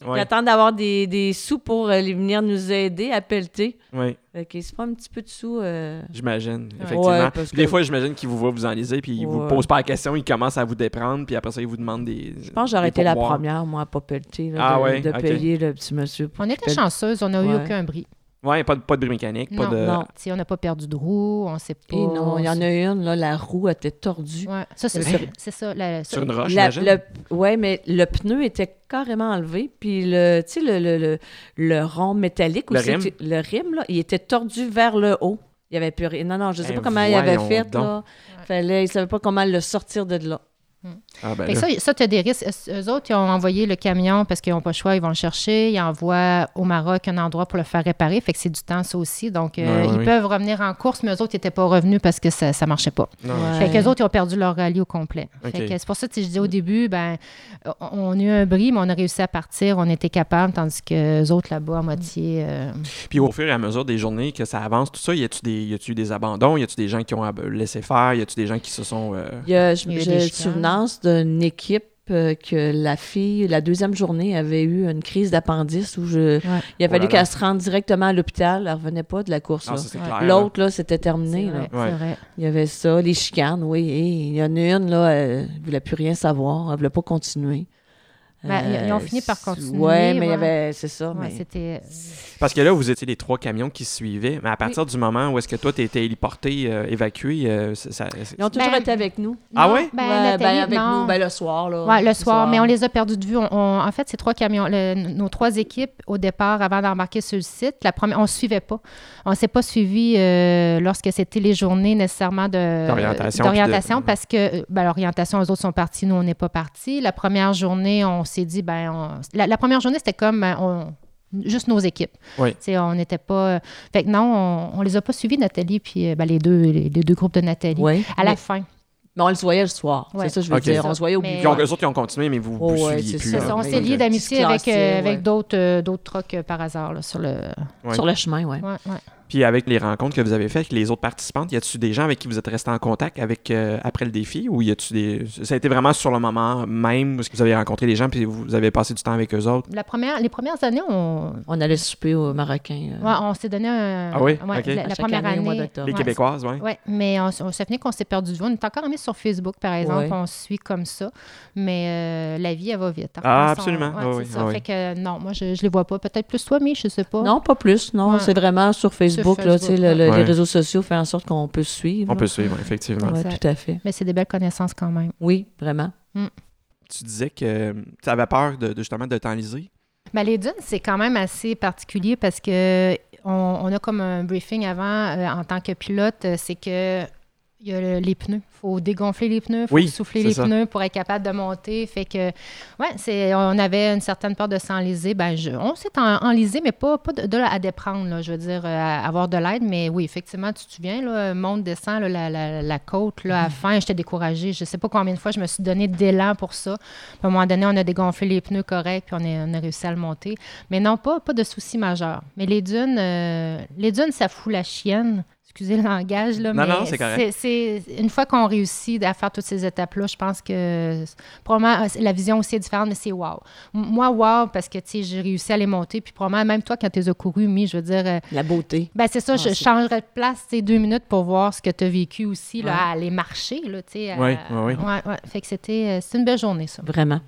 C: qui
A: Ouais,
C: attendent d'avoir des, des sous pour euh, les- venir nous aider à pelleter.
A: ouais,
C: Fait qu'ils se font un petit peu de sous. euh,
A: j'imagine. Effectivement.
C: Ouais, parce
A: Puis Des
C: que-
A: fois, j'imagine qu'ils vous voient vous enliser, puis ils vous
C: Ouais.
A: posent pas la question, ils commencent à vous déprendre, puis après ça, ils vous demandent des.
C: Je pense que j'aurais été la première, moi, à pas pelleter, là,
A: Ah
C: de,
A: ouais,
C: de
A: ok.
C: payer le petit monsieur. pour
B: On
C: qu'il
B: était
C: pelle.
B: chanceuses, on n'a eu
C: Ouais.
B: aucun bris.
A: Ouais, pas de, pas de bris mécanique, pas
B: Non,
A: de.
C: non.
B: Tu sais, on n'a pas perdu de roue, on sait pas.
C: Et Eh non, il y en
B: on
C: a une, là, la roue était tordue.
B: sait- Ouais. Ça, c'est
A: Sur-
B: c'est ça. la- ça-
A: Sur une roche,
C: La-
A: Ah, j'imagine.
C: le- ouais, mais le pneu était carrément enlevé, puis le, tu sais, le, le, le, le rond métallique, où
A: Le
C: c'est
A: rim.
C: que- le rim, là, il était tordu vers le haut. Il n'y avait plus rien. Non, non, je ne sais
A: Ben,
C: pas comment il avait
A: voyons
C: fait,
A: donc.
C: là. Fallait, il ne savait pas comment le sortir de là.
B: Mm.
A: Ah, ben
B: Fait que
A: là.
B: ça, ça tu as des risques. Eux- Eux autres, ils ont envoyé le camion parce qu'ils n'ont pas le choix, ils vont le chercher. Ils envoient au Maroc un endroit pour le faire réparer. Fait que c'est du temps, ça aussi. Donc, euh,
A: Ouais, ouais,
B: ils
A: ouais.
B: peuvent revenir en course, mais eux autres n'étaient pas revenus parce que ça ne marchait pas.
A: Non,
C: Ouais.
B: Fait qu'eux autres, ils ont perdu leur rallye au complet. Fait
A: Ok.
B: que c'est pour ça que tu sais, je dis au début, ben, on- on a eu un bris, mais on a réussi à partir, on était capable, tandis que les autres là-bas, à moitié. euh,
A: Puis au fur et à mesure des journées que ça avance, tout ça, y a-tu des, y a-tu des abandons? Y a-tu des gens qui ont ab- laissé faire? Y a-tu des gens qui se sont. euh,
C: Il y a, je-
B: Il y a
C: j'ai
B: des
C: une
B: chicanes.
C: souvenance d'une équipe euh, que la fille, la deuxième journée, avait eu une crise d'appendice où je, il a
A: Oh
C: fallu
A: là là.
C: qu'elle se rende directement à l'hôpital. Elle revenait pas de la course.
A: Ah,
C: là.
A: ça, c'est
B: Ouais.
A: clair. là.
C: L'autre, là, c'était
B: C'est
C: terminé. là.
B: vrai,
A: Ouais.
B: c'est vrai.
C: Il y avait ça, les chicanes, oui. Et il y en a une, là, elle ne voulait plus rien savoir. Elle ne voulait pas continuer.
B: Ben, ils ont fini par continuer,
C: Oui, mais il y
B: ouais.
C: avait, c'est ça.
B: Ouais,
C: mais-
B: c'était.
A: Parce que là, vous étiez les trois camions qui se suivaient, mais à partir du moment où est-ce que toi, tu étais héliporté, euh, évacué, euh, c'est- ça. c'est-
C: Ils ont toujours
B: Ben,
C: été avec nous.
A: Ah
B: Non,
A: ouais?
B: ben,
C: Ouais, ben,
B: Nathalie,
C: avec
B: non.
C: nous, ben, le soir, là.
B: Ouais, le soir, mais on les a perdus de vue. On- on- en fait, ces trois camions, le- nos trois équipes, au départ, avant d'embarquer sur le site, la première, on ne suivait pas. On ne s'est pas suivi euh, lorsque c'était les journées nécessairement de-
A: D'orientation,
B: d'orientation,
A: puis de-
B: parce que euh, ben, l'orientation, eux autres sont partis, nous, on n'est pas partis. La première journée, on s'est dit, ben, on- la, la première journée, c'était comme ben, on- juste nos équipes.
A: Oui.
B: Tu sais, On n'était pas. euh, Fait que non, on ne les a pas suivis, Nathalie, puis euh, ben, les, deux, les, les deux groupes de Nathalie.
C: Oui,
B: À la
C: mais,
B: fin.
C: mais on les voyait le soir.
B: Ouais.
C: C'est ça que je veux
A: Ok.
C: dire. On se voyait au
B: Mais-
A: Ils ont,
C: bureau.
A: eux autres, ils ont continué, mais vous ne
C: Oh,
A: vous
C: ouais,
A: suiviez
C: c'est
A: plus.
C: ça.
A: là.
B: C'est ça, on
C: mais
B: s'est
A: Ok.
B: lié d'amitié
C: se
B: avec, euh,
C: classer, ouais.
B: avec d'autres euh, d'autres trucks euh, par hasard là, sur le.
A: Ouais.
C: Sur le chemin, oui.
B: Ouais, ouais.
A: Puis avec les rencontres que vous avez faites avec les autres participantes, y a-tu des gens avec qui vous êtes restés en contact avec euh, après le défi ou y a-tu des ça a été vraiment sur le moment même où est-ce que vous avez rencontré les gens puis vous avez passé du temps avec eux autres
B: La première, les premières années, on, ouais,
C: On allait souper au Marocain. euh,
B: on s'est donné un.
A: Ah oui?
B: ouais,
A: Ok.
B: La,
C: à
B: la
C: chaque
B: première
C: au mois
B: année.
C: d'octobre.
A: les
B: Ouais.
A: québécoises ouais.
B: Oui, mais on, s- on se souvenait qu'on s'est perdu de vue. On est encore mis sur Facebook, par exemple.
C: Ouais.
B: On se suit comme ça. Mais euh, la vie, elle va vite. hein.
A: Ah,
B: On s'en-
A: absolument.
B: ouais,
A: Ah
B: c'est
A: oui,
B: ça.
A: ah oui.
B: Fait que non, moi, je ne les vois pas. Peut-être plus toi, mais je sais pas.
C: Non, pas plus. Non,
B: Ouais.
C: c'est vraiment sur Facebook. là, tu sais,
B: Facebook,
C: le- le-
A: ouais.
C: Les réseaux sociaux font en sorte qu'on peut se suivre.
A: On
C: là.
A: peut suivre effectivement.
C: Ouais,
B: Exact.
C: tout à fait.
B: Mais c'est des belles connaissances quand même.
C: Oui, vraiment.
A: Tu disais que tu avais peur de, de- justement de t'enliser.
B: Ben, les dunes, c'est quand même assez particulier parce que on, on a comme un briefing avant euh, en tant que pilote, euh, c'est que il y a le- les pneus. Il faut dégonfler les pneus, il faut
A: Oui,
B: souffler
A: c'est
B: les
A: ça.
B: pneus pour être capable de monter. Fait que, ouais, c'est, on avait une certaine peur de s'enliser. Ben, je- on s'est en- enlisé, mais pas, pas de, de là à déprendre, là, je veux dire, euh, à avoir de l'aide. Mais oui, effectivement, tu te souviens, là, monte, descend, là, la, la- la côte, là, à
A: Mhm.
B: la fin, j'étais découragée. Je sais pas combien de fois je me suis donné d'élan pour ça. Puis à un moment donné, on a dégonflé les pneus corrects, puis on, est- on a réussi à le monter. Mais non, pas, pas de soucis majeurs. Mais les dunes, euh, les dunes, ça fout la chienne. Excusez le langage, là,
A: Non,
B: mais
A: non, c'est correct.
B: c'est- une fois qu'on réussit à faire toutes ces étapes-là, je pense que c'est- probablement euh, c'est- la vision aussi est différente, mais c'est wow. M- Moi, wow, parce que tu sais, j'ai réussi à les monter, puis probablement même toi, quand tu les as couru, mi, je veux dire, euh,
C: La beauté.
B: ben c'est ça,
C: Ah,
B: je
C: c'est-
B: changerais de place ces deux minutes pour voir ce que tu as vécu aussi, là,
C: Ouais.
B: à aller marcher, là, tu sais. à-
A: Ouais, ouais, ouais.
B: ouais. Fait que c'était euh, c'est une belle journée, ça.
C: Vraiment.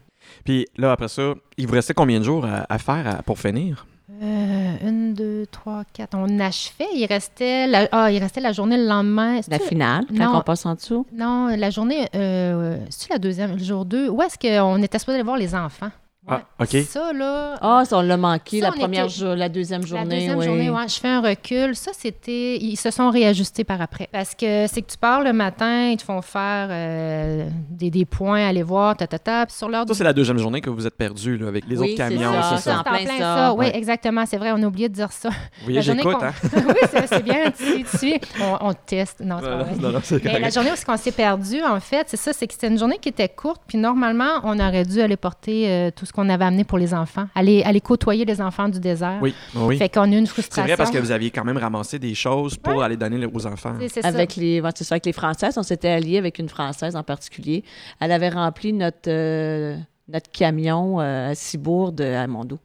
A: Puis là après ça, il vous restait combien de jours à, à faire à- pour finir
B: Euh, une, deux, trois, quatre. On achevait. Il restait la, ah, il restait la journée le lendemain.
C: La
B: C'est-tu-
C: finale, quand
B: Non.
C: on passe en dessous.
B: Non, la journée, euh, c'est la deuxième, le jour 2. Où est-ce qu'on était supposé aller voir les enfants?
A: Ah,
B: Ouais.
A: OK.
B: Ça, là.
C: Ah, ça, on l'a manqué
B: Ça,
C: la
B: on
C: première
B: était-
C: jour- la deuxième journée.
B: La deuxième
C: oui.
B: journée, ouais, je fais un recul. Ça, c'était. Ils se sont réajustés par après. Parce que c'est que tu pars le matin, ils te font faire euh, des, des points, aller voir, ta, ta, ta. Puis sur l'heure
A: Ça c'est la deuxième journée que vous êtes perdu là, avec les
C: Oui,
A: autres
C: c'est
A: camions,
C: ça,
A: c'est
C: c'est en
A: ça.
B: en
C: plein
B: plein
C: ça.
B: ça. Oui,
A: Ouais.
B: exactement. C'est vrai, on a oublié de dire ça.
A: Vous voyez,
B: La journée
A: j'écoute
B: qu'on-
A: hein.
B: oui, c'est c'est bien. Tu, tu- on, on te teste. Non, c'est
C: Ah,
B: pas vrai.
A: Non, non, c'est
B: Mais la
A: correct.
B: journée où on s'est perdu, en fait, c'est ça, c'est que c'était une journée qui était courte, puis normalement, on aurait dû aller porter euh, tout ce qu'on avait amené pour les enfants, aller, aller côtoyer les enfants du désert.
A: Oui, oui.
B: Fait qu'on a eu une
A: C'est
B: frustration.
A: vrai parce que vous aviez quand même ramassé des choses pour aller donner aux enfants.
B: C'est- c'est ça.
C: Avec les, ouais, c'est ça, avec les Françaises, on s'était alliés avec une Française en particulier. Elle avait rempli notre, euh, notre camion euh, à Cibourg de à Mondo.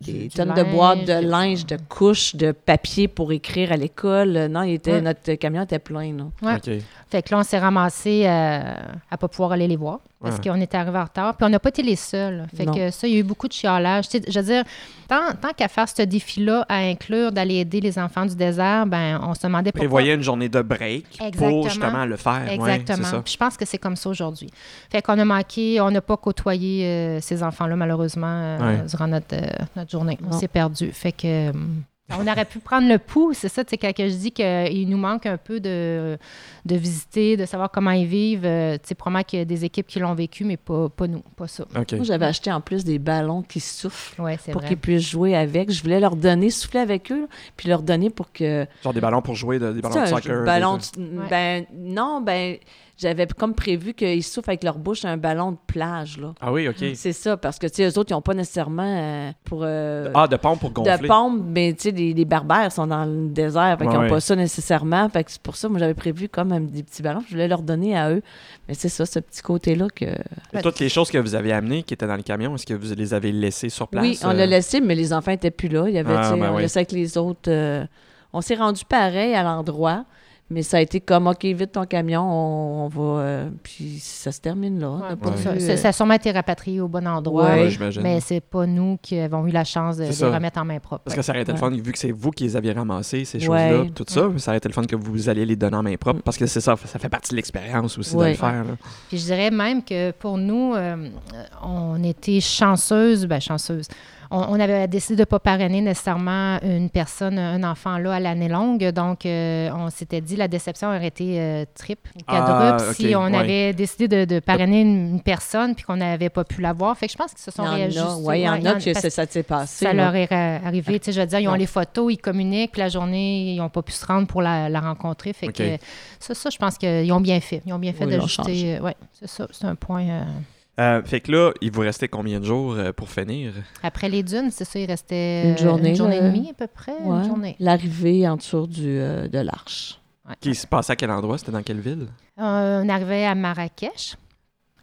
C: Des
B: Du- du
C: tonnes de boîtes de
B: linge, des-
C: linge, de couches, de papier pour écrire à l'école. Euh, Non, il était,
B: Ouais.
C: notre camion était plein. là.
B: Ouais.
A: OK.
B: Fait que là, on s'est ramassé euh, à pas pouvoir aller les voir parce
A: Ouais.
B: qu'on était arrivé en retard. Puis on n'a pas été les seuls. Fait
C: Non.
B: que ça, il y a eu beaucoup de chiolage. Tu sais, je veux dire, tant, tant qu'à faire ce défi-là, à inclure d'aller aider les enfants du désert, ben on se demandait pourquoi.
A: prévoyait une journée de break
B: Exactement.
A: pour justement le faire. Ouais, c'est
B: Exactement.
A: ça.
B: Puis je pense que c'est comme ça aujourd'hui. Fait qu'on a manqué, on n'a pas côtoyé euh, ces enfants-là, malheureusement, euh,
A: Ouais.
B: durant notre, euh, notre journée. On
C: Non.
B: s'est perdu. Fait que. euh, On aurait pu prendre le pouls, c'est ça, tu sais, quand je dis qu'il nous manque un peu de, de visiter, de savoir comment ils vivent, euh, tu sais, probablement qu'il y a des équipes qui l'ont vécu, mais pas, pas nous, pas ça.
A: OK.
C: Moi, j'avais acheté en plus des ballons qui soufflent
B: Oui, c'est
C: pour
B: vrai.
C: qu'ils puissent jouer avec. Je voulais leur donner, souffler avec eux, là, puis leur donner pour que...
A: Genre des ballons pour jouer, de- des ballons de
C: Tu sais, un
A: soccer. des-
C: ballon
A: des-
C: de- Ben, non, ben, j'avais comme prévu qu'ils soufflent avec leur bouche un ballon de plage, là.
A: Ah oui, OK.
C: C'est ça, parce que, tu sais, eux autres, ils n'ont pas nécessairement euh, pour... euh,
A: Ah, de pompe pour gonfler.
C: de pompe, mais tu sais, les, les barbares sont dans le désert, fait qu'ils
A: Ouais,
C: n'ont
A: ouais.
C: pas ça nécessairement. Fait que c'est pour ça, moi, j'avais prévu comme euh, des petits ballons, je voulais leur donner à eux. Mais c'est ça, ce petit côté-là que...
B: Bah,
A: Et Toutes les choses que vous avez amenées qui étaient dans le camion, est-ce que vous les avez laissées sur place?
C: oui, on
A: euh,
C: l'a laissé, mais les enfants étaient plus là. Il y avait,
A: Ah,
C: tu sais,
A: ben
C: on
A: oui.
C: laissait avec les autres. euh, on s'est rendu pareil à l'endroit, mais ça a été comme, OK, vite ton camion, on, on va... euh, puis ça se termine là. on n'a
B: Ouais,
C: pas
A: Ouais.
C: pu,
B: Ça,
C: euh,
B: ça- ça a sûrement été rapatrié au bon endroit,
A: ouais,
C: Ouais.
A: j'imagine.
B: mais c'est pas nous qui avons eu la chance de
A: C'est
B: les
A: ça.
B: remettre en main propre.
A: Parce que ça aurait été le fun, vu que c'est vous qui les aviez ramassées, ces
C: Ouais.
A: choses-là, tout
B: Mm.
A: ça, ça aurait été le fun que vous alliez les donner en main propre, parce que c'est ça, ça fait partie de l'expérience aussi de
C: Ouais.
A: le faire. là.
B: Puis je dirais même que pour nous, euh, on était chanceuse, ben chanceuse. On, on avait décidé de ne pas parrainer nécessairement une personne, un enfant là à l'année longue. Donc, euh, on s'était dit la déception aurait été euh, triple ou
A: Ah,
B: quadruple
A: ok,
B: si on
A: ouais.
B: avait décidé de, de parrainer une, une personne puis qu'on n'avait pas pu l'avoir. Fait que je pense qu'ils se
C: Il
B: sont
C: y en
B: réajustés.
C: a, ouais, il y en a que
B: parce
C: ça, ça s'est passé.
B: ça
C: là.
B: leur est ra- arrivé. Tu sais, je veux dire, ils ont
C: Non.
B: les photos, ils communiquent, puis la journée, ils n'ont pas pu se rendre pour la, la rencontrer. Fait
A: OK.
B: que ça, ça, je pense qu'ils ont bien fait. Ils ont bien fait
C: Oui, ils l'ont changé.
B: d'ajouter. euh, ouais, c'est ça, c'est un point. euh,
A: Euh, fait que là, il vous restait combien de jours euh, pour finir?
B: Après les dunes, c'est ça, il restait
C: Une
B: euh,
C: journée,
B: une journée et
C: là.
B: demie à peu près.
C: Ouais.
B: Une journée.
C: L'arrivée en dessous du, euh, de l'arche.
B: Ouais.
A: Qui se passait à quel endroit? C'était dans quelle ville?
B: Euh, on arrivait à Marrakech.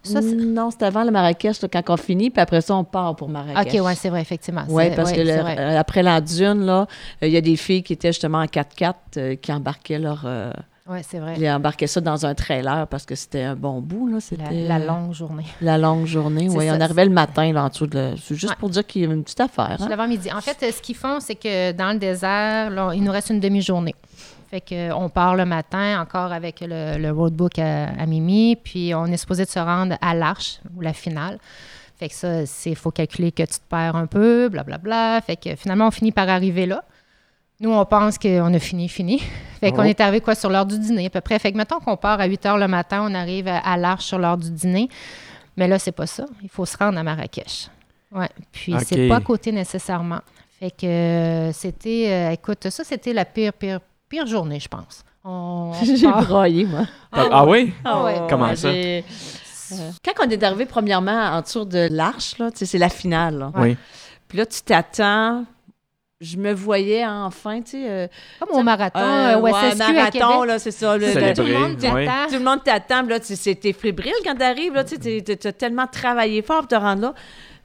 B: Ça, c'est-
C: non, c'est avant le Marrakech, là, quand on finit, puis après ça, on part pour Marrakech.
B: Ah, OK, ouais, c'est vrai, effectivement.
C: Oui,
B: C'est-
C: parce
B: ouais,
C: que le-
B: c'est vrai.
C: euh, après la dune, là, euh, il y a des filles qui étaient justement en 4x4 euh, qui embarquaient leur. euh,
B: Ouais, c'est vrai.
C: ils embarquaient ça dans un trailer parce que c'était un bon bout, là.
B: La,
C: C'était euh,
B: la longue journée.
C: la longue journée.
B: C'est
C: Oui,
B: ça,
C: on arrivait le matin, là, en dessous de. la- C'est juste
B: Ouais.
C: pour dire qu'il y a une petite affaire.
B: Je
C: hein.
B: l'avais en midi. En fait, euh, ce qu'ils font, c'est que dans le désert, là, il nous reste une demi-journée. Fait que euh, on part le matin encore avec le, le roadbook à, à Mimi, puis on est supposé de se rendre à l'arche ou la finale. Fait que ça, c'est faut calculer que tu te perds un peu, blablabla. Fait que finalement, on finit par arriver là. Nous, on pense qu'on a fini, fini. Fait qu'on
A: Oh.
B: est arrivé quoi sur l'heure du dîner à peu près. Fait que mettons qu'on part à 8 heures le matin, on arrive à, à l'arche sur l'heure du dîner. Mais là, c'est pas ça. Il faut se rendre à Marrakech. Ouais. Puis
A: Ok.
B: c'est pas à côté nécessairement. Fait que euh, c'était, euh, écoute, ça c'était la pire, pire, pire journée, je pense. On, on
C: J'ai
B: part-
C: broyé, moi.
A: Ah, oui?
B: Ah ouais.
A: Comment ça?
C: j'ai- Euh, Quand on est arrivé, premièrement, en dessous de l'arche, là, tu sais, c'est la finale, là.
A: Oui.
C: Puis là, tu t'attends. Je me voyais enfin, tu sais. euh,
B: Comme au marathon,
C: euh,
B: euh, au
C: ouais,
B: SSQ à Québec.
C: marathon, là, c'est ça. le- le-
B: Tout
A: Célébrer.
B: le monde
A: Célébré, ouais.
B: t'attend.
C: Tout le monde t'attend, puis là, tu sais, t'es fébrile quand t'arrives, là, tu sais, t'es- t'es- t'as tellement travaillé fort pour te rendre là.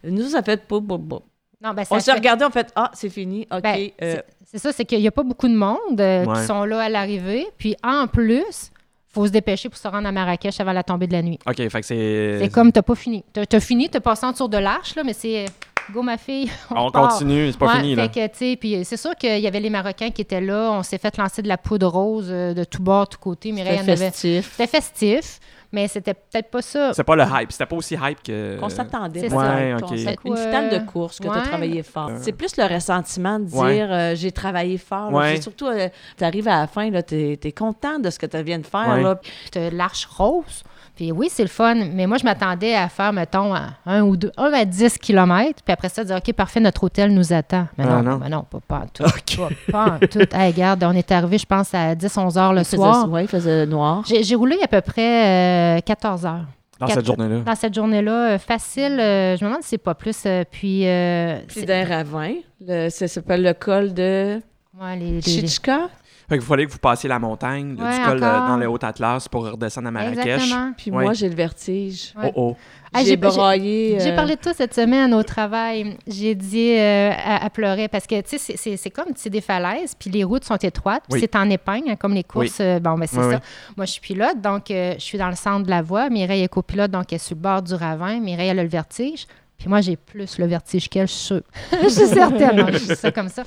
C: Nous, ça fait pas, pas, pas.
B: Non, ben, ça
C: On s'est
B: fait-
C: regardé, on fait « Ah, c'est fini, OK.
B: Ben,
C: euh,
B: c'est- C'est ça, c'est qu'il n'y a pas beaucoup de monde euh,
A: Ouais.
B: qui sont là à l'arrivée. Puis en plus, faut se dépêcher pour se rendre à Marrakech avant la tombée de la nuit.
A: OK, fait que c'est...
B: C'est comme t'as pas fini. T'as as fini, t'as passé en dessous de l'arche, là, mais c'est euh, go ma fille.
A: On
B: part.
A: continue, c'est pas
B: Ouais,
A: fini, là.
B: fait que, tu sais, puis euh, c'est sûr qu'il y avait les Marocains qui étaient là. On s'est fait lancer de la poudre rose euh, de tous bords, tous côtés. Mireille,
C: c'était
B: en avait-
C: festif.
B: C'était festif, mais c'était peut-être pas ça.
A: C'est pas le hype, c'était pas aussi hype que...
C: On s'attendait.
B: c'est
C: par
A: ça.
C: exemple,
A: Ouais,
C: qu'on
A: ok.
C: s'att- Une
B: Ouais.
C: finale de course que t'as
B: Ouais.
C: travaillé fort.
A: Euh.
C: C'est plus le ressentiment de dire
A: Ouais.
C: euh, J'ai travaillé fort. là.
A: Ouais.
C: C'est Surtout, euh, t'arrives à la fin, là, t'es es content de ce que tu viens de faire.
A: Ouais.
C: Là.
B: C'était l'arche rose. Puis oui, c'est le fun, mais moi, je m'attendais à faire, mettons, à un ou deux, un à 10 km, puis après ça, dire, OK, parfait, notre hôtel nous attend. Mais
A: Ah,
B: non,
A: non.
B: mais non, pas, pas en tout. Pas, pas en tout. Hey, regarde, on est arrivé, je pense, à 10, 11 heures le
C: Il faisait-
B: soir.
C: ouais, il faisait noir.
B: J'ai j'ai roulé à peu près euh, 14 heures.
A: Dans cette
B: Quatre-
A: journée-là.
B: Dans cette journée-là, euh, facile, euh, je me demande si c'est pas plus. euh, puis, euh,
C: Puis
B: c'est-
C: d'un ravin, le- ça s'appelle le col de
B: ouais, les- les-
C: Chichka.
A: Fait que vous fallait que vous passiez la montagne, le-
B: Ouais,
A: du col euh,
B: encore.
A: dans le Haut-Atlas pour redescendre à Marrakech.
B: Exactement.
C: Puis
A: Ouais.
C: moi, j'ai le vertige.
B: Ouais.
A: Oh, oh.
B: Ah,
C: j'ai
B: j'ai-
C: braillé.
B: J'ai
C: euh,
B: parlé de toi cette semaine au travail. J'ai dit euh, à, à pleurer parce que, tu sais, c'est- c'est- c'est comme tu sais, des falaises, puis les routes sont étroites,
A: Oui.
B: puis c'est en épingle, hein, comme les courses. euh, bon, ben c'est
A: Oui,
B: ça.
A: oui.
B: Moi, je suis pilote, donc euh, je suis dans le centre de la voie. Mireille est copilote, donc elle est sur le bord du ravin. Mireille, elle a le vertige. Puis moi, j'ai plus le vertige qu'elle, je suis sûre. je suis certaine, hein, je dis ça comme ça.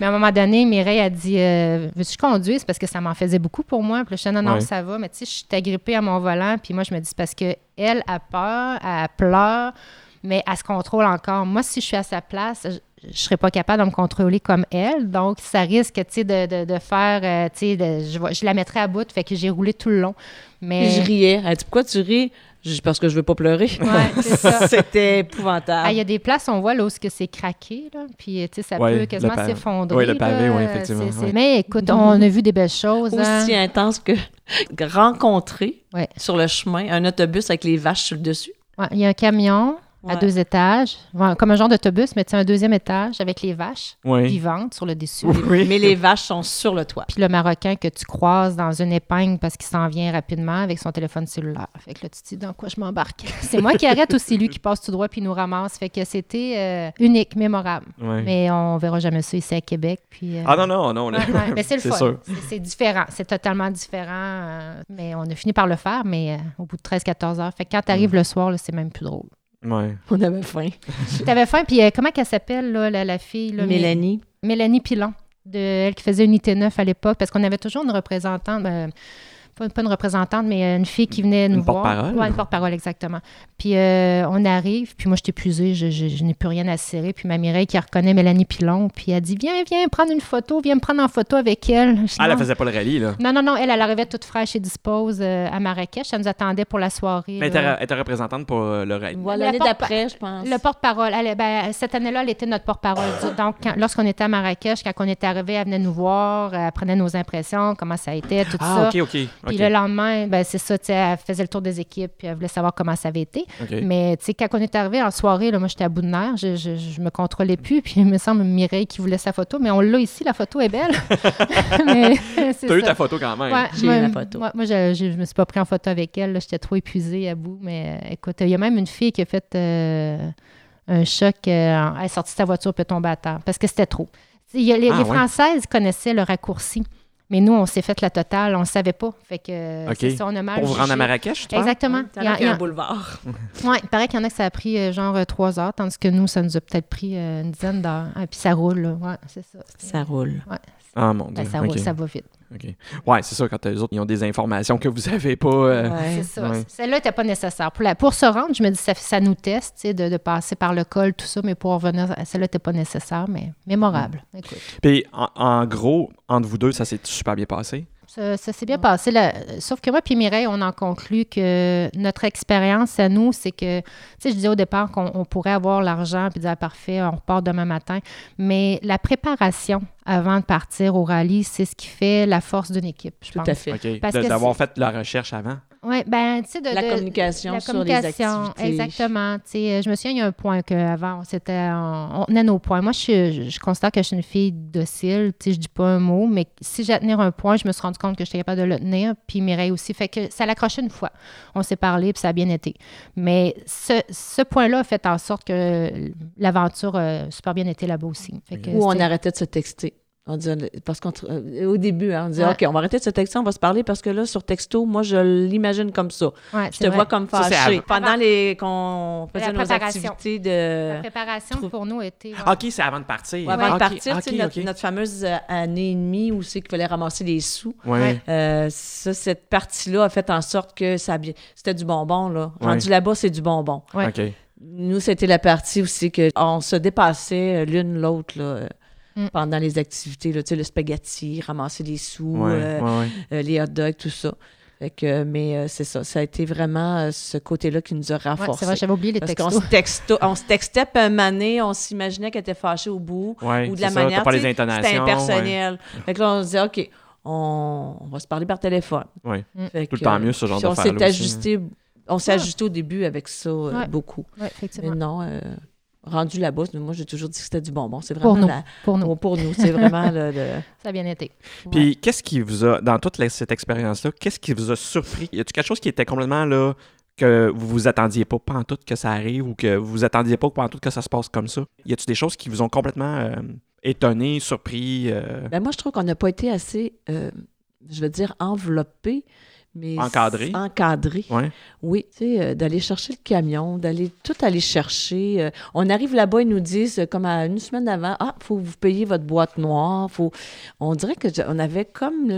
B: Mais à un moment donné, Mireille a dit euh, Veux-tu conduire C'est parce que ça m'en faisait beaucoup pour moi. Puis là, je dis, Non, non,
A: Ouais.
B: ça va. Mais tu sais, je suis agrippée à mon volant. Puis moi, je me dis C'est parce qu'elle a peur, elle pleure, mais elle se contrôle encore. Moi, si je suis à sa place, je- je serais pas capable de me contrôler comme elle. Donc, ça risque, tu sais, de, de, de, faire, euh, tu sais, je, je, la mettrais à bout. Fait que j'ai roulé tout le long. Mais...
C: Je riais. Elle dit, pourquoi tu ris? parce que je veux pas pleurer.
B: Ouais,
C: C'était épouvantable.
B: Il ah, y a des places, on voit là, où que c'est craqué, là, puis ça ouais, peut quasiment s'effondrer.
A: Oui, le pavé, oui, effectivement.
B: C'est, ouais. Mais écoute, on a vu des belles choses.
C: Aussi
B: hein.
C: intense que rencontrer sur le chemin un autobus avec les vaches sur le dessus.
B: Il y a un camion à deux étages, comme un genre d'autobus, mais un deuxième étage avec les vaches vivantes sur le dessus.
C: Oui. Mais les vaches sont sur le toit.
B: Puis le Marocain que tu croises dans une épingle parce qu'il s'en vient rapidement avec son téléphone cellulaire. Fait que là, tu te dis dans quoi je m'embarque. c'est moi qui arrête aussi, lui qui passe tout droit puis nous ramasse. Fait que c'était euh, unique, mémorable.
A: Ouais.
B: Mais on verra jamais ça ici à Québec. Puis, euh...
A: Ah non, non, non.
B: Ouais, ouais. Mais c'est le fun. C'est différent. C'est totalement différent. Euh, mais on a fini par le faire, mais euh, au bout de 13-14 heures. Fait que quand tu arrives mm. le soir, c'est même plus drôle.
A: Ouais.
C: On avait faim.
B: T'avais faim, puis euh, comment qu'elle s'appelle, là, la, la fille? Là,
C: Mélanie.
B: Mélanie Pilon, de, elle qui faisait Unité 9 à l'époque, parce qu'on avait toujours une représentante, ben, pas, pas, une représentante, mais euh, une fille qui venait nous
A: une
B: voir.
A: Porte-parole.
B: Ouais, une porte-parole, exactement. Puis euh, on arrive, puis moi, je suis épuisée, je, je, je n'ai plus rien à serrer, puis ma Mireille qui reconnaît Mélanie Pilon, puis elle dit Viens, viens, prendre une photo, viens me prendre en photo avec elle. Je,
A: ah,
B: non.
A: elle faisait pas le rallye, là.
B: Non, non, non, elle, elle arrivait toute fraîche et dispose euh, à Marrakech, elle nous attendait pour la soirée.
A: Mais elle était représentante pour euh, le rallye.
C: Voilà, l'année d'après, je pense.
B: Le porte-parole, elle, ben, cette année-là, elle était notre
A: Ah.
B: porte-parole. Donc, lorsqu'on était à Marrakech, quand on était arrivé, elle venait nous voir, euh, elle prenait nos impressions, comment ça a été, tout
A: ah,
B: ça.
A: OK, OK.
B: Puis okay. le lendemain, ben, c'est ça, elle faisait le tour des équipes, puis elle voulait savoir comment ça avait été.
A: Okay.
B: Mais tu sais, quand on est arrivé en soirée, là, moi, j'étais à bout de nerfs, je, je, je, me contrôlais plus, puis il me semble Mireille qui voulait sa photo, mais on l'a ici, la photo est belle.
A: T'as eu ta photo quand même.
B: Ouais,
C: j'ai eu la photo.
B: Moi, moi je, je, me suis pas pris en photo avec elle, j'étais trop épuisée à bout, mais euh, écoute, il y a même une fille qui a fait euh, un choc, euh, elle est sortie de sa voiture, puis tomber à terre, parce que c'était trop. Y a, les,
A: ah,
B: les, Françaises ouais. connaissaient le raccourci. Mais nous, on s'est fait la totale, on ne savait pas. Fait que euh,
A: okay.
B: c'est ça, on a mal.
A: Pour vous rendre à Marrakech, tu
B: Exactement.
C: Il y a, il y a un boulevard.
B: oui, il paraît qu'il y en a que ça a pris euh, genre trois heures, tandis que nous, ça nous a peut-être pris euh, une dizaine d'heures. Ah, puis ça roule, là. Ouais, c'est ça.
C: Ça roule.
B: Ouais.
A: Ah mon dieu.
B: Ben, ça roule,
A: okay.
B: ça va vite.
A: OK. Ouais, c'est ça, quand les autres, ils ont des informations que vous n'avez pas. Euh...
B: Ouais, c'est ça.
A: Ouais.
B: Celle-là n'était pas nécessaire. Pour, la, pour se rendre, je me dis, ça, ça nous teste, tu sais, de, de, passer par le col, tout ça, mais pour revenir, celle-là n'était pas nécessaire, mais mémorable. Mm. Écoute.
A: Puis, en, en, gros, entre vous deux, ça s'est super bien passé?
B: Ça, ça s'est bien ouais. passé. Là. Sauf que moi puis Mireille, on en conclut que notre expérience à nous, c'est que, tu sais, je disais au départ qu'on pourrait avoir l'argent puis dire, ah, parfait, on repart demain matin, mais la préparation, avant de partir au rallye, c'est ce qui fait la force d'une équipe, je
C: Tout
B: pense.
C: à fait.
A: Okay. D'avoir fait la recherche avant.
B: Oui, ben, tu sais, de,
C: la,
B: de,
C: communication
B: la
C: sur
B: communication,
C: les activités.
B: Exactement. euh, je me souviens, il y a un point qu'avant, c'était, on, tenait nos points. Moi, je, je, je, constate que je suis une fille docile, tu sais, je dis pas un mot, mais si j'ai à tenir un point, je me suis rendu compte que j'étais capable de le tenir, puis Mireille aussi. Fait que ça l'accrochait une fois. On s'est parlé, puis ça a bien été. Mais ce, ce point-là a fait en sorte que l'aventure a euh, super bien été là-bas aussi. Fait que,
C: Où on arrêtait de se texter. On dit, parce qu'on, au début, hein, on dit, ouais. OK, on va arrêter de se texter, on va se parler parce que là, sur texto, moi, je l'imagine comme ça.
B: Ouais,
C: je te
B: vrai.
C: vois comme fâché.
A: Ça,
C: Pendant les, qu'on faisait nos
B: préparation.
C: activités de.
B: La préparation
C: Trou-
B: pour nous était.
C: Ah,
B: ouais.
A: OK, c'est avant de partir.
C: Ouais, avant de
A: OK,
C: partir,
A: OK,
C: tu sais, notre,
A: OK.
C: notre fameuse euh, année et demie où c'est qu'il fallait ramasser les sous.
A: Ouais.
C: Euh, ça, cette partie-là a fait en sorte que ça, a bien- c'était du bonbon, là.
A: Ouais.
C: Rendu là-bas, c'est du bonbon.
B: Ouais.
A: OK.
C: Nous, c'était la partie aussi que on se dépassait l'une l'autre là, euh,
B: Mm.
C: pendant les activités, là, tu sais, le spaghetti, ramasser les sous,
A: Ouais,
C: euh,
A: ouais, ouais.
C: euh, les hot dogs, tout ça. Fait que, euh, mais euh, c'est ça, ça a été vraiment euh, ce côté-là qui nous a
B: Ouais,
C: renforcés.
B: c'est vrai, j'avais oublié les
C: Parce qu'on
B: textos.
C: se, texto- on se textait, puis un mané, on s'imaginait qu'elle était fâchée au bout,
A: Ouais,
C: ou de
A: c'est
C: la
A: ça, t'as
C: manière,
A: pas
C: tu
A: les
C: sais, c'était
A: intonations,
C: impersonnel. Fait que là, on se disait, OK, on, on va se parler par téléphone.
A: Ouais.
C: Fait
A: Tout le
C: que,
A: temps mieux, ce genre
C: puis on
A: d'affaires-là
C: s'est
A: aussi, hein.
C: ajusté, on s'est
B: Ouais.
C: ajusté au début avec ça euh,
B: Ah. Ouais.
C: beaucoup.
B: Ouais,
C: Mais
B: effectivement.
C: non, euh, rendu la bosse, moi j'ai toujours dit que c'était du bonbon. C'est vraiment
B: Pour nous.
C: la- oh,
B: Pour nous.
C: pour, nous, c'est vraiment le, le-
B: Ça a bien été.
A: Puis qu'est-ce qui vous a, dans toute la- cette expérience-là, qu'est-ce qui vous a surpris? Y a-t-il quelque chose qui était complètement là, que vous vous attendiez pas, pas en tout que ça arrive, ou que vous vous attendiez pas, pas en tout que ça se passe comme ça? Y a-t-il des choses qui vous ont complètement euh, étonné, surpris? euh?
C: Ben, moi, je trouve qu'on n'a pas été assez, euh, je veux dire, enveloppé, Mais
A: Encadré.
C: c'est Encadré.
A: Ouais.
C: Oui, tu sais, euh, d'aller chercher le camion, d'aller tout aller chercher. euh, on arrive là-bas, ils nous disent, euh, comme à une semaine avant, ah, faut vous payer votre boîte noire. Faut... On dirait que j- on avait comme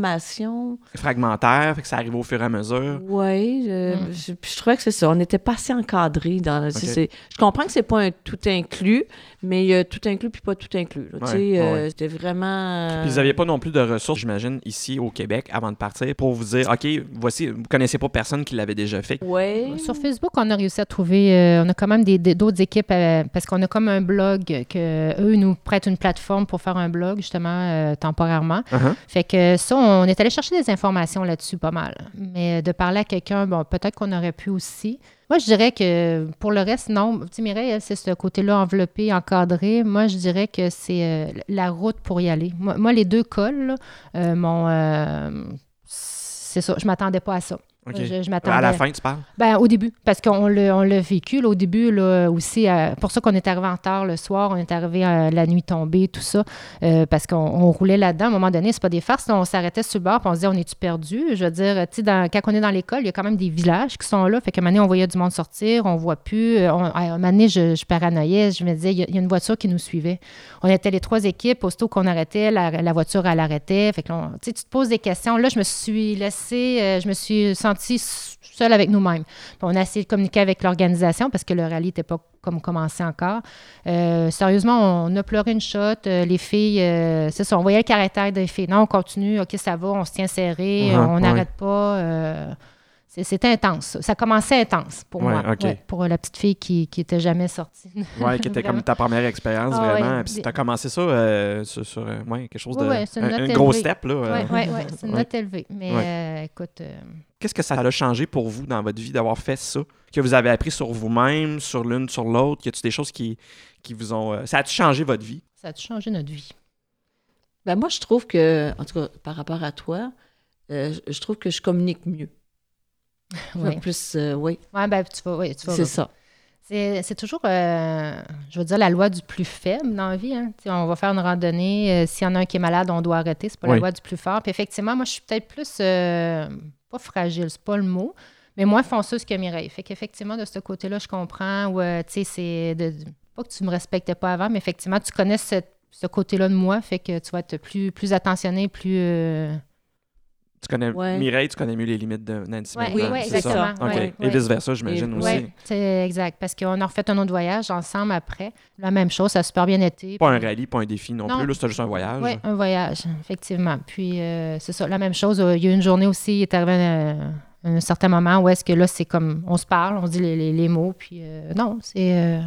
C: l'information.
A: Fragmentaire, fait que ça arrive au fur et à mesure.
C: Oui,
B: Mm.
C: je, puis je trouvais que c'est ça. On n'était pas assez encadré dans. le- c'est-
A: Hum. Ok.
C: c'est- Je comprends que c'est pas un tout inclus, mais il y a tout inclus puis pas tout inclus. là. Tu
A: Ouais,
C: sais,
A: ouais,
C: euh,
A: ouais.
C: c'était vraiment.
A: Puis vous n'aviez pas non plus de ressources, j'imagine, ici au Québec avant de partir pour vous dire, OK, voici, vous connaissez pas personne qui l'avait déjà fait.
C: euh, Ouais.
B: Sur Facebook, on a réussi à trouver, euh, on a quand même des- des- d'autres équipes, euh, parce qu'on a comme un blog, que eux nous prêtent une plateforme pour faire un blog, justement, euh, temporairement.
A: Uh-huh.
B: Fait que ça, on est allé chercher des informations là-dessus pas mal. Mais euh, de parler à quelqu'un, bon, peut-être qu'on aurait pu aussi. Moi, je dirais que pour le reste, non. Tu sais, Mireille, elle, c'est ce côté-là enveloppé, encadré. Moi, je dirais que c'est euh, la route pour y aller. Moi, moi, les deux cols, là, euh, mon. euh, c'est ça, je m'attendais pas à ça.
A: OK.
B: Je, je
A: À la
B: m'attendais.
A: fin, tu parles?
B: Ben, au début, parce qu'on l'a, on l'a vécu là, au début là, aussi. euh, pour ça qu'on est arrivé en retard le soir, on est arrivé euh, la nuit tombée, tout ça, euh, parce qu'on on roulait là-dedans. À un moment donné, c'est pas des farces. là, on s'arrêtait sur le bord, puis on se disait, on est-tu perdu? Je veux dire, tu sais, dans- quand on est dans l'école, il y a quand même des villages qui sont là. Fait qu'à un moment donné, on voyait du monde sortir, on voit plus. euh, on- à un moment donné, je, je paranoïais. Je me disais, il y, a- il y a une voiture qui nous suivait. On était les trois équipes. Aussitôt qu'on arrêtait, la, la voiture, elle arrêtait. Fait que là, on- tu sais, tu te poses des questions. Là, je me suis laissée, euh, je me suis sentie seule avec nous-mêmes. Puis on a essayé de communiquer avec l'organisation parce que le rallye n'était pas comme commencé encore. Euh, sérieusement, on a pleuré une shot. euh, les filles, euh, c'est ça, on voyait le caractère des filles. Non, on continue, OK, ça va, on se tient serré,
A: Uh-huh, Ouais,
B: euh, on
A: ouais.
B: n'arrête pas. euh, c'est- C'était intense. ça. Ça commençait intense pour
A: Ouais,
B: moi.
A: OK.
B: Ouais, pour euh, la petite fille qui n'était jamais sortie.
A: Ouais, qui était comme
B: Vraiment.
A: ta première expérience,
B: Ah,
A: vraiment.
B: ouais.
A: Puis tu as commencé ça euh, sur, sur, euh, ouais, quelque chose de.
B: Ouais, ouais, c'est une
A: un,
B: note
A: un gros
B: élevée.
A: step, là. euh.
B: Oui, oui, oui. C'est une
A: Ouais.
B: note élevée. Mais euh, écoute, euh,
A: Qu'est-ce que ça a changé pour vous dans votre vie d'avoir fait ça? Que vous avez appris sur vous-même, sur l'une, sur l'autre? Y a-tu des choses qui, qui vous ont. euh, Ça a-tu changé votre vie?
B: ça a changé notre vie.
C: Ben moi, je trouve que, en tout cas, par rapport à toi, euh, je- je trouve que je communique mieux.
B: Oui,
C: Plus, euh, oui,
B: ouais, ben, tu vas. Oui, tu vas
C: c'est ça.
B: C'est c'est toujours, euh, je veux dire, la loi du plus faible dans la vie. hein. Tu sais, On va faire une randonnée. euh, S'il y en a un qui est malade, on doit arrêter. C'est pas
A: Oui.
B: la loi du plus fort. Puis effectivement, moi, je suis peut-être plus, euh, pas fragile, c'est pas le mot, mais moins fonceuse que Mireille. Fait qu'effectivement, de ce côté-là, je comprends. Ou, euh, tu sais, c'est de- de- pas que tu me respectais pas avant, mais effectivement, tu connais cette- ce côté-là de moi. Fait que tu vas être plus, plus attentionné, plus. euh,
A: Tu connais
C: Ouais.
A: Mireille, tu connais mieux les limites de Nancy.
B: Ouais,
A: maintenant,
C: ouais,
A: c'est ça?
B: exactement,
A: OK.
B: ouais,
A: Et
B: ouais.
A: vice-versa, j'imagine
C: Et-
A: aussi.
B: ouais, c'est exact. Parce qu'on a refait un autre voyage ensemble après. La même chose, ça a super bien été.
A: Pas un
B: Puis-
A: rallye, pas un défi non,
B: Non.
A: plus, là, c'était juste un voyage.
B: Oui, un voyage, effectivement. Puis, euh, c'est ça, la même chose. euh, Il y a une journée aussi, il est arrivé un, un certain moment où est-ce que là, c'est comme, on se parle, on dit les, les- les mots, puis euh, non, c'est... euh,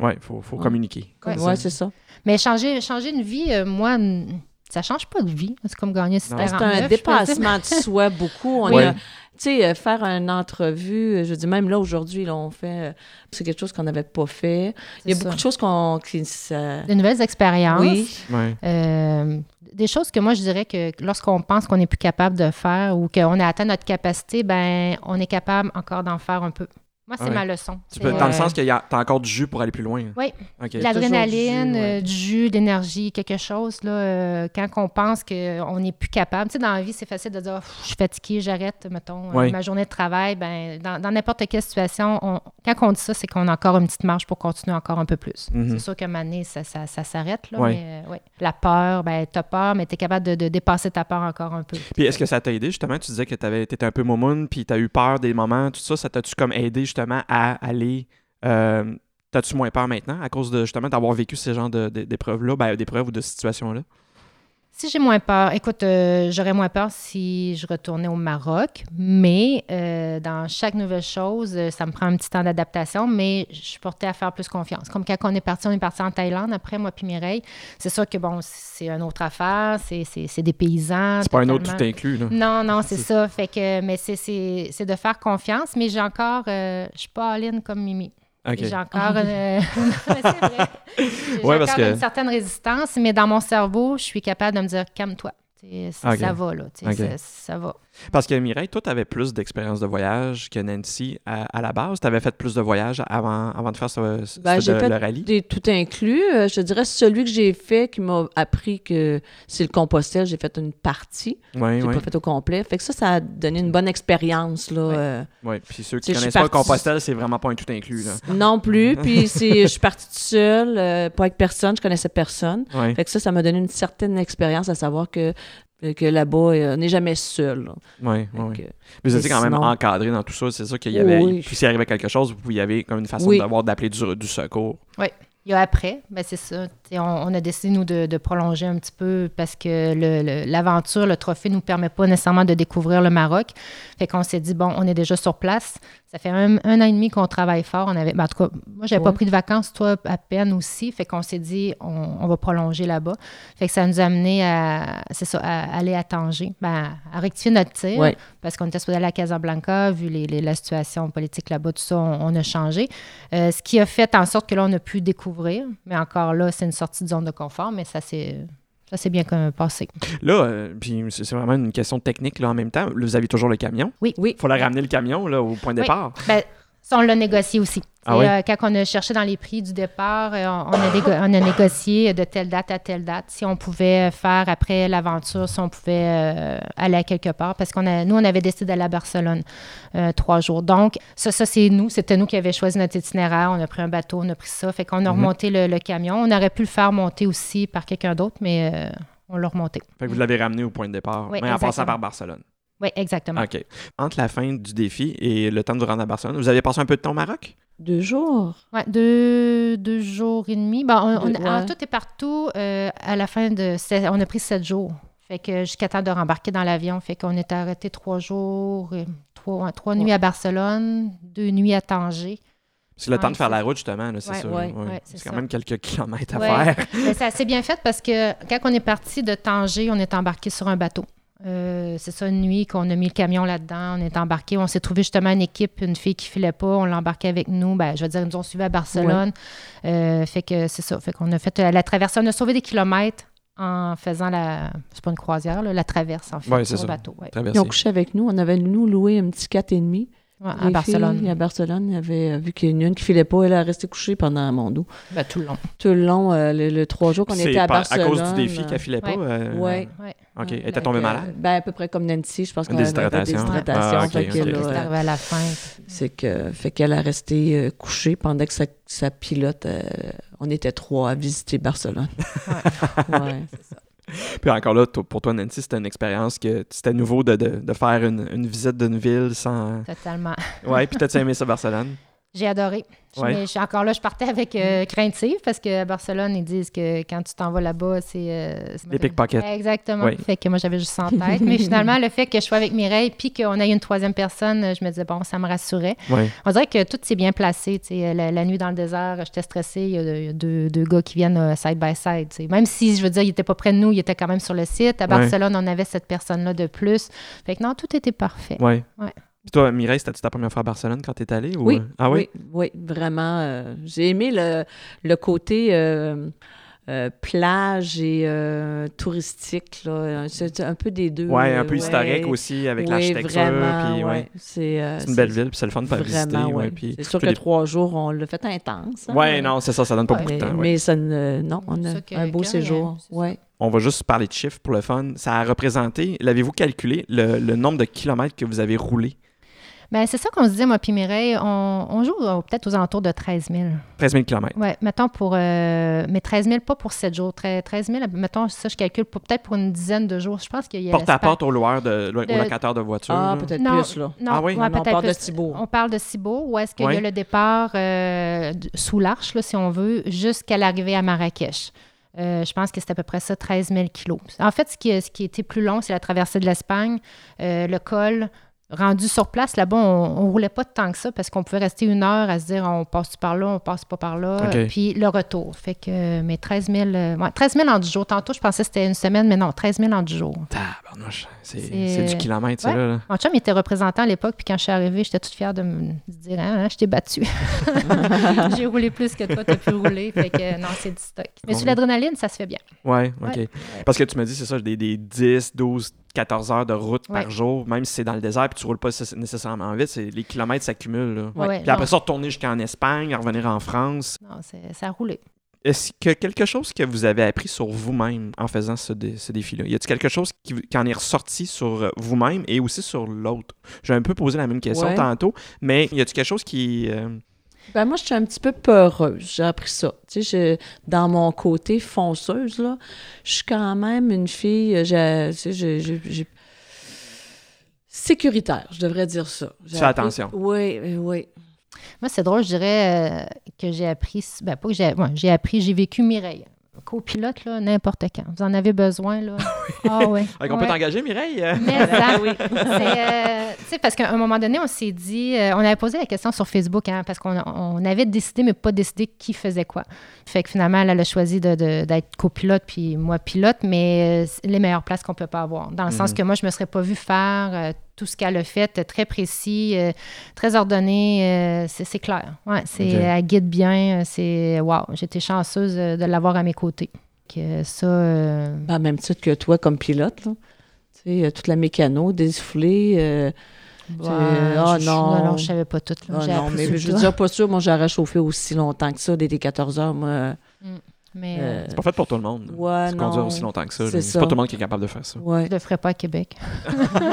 A: Ouais, faut, faut
C: Ouais.
A: communiquer.
B: Ouais.
C: Oui, c'est ça.
B: Mais changer, changer une vie, euh, moi, n- ça change pas de vie. C'est comme gagner
A: Non.
C: C'est
B: 49, je
C: un
B: peux dire.
C: dépassement de soi beaucoup. On
A: Ouais.
C: a- tu sais, euh, faire une entrevue, euh, je dis même là aujourd'hui, là, on fait, euh, c'est quelque chose qu'on n'avait pas fait. Il y a
B: C'est
C: beaucoup
B: ça.
C: de choses qu'on, qui, ça-
B: De nouvelles expériences.
C: oui,
A: Ouais.
B: Euh, des choses que moi, je dirais que lorsqu'on pense qu'on n'est plus capable de faire ou qu'on a atteint notre capacité, ben on est capable encore d'en faire un peu. Moi, c'est
A: Ouais.
B: ma leçon.
A: Tu
B: C'est,
A: peux, dans le
B: euh,
A: sens que y a- t'as encore du jus pour aller plus loin.
B: Oui.
A: OK.
B: De l'adrénaline,
C: toujours du jus, ouais.
B: euh, du jus, de l'énergie, quelque chose. Là, euh, quand on pense qu'on n'est plus capable, tu sais, dans la vie, c'est facile de dire Pff, je suis fatigué, j'arrête, mettons, euh,
A: Oui.
B: ma journée de travail. Ben, dans dans n'importe quelle situation, on- quand on dit ça, c'est qu'on a encore une petite marge pour continuer encore un peu plus.
A: Mhm.
B: C'est sûr qu'à un moment donné, ça, ça, ça s'arrête. là,
A: Oui.
B: mais, euh, ouais. La peur, ben, t'as peur, mais t'es capable de, de dépasser ta peur encore un peu.
A: Puis est-ce que ça t'a aidé justement? Tu disais que t'avais été un peu moumoune, puis t'as eu peur des moments, tout ça. Ça t'a-tu comme aidé justement à aller. euh, T'as-tu moins peur maintenant à cause de justement d'avoir vécu ce genre de- de- d'épreuves-là, ben, d'épreuves ou de situations-là?
B: Si j'ai moins peur, écoute, euh, j'aurais moins peur si je retournais au Maroc, mais euh, dans chaque nouvelle chose, euh, ça me prend un petit temps d'adaptation, mais je suis portée à faire plus confiance. Comme quand on est parti, on est parti en Thaïlande après, moi puis Mireille. C'est sûr que, bon, c'est une autre affaire, c'est- c'est c'est des
C: Ah,
B: paysans.
A: C'est pas un autre
B: totalement.
A: tout inclus, là.
B: Non, non, c'est
A: C'est-
B: ça. Fait que, mais c'est- c'est c'est de faire confiance, mais j'ai encore, euh, je suis pas all-in comme Mimi.
A: OK.
B: J'ai encore, euh, c'est vrai. J'ai
A: Ouais, parce
B: encore
A: que-
B: une certaine résistance, mais dans mon cerveau, je suis capable de me dire calme-toi. Tu sais, Ça,
A: Ok.
B: ça va, là. Tu sais,
A: Ok.
B: ça, ça va.
A: Parce que Mireille, toi, tu avais plus d'expérience de voyage que Nancy à, à la base. Tu avais fait plus de voyages avant, avant de faire ce, ce-
C: Ben,
A: de-
C: j'ai fait
A: le rallye.
C: des- tout inclus. Euh, je te dirais celui que j'ai fait qui m'a appris que c'est le compostage. J'ai fait une partie.
A: Oui,
C: J'ai
A: oui.
C: pas fait au complet. Fait que ça, ça a donné une bonne expérience là.
A: Ouais.
C: euh,
A: Ouais. Puis ceux qui
C: Tu sais, je
A: connaissent
C: suis
A: pas le
C: partie-
A: compostel, c'est vraiment pas un tout inclus. Là.
C: non plus. Puis c'est, je suis partie toute seule, euh, pas avec personne. Je connaissais personne.
A: Ouais.
C: Fait que ça, ça m'a donné une certaine expérience à savoir que que là-bas, euh, on n'est jamais seul. là.
A: Ouais,
C: Fait
A: ouais, ouais.
C: que-
A: Mais vous
C: mais
A: étiez quand même
C: sinon-
A: encadré dans tout ça. C'est ça qu'il y avait.
C: Oui.
A: Puis s'il arrivait quelque chose, vous y avait comme une façon
C: Oui.
A: d'avoir d'appeler du, du secours.
B: Il y a après, ben c'est ça. T'sais, On, on a décidé, nous, de, de prolonger un petit peu parce que le- le- l'aventure, le, trophée ne nous permet pas nécessairement de découvrir le Maroc. Fait qu'on s'est dit, bon, on est déjà sur place. Ça fait un, un an et demi qu'on travaille fort. On avait, ben, en tout cas, moi, j'avais pas
C: Ouais.
B: pris de vacances, toi, à peine aussi. Fait qu'on s'est dit, on, on va prolonger là-bas. Fait que ça nous a amené à, c'est ça, à aller à Tanger, ben, à rectifier notre tir.
C: Ouais.
B: Parce qu'on était supposé aller à Casablanca, vu les- les- la situation politique là-bas, tout ça, on- on a changé. Euh, ce qui a fait en sorte que là, on a pu découvrir. Mais encore là, c'est une sortie de zone de confort, mais ça s'est ça s'est bien quand même passé.
A: Là, euh, puis c'est c'est vraiment une question technique là, en même temps. Là, vous avez toujours le camion.
B: Oui.
C: Oui.
A: faut le ramener le camion là, au point de
B: Oui.
A: départ.
B: Ben, ça, on l'a négocié aussi.
A: Ah
B: Et,
A: oui?
B: euh, quand on a cherché dans les prix du départ, euh, on, on a négo- on a négocié de telle date à telle date si on pouvait faire après l'aventure, si on pouvait euh, aller à quelque part. Parce qu'on a, nous, on avait décidé d'aller à Barcelone euh, trois jours. Donc, ça, ça c'est nous. C'était nous qui avions choisi notre itinéraire. On a pris un bateau, on a pris ça. Fait qu'on a
A: Mhm.
B: remonté le, le camion. On aurait pu le faire monter aussi par quelqu'un d'autre, mais euh, on l'a remonté.
A: Fait que vous l'avez ramené au point de départ,
B: Oui,
A: mais en passant
B: exactement.
A: par Barcelone.
B: Oui, exactement.
A: OK. Entre la fin du défi et le temps de vous rendre à Barcelone, vous avez passé un peu de temps au Maroc?
C: Deux jours.
B: Ouais, deux, deux jours et demi. Ben, on, on-
C: Deux,
B: En
C: ouais.
B: tout et partout, euh, à la fin de. c'est- On a pris sept jours. Fait que jusqu'à temps de rembarquer dans l'avion. Fait qu'on était arrêté trois jours, et trois, ouais, trois
C: Ouais.
B: nuits à Barcelone, deux nuits à Tanger.
A: C'est le
B: Ouais,
A: temps de faire
B: c'est-
A: la route, justement, là, c'est
B: Ouais,
A: sûr.
C: ouais,
B: ouais,
A: c'est
B: c'est
A: quand
B: ça.
A: même quelques kilomètres à
B: Ouais.
A: faire.
B: Mais ça s'est bien fait parce que quand on est parti de Tanger, on est embarqué sur un bateau. Euh, c'est ça, une nuit qu'on a mis le camion là-dedans, on est embarqué. On s'est trouvé justement une équipe, une fille qui filait pas, on l'a embarqué avec nous. Ben, je veux dire, ils nous ont suivis à Barcelone. Euh, fait que c'est ça, fait qu'on a fait euh, la traversée. On a sauvé des kilomètres en faisant la. C'est pas une croisière, là, la traverse en fait,
A: Ouais, c'est
B: sur
A: ça.
B: bateau. ouais.
A: Traverser.
C: Ils ont couché avec nous. On avait, nous, loué un petit 4,5.
B: Ouais,
C: Les
B: à Barcelone.
C: filles, à Barcelone, il y avait, euh, vu qu'il y en a une qui filait pas, elle a resté couchée pendant mon dos.
B: Ben, tout le long.
C: Tout le long, euh, le, le trois jours qu'on
A: C'est
C: était à
A: par-
C: Barcelone.
A: cause du défi qu'elle filait pas?
B: Ouais.
A: euh,
C: Ouais.
B: Ouais.
A: OK.
B: Ouais,
A: Elle était tombée
C: Fait que,
A: malade?
C: Ben, à peu près comme Nancy, je pense
A: Une
C: qu'on avait fait des
A: déshydratation.
C: déshydratations.
A: Ah, ok,
C: Fait que
A: ok.
B: Fait
C: là,
B: que c'est
C: euh,
B: arrivé à la fin.
C: c'est que, fait qu'elle a resté euh, couchée pendant que sa, sa pilote, euh, on était trois à visiter Barcelone. ouais.
A: Puis encore là, toi- pour toi, Nancy, c'était une expérience que c'était nouveau de, de- de faire une, une visite d'une ville sans.
B: Totalement.
A: Ouais, puis t'as-tu aimé ça, Barcelone?
B: J'ai adoré. Je-
A: Ouais.
B: mais je- encore là, je partais avec euh, craintive parce qu'à Barcelone, ils disent que quand tu t'en vas là-bas, c'est. euh, c'est-
A: Les pickpockets.
B: Exactement.
A: Oui.
B: Fait que moi, j'avais juste en tête. mais finalement, le fait que je sois avec Mireille puis qu'on ait une troisième personne, euh, je me disais, bon, ça me rassurait.
A: Ouais.
B: On dirait que tout s'est bien placé. tu sais. La, la nuit dans le désert, j'étais stressée. Il y a, il y a deux, deux gars qui viennent euh, side by side. tu sais. Même si, je veux dire, ils n'étaient pas près de nous, ils étaient quand même sur le site. À
A: Ouais.
B: Barcelone, on avait cette personne-là de plus. Fait que non, tout était parfait.
A: Ouais.
B: Ouais.
A: Puis toi, Mireille, c'était-tu ta première fois à Barcelone quand t'es allée? Ou...
C: Oui,
A: Ah oui?
C: oui, vraiment. euh, J'ai aimé le, le côté euh, euh, plage et euh, touristique. là. C'est un peu des deux.
A: Ouais,
C: euh,
A: un peu historique aussi avec
C: Oui,
A: l'architecture.
C: vraiment,
A: puis, ouais.
C: ouais. C'est euh,
A: C'est une belle
C: c'est-
A: ville, puis c'est le fun de faire visiter.
C: Vraiment,
A: ouais,
C: ouais.
A: puis
C: c'est sûr
A: tous
C: que
A: les-
C: trois jours, on l'a fait intense. hein.
A: Ouais, non, c'est ça, ça donne pas
B: Ouais.
A: beaucoup de
C: Mais,
A: temps. ouais.
C: mais ça ne- non, on
B: C'est
C: a
B: ça que-
C: un beau
B: que rien,
C: séjour.
B: c'est ça.
C: Ouais.
A: On va juste parler de chiffres pour le fun. Ça a représenté, l'avez-vous calculé, le, le nombre de kilomètres que vous avez roulé?
B: Ben, c'est ça qu'on se disait, moi puis Mireille. On, on joue euh, peut-être aux alentours de 13 000.
A: 13 000 kilomètres.
B: Oui, mettons pour. euh, mais 13 000, pas pour 7 jours. Tre- 13 000, mettons, ça, je calcule pour- peut-être pour une dizaine de jours. Je pense qu'il y a.
A: Porte à
B: l'espace-
A: porte au loueur, de, au
B: De-
A: locataire de voiture.
C: Ah,
A: là.
C: peut-être
B: Non,
C: plus, là.
B: Non,
A: Ah oui,
B: ouais,
C: on
B: peut-être
C: part de
B: plus.
C: Thibault.
B: On parle de Cibourg, où est-ce qu'il y
A: Ouais.
B: a le départ euh, d- sous l'arche, là, si on veut, jusqu'à l'arrivée à Marrakech. Euh, je pense que c'est à peu près ça, 13 000 kilos. En fait, ce qui, ce qui était plus long, c'est la traversée de l'Espagne, euh, le col. Rendu sur place, là-bas, on, on roulait pas tant que ça parce qu'on pouvait rester une heure à se dire on passe par là, on passe pas par là,
A: OK.
B: puis le retour. Fait que, mais 13 000, euh, ouais, 13 000 en 10 jours. Tantôt, je pensais que c'était une semaine, mais non, 13 000 en 10 jours.
A: Tabarnouche, c'est
B: C'est-
A: c'est du kilomètre, ça,
B: Ouais.
A: là, là.
B: Mon chum il était représentant à l'époque, puis quand je suis arrivée, j'étais toute fière de me de dire hein, hein, je t'ai battue. J'ai roulé plus que toi, t'as pu rouler. Fait que euh, non, c'est du stock. Mais
A: Bon.
B: sur l'adrénaline, ça se fait bien.
A: Ouais, OK.
B: Ouais.
A: Parce que tu m'as dit, c'est ça, des, des 10, 12 14 heures de route
B: Ouais.
A: par jour, même si c'est dans le désert, puis tu roules pas c- nécessairement vite, c'est- les kilomètres s'accumulent. là.
B: Ouais,
A: Puis après
B: non.
A: ça, retourner jusqu'en Espagne, revenir en France.
B: Non, c'est- ça a roulé.
A: Est-ce que quelque chose que vous avez appris sur vous-même en faisant ce, dé- ce défi-là? Y a-t-il quelque chose qui, qui en est ressorti sur euh, vous-même et aussi sur l'autre? J'ai un peu posé la même question
C: Ouais.
A: tantôt, mais y a-t-il quelque chose qui... euh,
C: Ben moi, je suis un petit peu peureuse. J'ai appris ça. Tu sais, je- dans mon côté fonceuse, là, je suis quand même une fille. euh, j'ai- tu sais, j'ai- j'ai- j'ai- sécuritaire, je devrais dire ça. J'ai
A: Tu fais
C: appris-
A: attention.
C: Oui, euh, oui.
B: Moi, c'est drôle, je dirais euh, que j'ai appris, ben pas que j'ai, ouais, j'ai appris, j'ai vécu Mireille. Copilote, là, n'importe quand. Vous en avez besoin, là. Ah oui.
A: Fait qu'on peut t'engager, Mireille? euh?
B: Mais ça, hein. c'est, euh, tu sais, parce qu'à un moment donné, on s'est dit, euh, on avait posé la question sur Facebook, hein, parce qu'on on avait décidé, mais pas décidé qui faisait quoi. Fait que finalement, elle, elle a choisi de- de- d'être copilote, puis moi pilote, mais euh, c'est les meilleures places qu'on peut pas avoir. Dans le sens
A: Mhm.
B: que moi, je me serais pas vue faire euh, tout ce qu'elle a fait, euh, très précis, euh, très ordonné, euh, c'est c'est clair. Ouais, c'est,
A: Ok.
B: Elle guide bien, euh, c'est wow, j'étais chanceuse euh, de l'avoir à mes côtés. Que ça, euh,
C: Ben, même titre que toi, comme pilote, là. Tu sais, euh, toute la mécano, désouflée. Euh,
B: ouais,
C: ah,
B: Bah, je- je-
C: non.
B: non, je savais pas tout. là.
C: ah
B: J'ai
C: non,
B: appris
C: mais
B: sur le
C: je
B: tas.
C: veux dire, pas sûr, moi, j'aurais chauffé aussi longtemps que ça, dès les 14 heures, moi.
B: Mais
C: euh,
A: C'est pas fait pour tout le monde.
C: ouais,
A: se
C: non.
A: conduire aussi longtemps que ça. là.
C: C'est
A: C'est
C: ça.
A: pas tout le monde qui est capable de faire ça.
B: je
C: Ouais.
B: ne le ferai pas à Québec.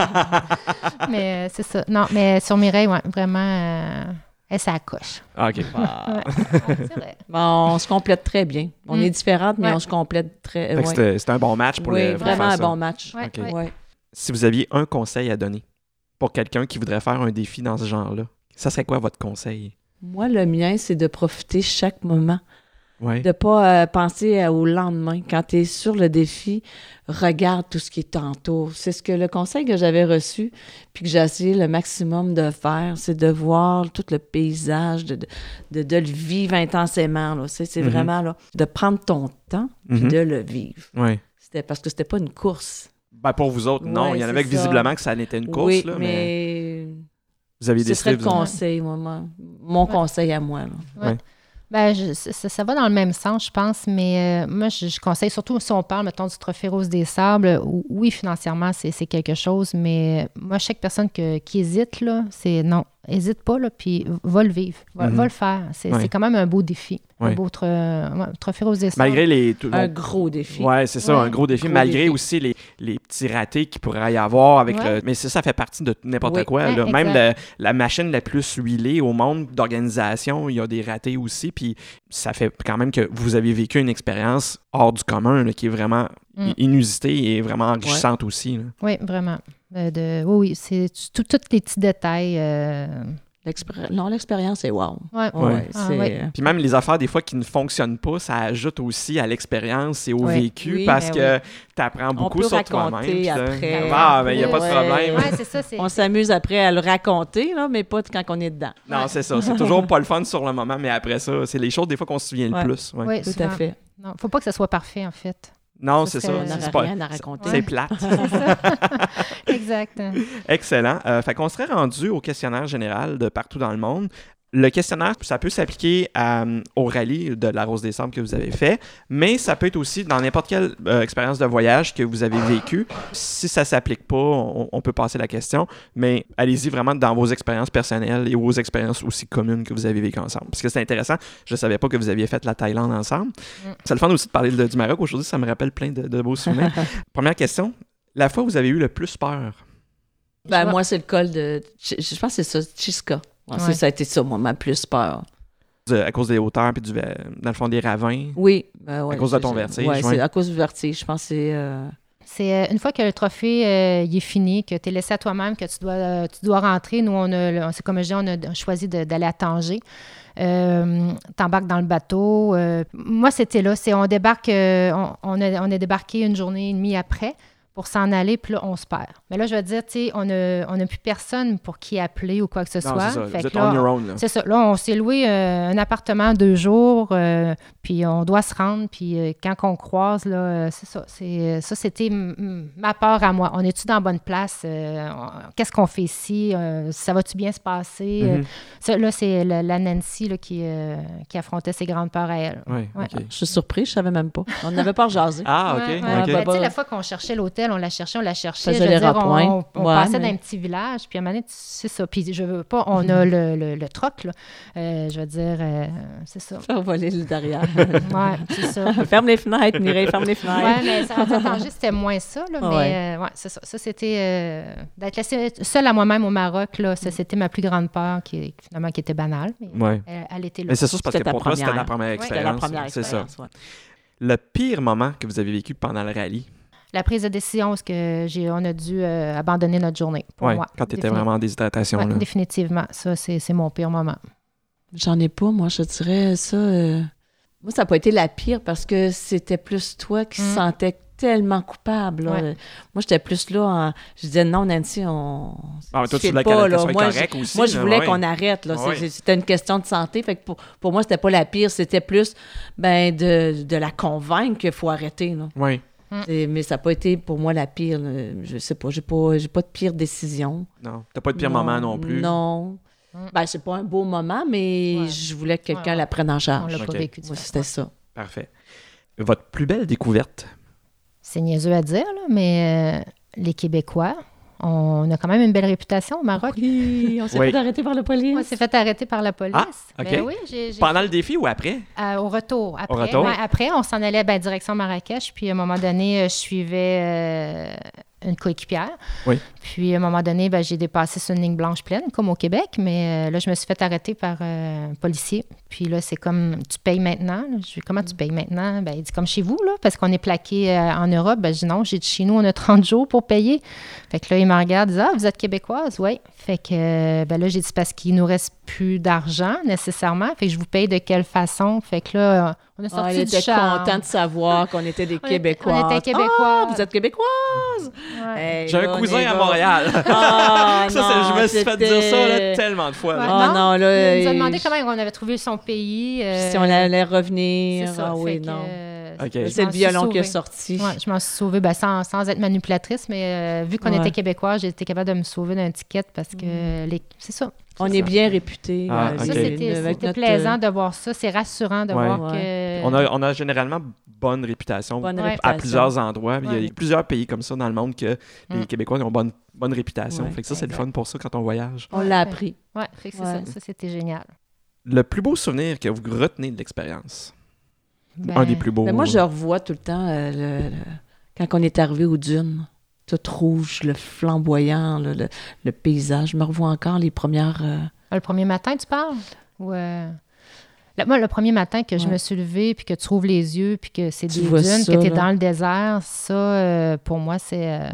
B: mais euh, c'est ça. Non, mais sur Mireille, ouais, vraiment, euh, elle s'accroche.
A: Ah, OK.
B: Ouais. C'est vrai.
C: Ben, on se complète très bien. On
B: Mm.
C: est différentes, mais
B: Ouais.
C: on se complète très.
A: Fait que
C: ouais.
A: c'était- C'était un bon match pour
C: oui,
A: le pour
C: vraiment
A: faire
C: un
A: ça.
C: bon match.
B: Ouais,
A: Ok.
B: ouais.
C: Ouais.
A: Si vous aviez un conseil à donner pour quelqu'un qui voudrait faire un défi dans ce genre-là, ça serait quoi votre conseil?
C: Moi, le mien, c'est de profiter chaque moment,
A: Ouais.
C: de pas euh, penser à- au lendemain. Quand tu es sur le défi, regarde tout ce qui t'entoure. C'est ce que le conseil que j'avais reçu, puis que j'ai essayé le maximum de faire, c'est de voir tout le paysage, de, de, de- de le vivre intensément. là. C'est c'est
A: Mhm.
C: vraiment là, de prendre ton temps, puis
A: Mhm.
C: de le vivre.
A: Ouais.
C: C'était parce que c'était pas une course.
A: Ben pour vous autres, non.
C: Ouais,
A: Il y en
C: c'est
A: avait que
C: ça.
A: visiblement que ça n'était une course,
C: oui,
A: là, mais...
C: mais...
A: vous aviez
C: Ce serait
A: décidé...
C: le
A: vous-
C: conseil, moi, moi. mon
B: Ouais.
C: conseil à moi. là.
B: Ben, je- ça, ça va dans le même sens, je pense, mais euh, moi, je, je conseille surtout si on parle, mettons, du Trophée Rose des Sables, où- oui, financièrement, c'est c'est quelque chose, mais euh, moi, chaque personne que- qui hésite, là, c'est non, hésite pas, là, puis va le vivre, va,
A: Mhm.
B: va le faire. C'est
A: Ouais.
B: c'est quand même un beau défi,
A: Ouais.
B: un beau tro- ouais, Trophée Rose des Sables.
A: Malgré les... tout-
C: Un gros défi.
A: Ouais, c'est ça,
B: Ouais.
A: un gros défi,
C: Gros
A: malgré
C: défi.
A: aussi les, les petits ratés qu'il pourrait y avoir avec
B: Ouais.
A: le- Mais ça, ça fait partie de n'importe
C: Oui.
A: quoi.
B: Ouais,
A: là. Même
B: exact.
A: le- la machine la plus huilée au monde d'organisation, il y a des ratés aussi. Puis ça fait quand même que vous avez vécu une expérience hors du commun, là, qui est vraiment
B: Mm.
A: inusitée et vraiment enrichissante aussi. là.
B: Oui, vraiment. Euh, de, oui, oui, c'est tout- tous les petits détails. euh,
C: L'expéri- Non, l'expérience est wow.
B: ouais.
C: Ouais,
A: Ouais.
B: Ah,
C: c'est-
B: ouais.
A: Puis même les affaires, des fois, qui ne fonctionnent pas, ça ajoute aussi à l'expérience et au
B: Ouais.
A: vécu
C: Oui,
A: parce
C: ben
A: que tu apprends beaucoup
C: peut
A: sur
C: raconter
A: toi-même. puis ça-
C: après. hein.
A: Ah, ben, il n'y a pas de
C: Ouais.
A: problème.
B: Ouais, c'est ça. C'est,
C: On s'amuse après à le raconter, là, mais pas quand on est dedans.
A: Non, c'est ça. C'est toujours pas le fun sur le moment, mais après ça, c'est les choses des fois qu'on se souvient le
C: Ouais.
A: plus. ouais.
B: ouais,
C: Tout à
B: souvent.
C: fait.
B: Non, faut pas que ça soit parfait, en fait.
A: Non,
B: Ça
A: c'est
B: serait-
A: ça.
C: On
B: c'est
C: n'aurait
A: pas-
C: rien à raconter.
A: C'est plate.
B: C'est ça. exact.
C: Ben,
A: Excellent. Euh, fait qu'on serait rendu au questionnaire général de partout dans le monde. Le questionnaire, ça peut s'appliquer à, euh, au rallye de la Rose Décembre que vous avez fait, mais ça peut être aussi dans n'importe quelle euh, expérience de voyage que vous avez vécue. Si ça s'applique pas, on, on peut passer la question, mais allez-y vraiment dans vos expériences personnelles et aux expériences aussi communes que vous avez vécues ensemble. Parce que c'est intéressant, je ne savais pas que vous aviez fait la Thaïlande ensemble.
B: Mm.
A: C'est le fun aussi de parler de- du Maroc aujourd'hui, ça me rappelle plein de, de beaux souvenirs. Première question, la fois où vous avez eu le plus peur
C: Ben,
B: Je-
C: moi, c'est le col de. Je, je pense que c'est ça, Chisca. Ouais, c'est-
B: Ouais.
C: Ça a été ça, moi, ma plus peur.
A: de- à cause des hauteurs puis du euh, dans le fond des ravins.
C: Oui. ben ouais,
A: À cause de
C: c'est
A: ton
C: ça.
A: vertige,
C: Ouais,
A: ouais.
C: c'est à cause du vertige. Je pense que c'est. euh,
B: C'est euh, une fois que le trophée euh, il est fini, que tu es laissé à toi-même, que tu dois, euh, tu dois rentrer. Nous, on a, le- c'est comme je dis, on a choisi de- d'aller à Tanger. Euh, T'embarques dans le bateau. euh, moi, c'était là. C'est, on débarque, euh, on, on a, on a débarqué une journée et demie après pour s'en aller, puis là, on se perd. Mais là, je veux dire, tu sais, on n'a on a plus personne pour qui appeler ou quoi que ce
A: Non,
B: soit.
A: c'est ça. Vous
B: Fait que
A: êtes
B: là,
A: on your own. Là.
B: c'est ça. Là, on s'est loué euh, un appartement deux jours, euh, puis on doit se rendre. Puis euh, quand on croise, là, euh, c'est ça. C'est, ça, c'était mm, mm, ma peur à moi. On est-tu dans la bonne place? Euh, on- qu'est-ce qu'on fait ici? Euh, ça va-tu bien se passer? Euh,
A: Mhm.
B: ça, là, c'est la, la Nancy là, qui, euh, qui affrontait ses grandes peurs à elle.
A: Ouais,
B: euh, Ouais.
A: ok.
C: Je suis surprise, je savais même pas. On n'avait pas jasé.
A: Ah, ok.
B: Ouais, ouais.
A: ok.
B: Ben,
C: bah,
B: tu sais,
C: bah.
B: la fois qu'on cherchait l'hôtel, nouvelle, on la cherchait, on la cherchait.
C: Faisait
B: Je veux
C: les
B: dire,
C: rappoints.
B: on, on
C: Ouais,
B: passait
C: mais-
B: d'un petit village, puis à un moment donné, tu- c'est ça. Puis je veux pas, on
C: Mhm.
B: a le, le, le troc, là. Euh, je veux dire, euh, c'est ça.
C: Faire voler le derrière.
B: Ouais, c'est ça.
C: ferme les fenêtres, Mireille, ferme les
B: Ouais,
C: fenêtres.
B: mais ça, en danger, c'était moins ça, là, mais
C: Ouais.
B: euh, ouais, c'est ça. Ça, c'était euh, d'être laissée seule à moi-même au Maroc, là,
C: Mhm.
B: ça, c'était ma plus grande peur, qui, finalement, qui était banale, mais
A: Ouais.
B: elle, elle était là.
A: Mhm. Mais c'est sûr, c'est parce que
C: C'était ta
A: pour toi, c'était
C: première.
A: la première
B: c'était
C: C'était
A: expérience.
C: la première
A: C'est ça.
C: expérience. ouais.
A: Le pire moment que vous avez vécu pendant le rallye.
B: La prise de décision, parce que j'ai, on a dû euh, abandonner notre journée, pour
A: Ouais,
B: moi.
A: quand tu étais
B: Défini-
A: vraiment en déshydratation.
B: Ouais,
A: là.
B: définitivement, ça, c'est, c'est mon pire moment.
C: J'en ai pas, moi, je dirais ça. euh, Moi, ça n'a pas été la pire parce que c'était plus toi qui
B: Mm.
C: se sentais tellement coupable. là.
B: Ouais.
C: Euh, Moi, j'étais plus là. en- Je disais non, Nancy, on.
A: Ah, mais toi, tu
C: file
A: voulais
C: pas,
A: qu'elle
C: là.
A: qu'elle soit
C: Moi,
A: correcte aussi.
C: Moi, je
A: là,
C: voulais
A: ouais.
C: qu'on arrête. là. C'est-
A: Ouais.
C: c'est- C'était une question de santé. Fait que pour, pour moi, c'était pas la pire. C'était plus ben, de, de la convaincre qu'il faut arrêter. là.
A: Ouais.
C: C'est- Mais ça n'a pas été pour moi la pire. là. Je sais pas. J'ai pas, j'ai pas de pire décision.
A: Non, t'as pas de pire moment non plus.
C: Non.
B: Mm.
C: Ben, c'est pas un beau moment, mais
B: Ouais.
C: je voulais que quelqu'un
B: Ouais,
C: la prenne en
B: on
C: charge.
B: l'a
A: Ah, ok.
B: pas vécu.
C: Moi,
B: différemment.
C: c'était ça.
A: Parfait. Votre plus belle découverte?
B: C'est niaiseux à dire, là, mais euh, les Québécois, on a quand même une belle réputation au Maroc.
C: Oui, on
A: s'est Oui. fait
C: arrêter par la
B: On
C: police.
B: s'est fait arrêter par la police.
A: Ah, ok.
B: Ben oui, j'ai, j'ai-
A: Pendant le défi ou après?
B: Euh, au retour. Après,
A: retour?
B: ouais, après on s'en allait ben, direction Marrakech. Puis à un moment donné, euh, je suivais euh, une coéquipière.
A: Oui.
B: Puis à un moment donné, ben, j'ai dépassé sur une ligne blanche pleine, comme au Québec. Mais euh, là, je me suis fait arrêter par euh, un policier. Puis là, c'est comme tu payes maintenant. là. Je dis comment
C: Mm.
B: tu payes maintenant? Ben, il dit comme chez vous, là, parce qu'on est plaqué euh, en Europe. Ben, je dis non, j'ai dit chez nous, on a 30 jours pour payer. Fait que là, il me regarde, il dit Ah, vous êtes québécoise? Oui. Fait que euh, ben là, j'ai dit C'est parce qu'il nous reste plus d'argent nécessairement. Fait que je vous paye de quelle façon? Fait que là, euh, on a sorti
C: elle
B: du
C: Ah, était
B: char.
C: contente de savoir qu'on était des
B: On était-
C: Québécois.
B: on était Québécois.
C: Ah, vous êtes Québécois?
B: Ouais.
C: Hey,
A: J'ai
C: là,
A: un
C: on
A: cousin
C: est
A: à
C: bon.
A: Montréal.
C: Ah,
A: ça, c'est- je me suis fait dire ça là,
C: c'était-
A: tellement de fois. là.
B: Ouais.
C: Ah
B: Non,
C: non, là.
B: Il nous a demandé
C: je-
B: comment on avait trouvé son pays. euh,
C: Si on allait
B: c'est
C: revenir.
B: ça.
C: ah
B: Fait
C: oui,
B: que,
C: non.
B: euh,
A: Ok.
B: je
C: C'est
B: m'en
C: le
B: suis
C: violon qui est
B: sauvée.
C: sorti.
B: Ouais, je m'en suis sauvée ben, sans, sans être manipulatrice, mais euh, vu qu'on
C: Ouais. Mm.
B: était québécois, j'ai été capable de me sauver d'un ticket parce que les- c'est ça.
C: On est bien réputés.
A: Ah,
C: euh,
A: ok.
B: Ça,
A: Ok.
B: c'était
C: avec
B: c'était
C: notre, euh,
B: plaisant de voir ça. C'est rassurant de
A: Ouais.
B: voir que.
A: On a, on a généralement bonne réputation
C: Bonne
A: à
C: réputation.
A: plusieurs endroits. mais Il y
B: Ouais.
A: a plusieurs pays comme ça dans le monde que
B: Mm.
A: les Québécois ils ont bonne, bonne réputation.
C: Ouais,
A: fait que ça, c'est le
B: exact.
A: fun pour ça quand on voyage.
C: On l'a appris.
B: Ouais, fait que c'est
C: Ouais.
B: ça. Ça, c'était génial.
A: Le plus beau souvenir que vous retenez de l'expérience?
B: Ben,
A: Un des plus beaux.
C: Mais moi, je revois tout le temps euh, le- le- quand on est arrivé aux dunes, tout rouge, le flamboyant, le, le- le paysage. Je me revois encore les premières. euh,
B: Ah, Le premier matin, tu parles? Ou, euh, le- moi, le premier matin que je
C: Ouais.
B: me suis levée, puis que tu ouvres les yeux, puis que c'est
C: Tu
B: des
C: vois
B: dunes,
C: ça,
B: que tu es
C: là.
B: dans le désert, ça, euh, pour moi, c'est... euh,
C: Ouais.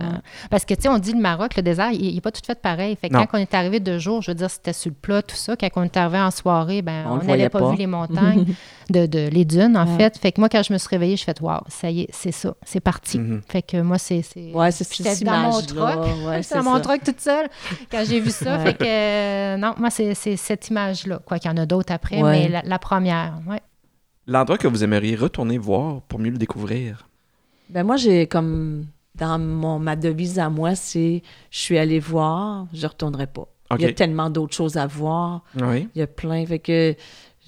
B: Parce que, tu sais, on dit le Maroc, le désert, il n'est pas tout fait pareil. Fait que
A: Non.
B: quand on est arrivé deux jours, je veux dire, c'était sur le plat, tout ça. Quand on est arrivé en soirée, ben,
C: On le
B: on
C: voyait
B: n'avait pas,
C: pas.
B: vu les montagnes, de, de- les dunes, en
C: Ouais.
B: fait. Fait que moi, quand je me suis réveillée, je fais « Wow, ça y est, c'est ça, c'est parti.
A: Mhm.
B: Fait que moi, c'est... c'est-
C: Mm. Ouais, c'est
B: J'étais
C: cette
B: dans mon
C: image-là.
B: c'est
C: Ouais, c'est
B: dans mon
C: ça.
B: truc toute seule quand j'ai vu ça.
C: Ouais.
B: Fait que, euh, non, moi, c'est c'est cette image-là. Quoi qu'il y en a d'autres après,
C: Ouais.
B: mais la, la première, ouais.
A: L'endroit que vous aimeriez retourner voir pour mieux le découvrir?
C: Ben moi, j'ai comme dans mon ma devise à moi, c'est je suis allée voir, je retournerai pas.
A: OK.
C: Il y a tellement d'autres choses à voir.
A: Oui.
C: Il y a plein. Fait que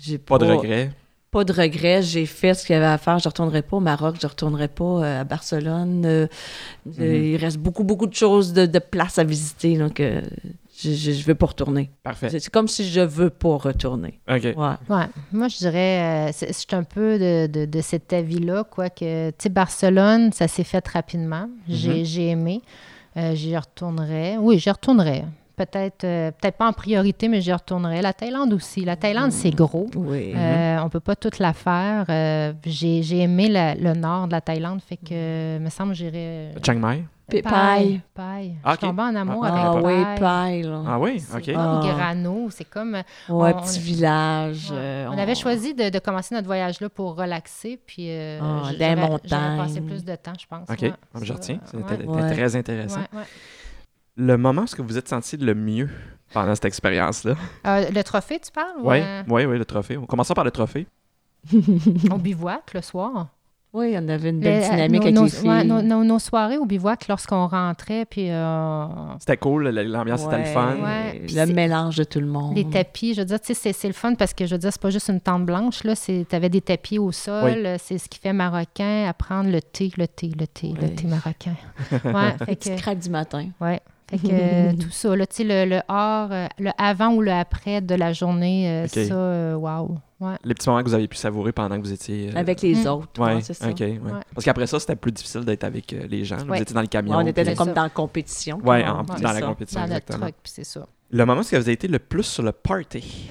C: j'ai
A: Pas de regret.
C: Pas de regrets. J'ai fait ce qu'il y avait à faire. Je retournerai pas au Maroc. Je retournerai pas euh, à Barcelone. Euh,
A: Mhm.
C: euh, Il reste beaucoup, beaucoup de choses, de, de places à visiter. Donc, euh, je, je, je veux pas retourner.
A: Parfait.
C: C'est c'est comme si je veux pas retourner.
A: OK.
C: Ouais.
B: Ouais. Moi, je dirais, euh, c'est- je suis un peu de, de- de cet avis-là, quoi que, tu sais, Barcelone, ça s'est fait
C: Mm-hmm.
B: rapidement. J'ai j'ai aimé. Euh, j'y retournerai. Oui, j'y retournerai. Peut-être euh, peut-être pas en priorité, mais j'y retournerai. La Thaïlande aussi. La Thaïlande, c'est
C: Mm-hmm.
B: gros.
C: Oui.
B: Euh, on peut pas toute la faire. Euh, j'ai j'ai aimé la- le nord de la Thaïlande, fait que,
C: Mm-hmm.
B: me semble, j'irais... euh,
A: Chiang Mai?
C: Paille.
B: Paille.
A: Ah, ok.
B: Je tombe en amour
A: Ah,
B: avec
C: Ah
A: Paille.
C: oui,
B: Paille.
C: paille. là.
A: Ah oui? OK.
B: C'est comme Grano, c'est comme...
C: Ouais,
B: On-
C: petit
B: on-
C: village.
B: ouais.
C: euh,
B: on, avait choisi de, de commencer notre voyage là pour relaxer, puis... euh,
C: Ah,
B: j-
C: des
B: j'aurais- j'aurais
C: montagnes.
B: passé plus de temps, je pense.
A: OK.
B: ouais.
A: Ah, Je
B: Ça,
A: retiens. C'était
B: ouais,
A: c'était
C: Ouais.
A: très intéressant.
B: ouais, ouais.
A: Le moment où est-ce que vous êtes senti le mieux pendant cette expérience-là?
B: Euh, le trophée, tu parles? ou,
A: Oui,
B: euh,
A: oui, oui, le trophée. On commence par le trophée.
B: on bivouac le soir.
C: Oui, il y en avait une belle
B: Le- euh, nos,
C: dynamique avec
B: nos-
C: les filles.
B: ouais, nos, nos- nos soirées au bivouac, lorsqu'on rentrait, puis euh,
A: C'était cool, la- l'ambiance était le
C: Ouais,
A: fun.
B: Ouais. Puis
C: Le
B: c'est-
C: mélange de tout le monde.
A: Mm.
B: les tapis, je veux dire, tu sais, c'est- c'est le fun parce que, je veux dire, c'est pas juste une tente blanche, là, tu avais des tapis au sol, euh, c'est ce qui fait marocain, apprendre le thé, le thé, le thé, le
C: Ouais.
B: thé marocain. Ouais, fait que-
C: Petite craque du matin.
B: Ouais. Fait que euh, tout ça, là, tu sais, le, le hors, euh, le avant ou le après de la journée, euh,
A: Ok.
B: ça, euh, wow. Ouais.
A: Les petits moments que vous avez pu savourer pendant que vous étiez. euh,
C: Avec les
B: Mm.
C: autres.
A: ouais,
C: ouais, c'est ça.
A: ok, ouais.
B: Ouais.
A: Parce qu'après ça, c'était plus difficile d'être avec euh, les gens. là.
B: Ouais.
A: Vous étiez dans le
C: Ouais,
A: camion.
C: on était
A: puis-
B: C'est
C: comme
B: ça.
C: dans la compétition.
A: Ouais,
C: comme
A: en-
C: on-
B: Ouais,
A: dans
C: c'est
A: la
C: ça.
A: compétition,
B: Dans le
A: exactement.
B: truc, puis c'est ça.
A: Le moment où est-ce que vous avez été le plus sur le party?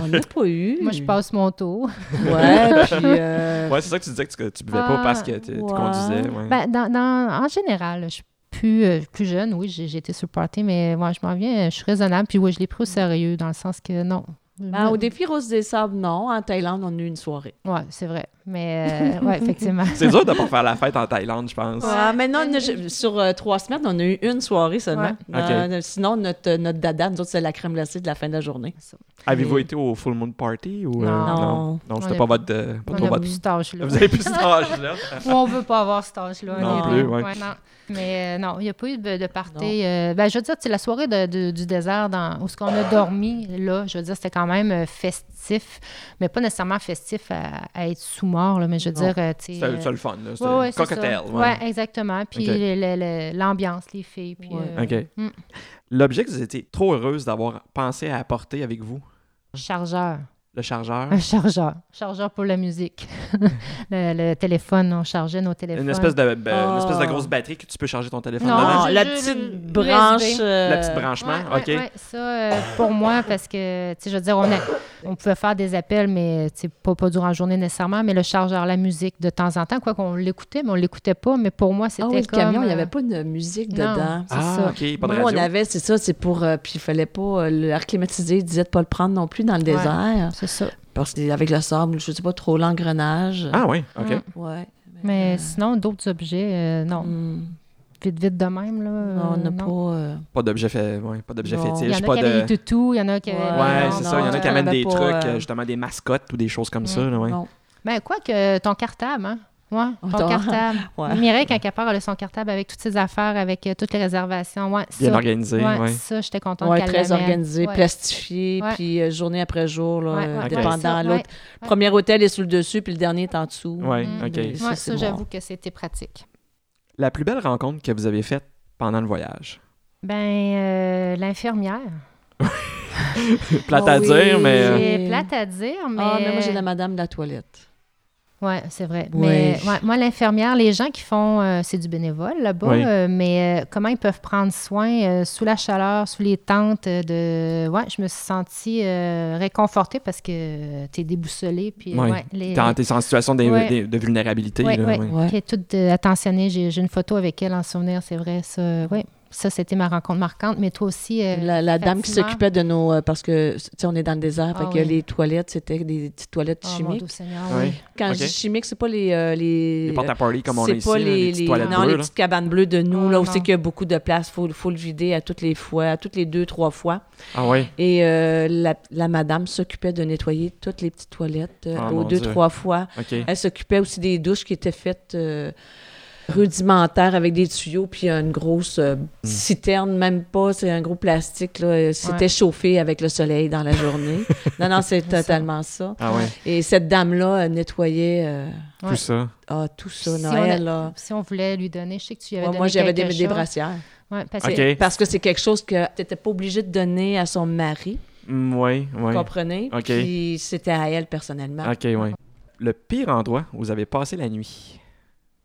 C: On n'a pas eu.
B: Moi, je passe mon tour.
C: Ouais, puis. euh,
A: Ouais, c'est ça que tu disais que tu, tu buvais pas
B: Ah,
A: parce que tu, tu
C: ouais.
A: conduisais. ouais.
B: Ben, dans, dans- en général, je suis plus, euh, plus jeune, oui, j'ai j'ai été sur le party, mais moi, je m'en viens, je suis raisonnable, puis oui, je l'ai pris au sérieux, dans le sens que non.
C: ben, au défi Rose des Sables, non. En Thaïlande, on a eu une soirée.
B: Ouais, c'est vrai. Mais, euh, ouais, effectivement.
A: C'est dur de pas faire la fête en Thaïlande, je pense.
B: Ouais.
C: Ouais, maintenant, on a ju- sur euh, trois semaines, on a eu une soirée seulement.
A: Ouais. Ok.
C: Euh, sinon, notre, notre dada, nous autres, c'est la crème glacée de la fin de la journée.
A: Avez-vous été au full moon party ou euh,
B: Non.
A: non? Non,
B: On
A: c'était
B: est-
A: pas votre, euh, pas trop
B: on a
A: votre.
B: plus cet âge-là.
A: Vous avez plus cet âge-là.
B: Ou on veut pas avoir cet âge-là.
A: Non
B: les
A: plus,
B: deux.
A: ouais.
B: non. Mais euh, non, il n'y a pas eu de, de party.
C: Non.
B: euh, ben, je veux dire, c'est la soirée de- de- du désert dans, où ce qu'on a dormi, là, je veux dire, c'était quand même euh, festif, mais pas nécessairement festif à, à être sous-mort, là, mais je veux
C: Non.
B: dire, euh, tu sais,
A: C'était
B: euh,
A: c'était le fun, là. C'était
B: ouais, ouais, c'est
A: cocktail.
B: ça.
A: ouais.
B: Ouais, exactement. Puis
A: Ok.
B: le- le- le- l'ambiance, les filles. Puis,
C: Ouais.
B: euh,
A: OK.
B: Mm.
A: L'objet que vous étiez trop heureuse d'avoir pensé à apporter avec vous,
B: Chargeur.
A: le chargeur.
B: Un chargeur. Chargeur pour la musique. le, le téléphone, on chargeait nos téléphones.
A: Une espèce, de, ben, une
C: Ah.
A: espèce de grosse batterie que tu peux charger ton téléphone
B: Non.
A: dedans.
C: Non,
B: Ah, c'est
C: la
B: juste
C: petite
B: USB.
C: branche. euh,
A: Le petit branchement,
B: Ouais,
A: OK.
B: ouais, ouais. Ça, euh, pour moi, parce que, tu sais, je veux dire, on, a- on pouvait faire des appels, mais, tu sais, pas, pas durant la journée nécessairement, mais le chargeur, la musique, de temps en temps, quoi qu'on l'écoutait, mais on l'écoutait pas, mais pour moi, c'était
C: Ah oui, le
B: comme...
C: camion, il n'y
B: euh,
C: avait pas de musique
B: Non.
C: dedans.
B: c'est
A: Ah,
B: ça.
A: OK, pas de
C: Nous, on
A: radio.
C: avait, c'est ça, c'est pour. euh, puis il fallait pas. euh, L'air climatisé, il disait de pas le prendre non plus dans le
B: Ouais.
C: désert.
B: C'est ça.
C: Parce qu'avec le sable, je sais pas trop, l'engrenage.
A: Ah oui, OK.
B: Mm.
C: Ouais. euh,
B: Mais sinon, d'autres objets, euh, non.
C: Hmm.
B: Vite, vite de même, là. euh,
C: Non, on n'a
B: non.
C: pas. euh,
A: Pas d'objet fait, ouais, pas d'objet
C: Non.
A: fétiche,
B: Il y en a
A: pas
B: qui
A: de...
B: avaient des toutous, il y en a qui avaient...
A: Ouais,
C: Non,
A: c'est
C: non,
A: ça. Il y en a
C: non,
A: qui amènent
C: on
A: des
C: avait
A: trucs,
C: pas, euh,
A: euh, justement, des mascottes ou des choses comme ça. là, Ah ouais.
C: Non.
B: Ben, quoi que ton cartable, hein? Ouais, ton
C: Oh, Ton-
B: cartable.
C: Ouais.
B: Mireille, quand elle part, elle a son cartable avec toutes ses affaires, avec euh, toutes les réservations. Ouais,
A: Bien
B: ça,
A: organisé,
B: ouais,
A: ouais.
B: ça, j'étais contente
C: Ouais,
B: qu'elle
C: très
B: l'amène.
C: organisé,
B: Ouais.
C: plastifié,
B: Ouais.
C: puis euh, journée après jour, là,
B: Ouais,
C: euh,
B: ouais,
A: Ok.
C: dépendant.
B: ça,
C: l'autre,
B: ouais.
C: le premier hôtel est sous le dessus, puis le dernier est en dessous.
A: Ouais,
B: Mm.
A: OK.
C: Mais
B: Ouais, ça,
C: c'est bon.
B: j'avoue que c'était pratique.
A: La plus belle rencontre que vous avez faite pendant le voyage.
B: Ben, euh, l'infirmière.
A: Plate
C: Ah
A: à
C: oui.
A: dire, mais... euh,
B: C'est
C: Euh,
B: plate à dire, mais.
C: Ah, mais moi, j'ai la madame de la toilette.
B: Ouais, c'est vrai.
C: Ouais.
B: Mais ouais, moi, l'infirmière, les gens qui font, euh, c'est du bénévole là-bas,
A: Oui.
B: euh, mais euh, comment ils peuvent prendre soin euh, sous la chaleur, sous les tentes euh, de. Ouais, je me suis sentie euh, réconfortée parce que euh, t'es déboussolée. Puis,
A: Ouais.
B: ouais, les-
A: T'es t'es en situation d'in-
B: Ouais.
A: d'in- de, vulnérabilité.
B: Oui,
A: là,
B: oui,
A: ouais.
C: Ouais.
B: qui est toute euh, attentionnée. J'ai j'ai une photo avec elle en souvenir, c'est vrai. Ça, oui. ça c'était ma rencontre marquante. Mais toi aussi, euh,
C: La, la dame qui
B: Fatima.
C: s'occupait de nos. euh, parce que, tu sais, on est dans le désert,
B: Ah
C: fait que
B: oui.
C: les toilettes, c'était des petites toilettes
B: oh, mon
C: chimiques.
B: doux Seigneur,
A: Ouais.
B: oui.
C: Quand
A: Ok.
C: je dis chimique, c'est pas les. euh, les
A: Les portes à party comme on a
C: c'est
A: ici,
C: pas
A: là, les,
C: les,
A: petites
C: les-
A: toilettes
C: non, les
A: bleues. là.
C: petites cabanes bleues de nous,
B: Ah,
C: là où
B: non.
C: c'est qu'il y a beaucoup de place. Faut, faut le vider à toutes les fois, à toutes les deux, trois fois.
A: Ah ouais.
C: Et euh, la, la madame s'occupait de nettoyer toutes les petites toilettes euh,
A: Ah, mon
C: aux deux,
A: Dieu.
C: trois fois.
A: OK.
C: Elle s'occupait aussi des douches qui étaient faites euh, rudimentaires avec des tuyaux puis une grosse euh,
A: Hmm.
C: citerne, même pas, c'est un gros plastique. Là, euh, c'était
B: Ouais.
C: chauffé avec le soleil dans la journée. non, non, c'est totalement ça.
A: Ah ouais.
C: Et cette dame-là euh, nettoyait euh,
B: Ouais.
A: Tout ça.
C: ah, tout ça,
B: Si on a-
C: Noël. là.
B: Si on voulait lui donner, je sais que tu lui avais
C: Ouais,
B: donné
C: moi, j'avais des,
B: quelque
C: des
B: chose.
C: brassières.
B: Ouais, parce
A: OK.
B: que
C: Parce que c'est quelque chose que tu n'étais pas obligé de donner à son mari,
A: Mm, ouais, ouais.
C: vous comprenez?
A: OK.
C: Puis c'était à elle personnellement.
A: OK, ouais. Le pire endroit où vous avez passé la nuit.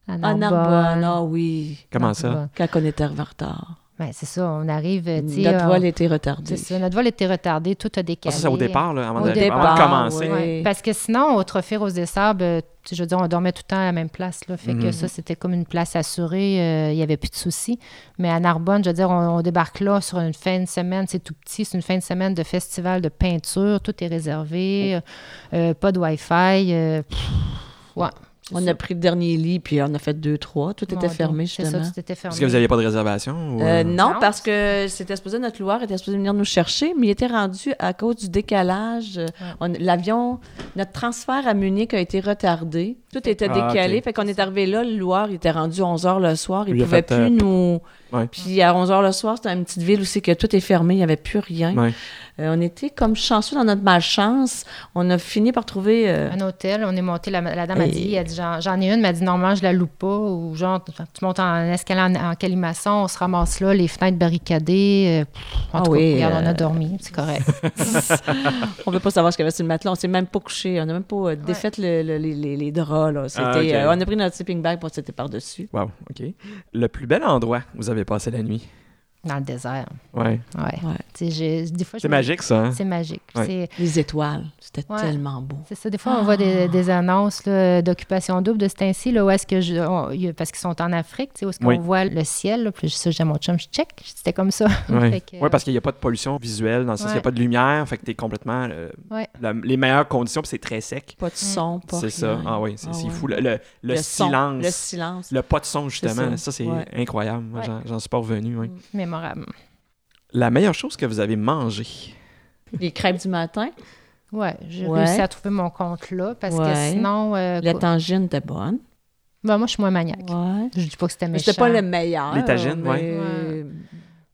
B: à
C: Ah,
B: Narbonne,
C: Narbonne, ah oui.
A: Comment ça?
B: Narbonne.
C: Quand on était en retard.
B: Ben, c'est ça, on arrive, euh, tu sais,
C: Notre
B: on-
C: voile était
B: c'est
C: retardée.
B: ça, notre vol était retardé, tout a décalé.
A: Ah, ça, c'est au départ, là, avant,
B: Au
A: de, avant de
B: départ,
A: commencer.
C: ouais.
B: Ouais, parce que sinon, au Trophée Rose des Sables, euh, tu- je veux dire, on dormait tout le temps à la même place. Là, fait
A: Mhm.
B: que ça, c'était comme une place assurée. euh, Il y n'y avait plus de soucis. Mais à Narbonne, je veux dire, on, on débarque là sur une fin de semaine. C'est tout petit. C'est une fin de semaine de festival de peinture. Tout est réservé. euh,
A: Oh.
B: euh, pas de Wi-Fi. euh, pff, ouais, c'est
C: On
B: ça.
C: a pris le dernier lit, puis on a fait deux, trois. Tout
B: Mon
C: était
B: Dieu,
C: fermé,
B: c'est ça,
C: justement.
B: tout était fermé.
A: Est-ce que vous n'aviez pas de réservation? ou,
C: Euh,
A: euh,
C: non,
B: Non.
C: parce que c'était supposé, notre loueur était supposé venir nous chercher, mais il était rendu à cause du décalage. euh, on- L'avion, notre transfert à Munich a été retardé. Tout était
A: Ah,
C: décalé.
A: ok.
C: Fait qu'on est arrivé là, le Loir il était rendu 11 h le soir. Il
A: Lui, il a
C: pouvait
A: fait, euh,
C: plus nous.
A: Ouais.
C: Puis à 11 h le soir, c'était une petite ville où c'est que tout est fermé, il n'y avait plus rien.
A: Ouais.
C: Euh, on était comme chanceux dans notre malchance. On a fini par trouver. euh,
B: un hôtel, on est monté, la, la dame a
C: Et-
B: dit, elle dit, j'en j'en ai une, mais elle dit, normalement, je la loue pas, ou genre, tu montes en escalier en, en colimaçon, on se ramasse là, les fenêtres barricadées, euh, pff, en
C: Ah
B: tout
C: oui,
B: cas, regarde, on a
C: euh,
B: dormi, c'est correct.
C: on ne veut pas savoir ce qu'il y avait sur le matelas. On s'est même pas couché. On n'a même pas euh, défait le- le- les, les- les draps. Là. C'était,
A: Ah, ok.
C: euh, on a pris notre sleeping bag pour c'était par-dessus.
A: Wow, OK. Le plus bel endroit où vous avez passé la nuit.
B: Dans le désert,
A: Ouais.
B: ouais.
C: Ouais.
B: Tu sais, j'ai- des fois, je
A: C'est
B: me-
A: magique, ça. hein?
B: C'est magique.
A: Ouais.
B: C'est-
C: Les étoiles. C'était
B: Ouais.
C: tellement beau.
B: C'est ça, des fois, on voit des,
C: Ah.
B: des annonces là, d'occupation double de ce temps-ci, là, où est-ce que je. on- il y a- parce qu'ils sont en Afrique, tu sais, où est-ce qu'on
A: Oui.
B: voit le ciel, là, puis ça, j'ai mon chum, je check, c'était comme ça. Fait
A: Ouais.
B: que,
A: Ouais, parce qu'il n'y a pas de pollution visuelle, dans le sens qu'il n'y
B: Ouais.
A: a pas de lumière, fait que t'es complètement. euh,
B: Ouais.
A: la- les meilleures conditions, puis c'est très sec.
C: Pas de son, pas
A: C'est ça.
C: rien.
A: Ah oui, c'est
C: Ah
A: c'est
C: ouais.
A: fou. Le, le- le
C: son,
A: silence.
C: le silence.
A: Le pas de son, justement.
C: ça.
A: Ça, c'est
C: Ouais.
A: incroyable. Moi,
B: Ouais. Mm.
A: j'en- j'en suis pas revenu. ouais.
B: euh, Mémorable.
A: La meilleure chose que vous avez mangée.
C: Les crêpes du matin.
B: Ouais, j'ai
C: Ouais.
B: réussi à trouver mon compte là, parce
C: Ouais.
B: que sinon. euh,
C: La
B: quoi-
C: tangine était bonne.
B: Ben, moi, je suis moins maniaque.
C: Ouais.
B: Je dis pas que c'était
C: Mais
B: méchant.
C: C'était pas le meilleur.
A: Les tagines,
C: mais-
A: ouais.
B: Ouais.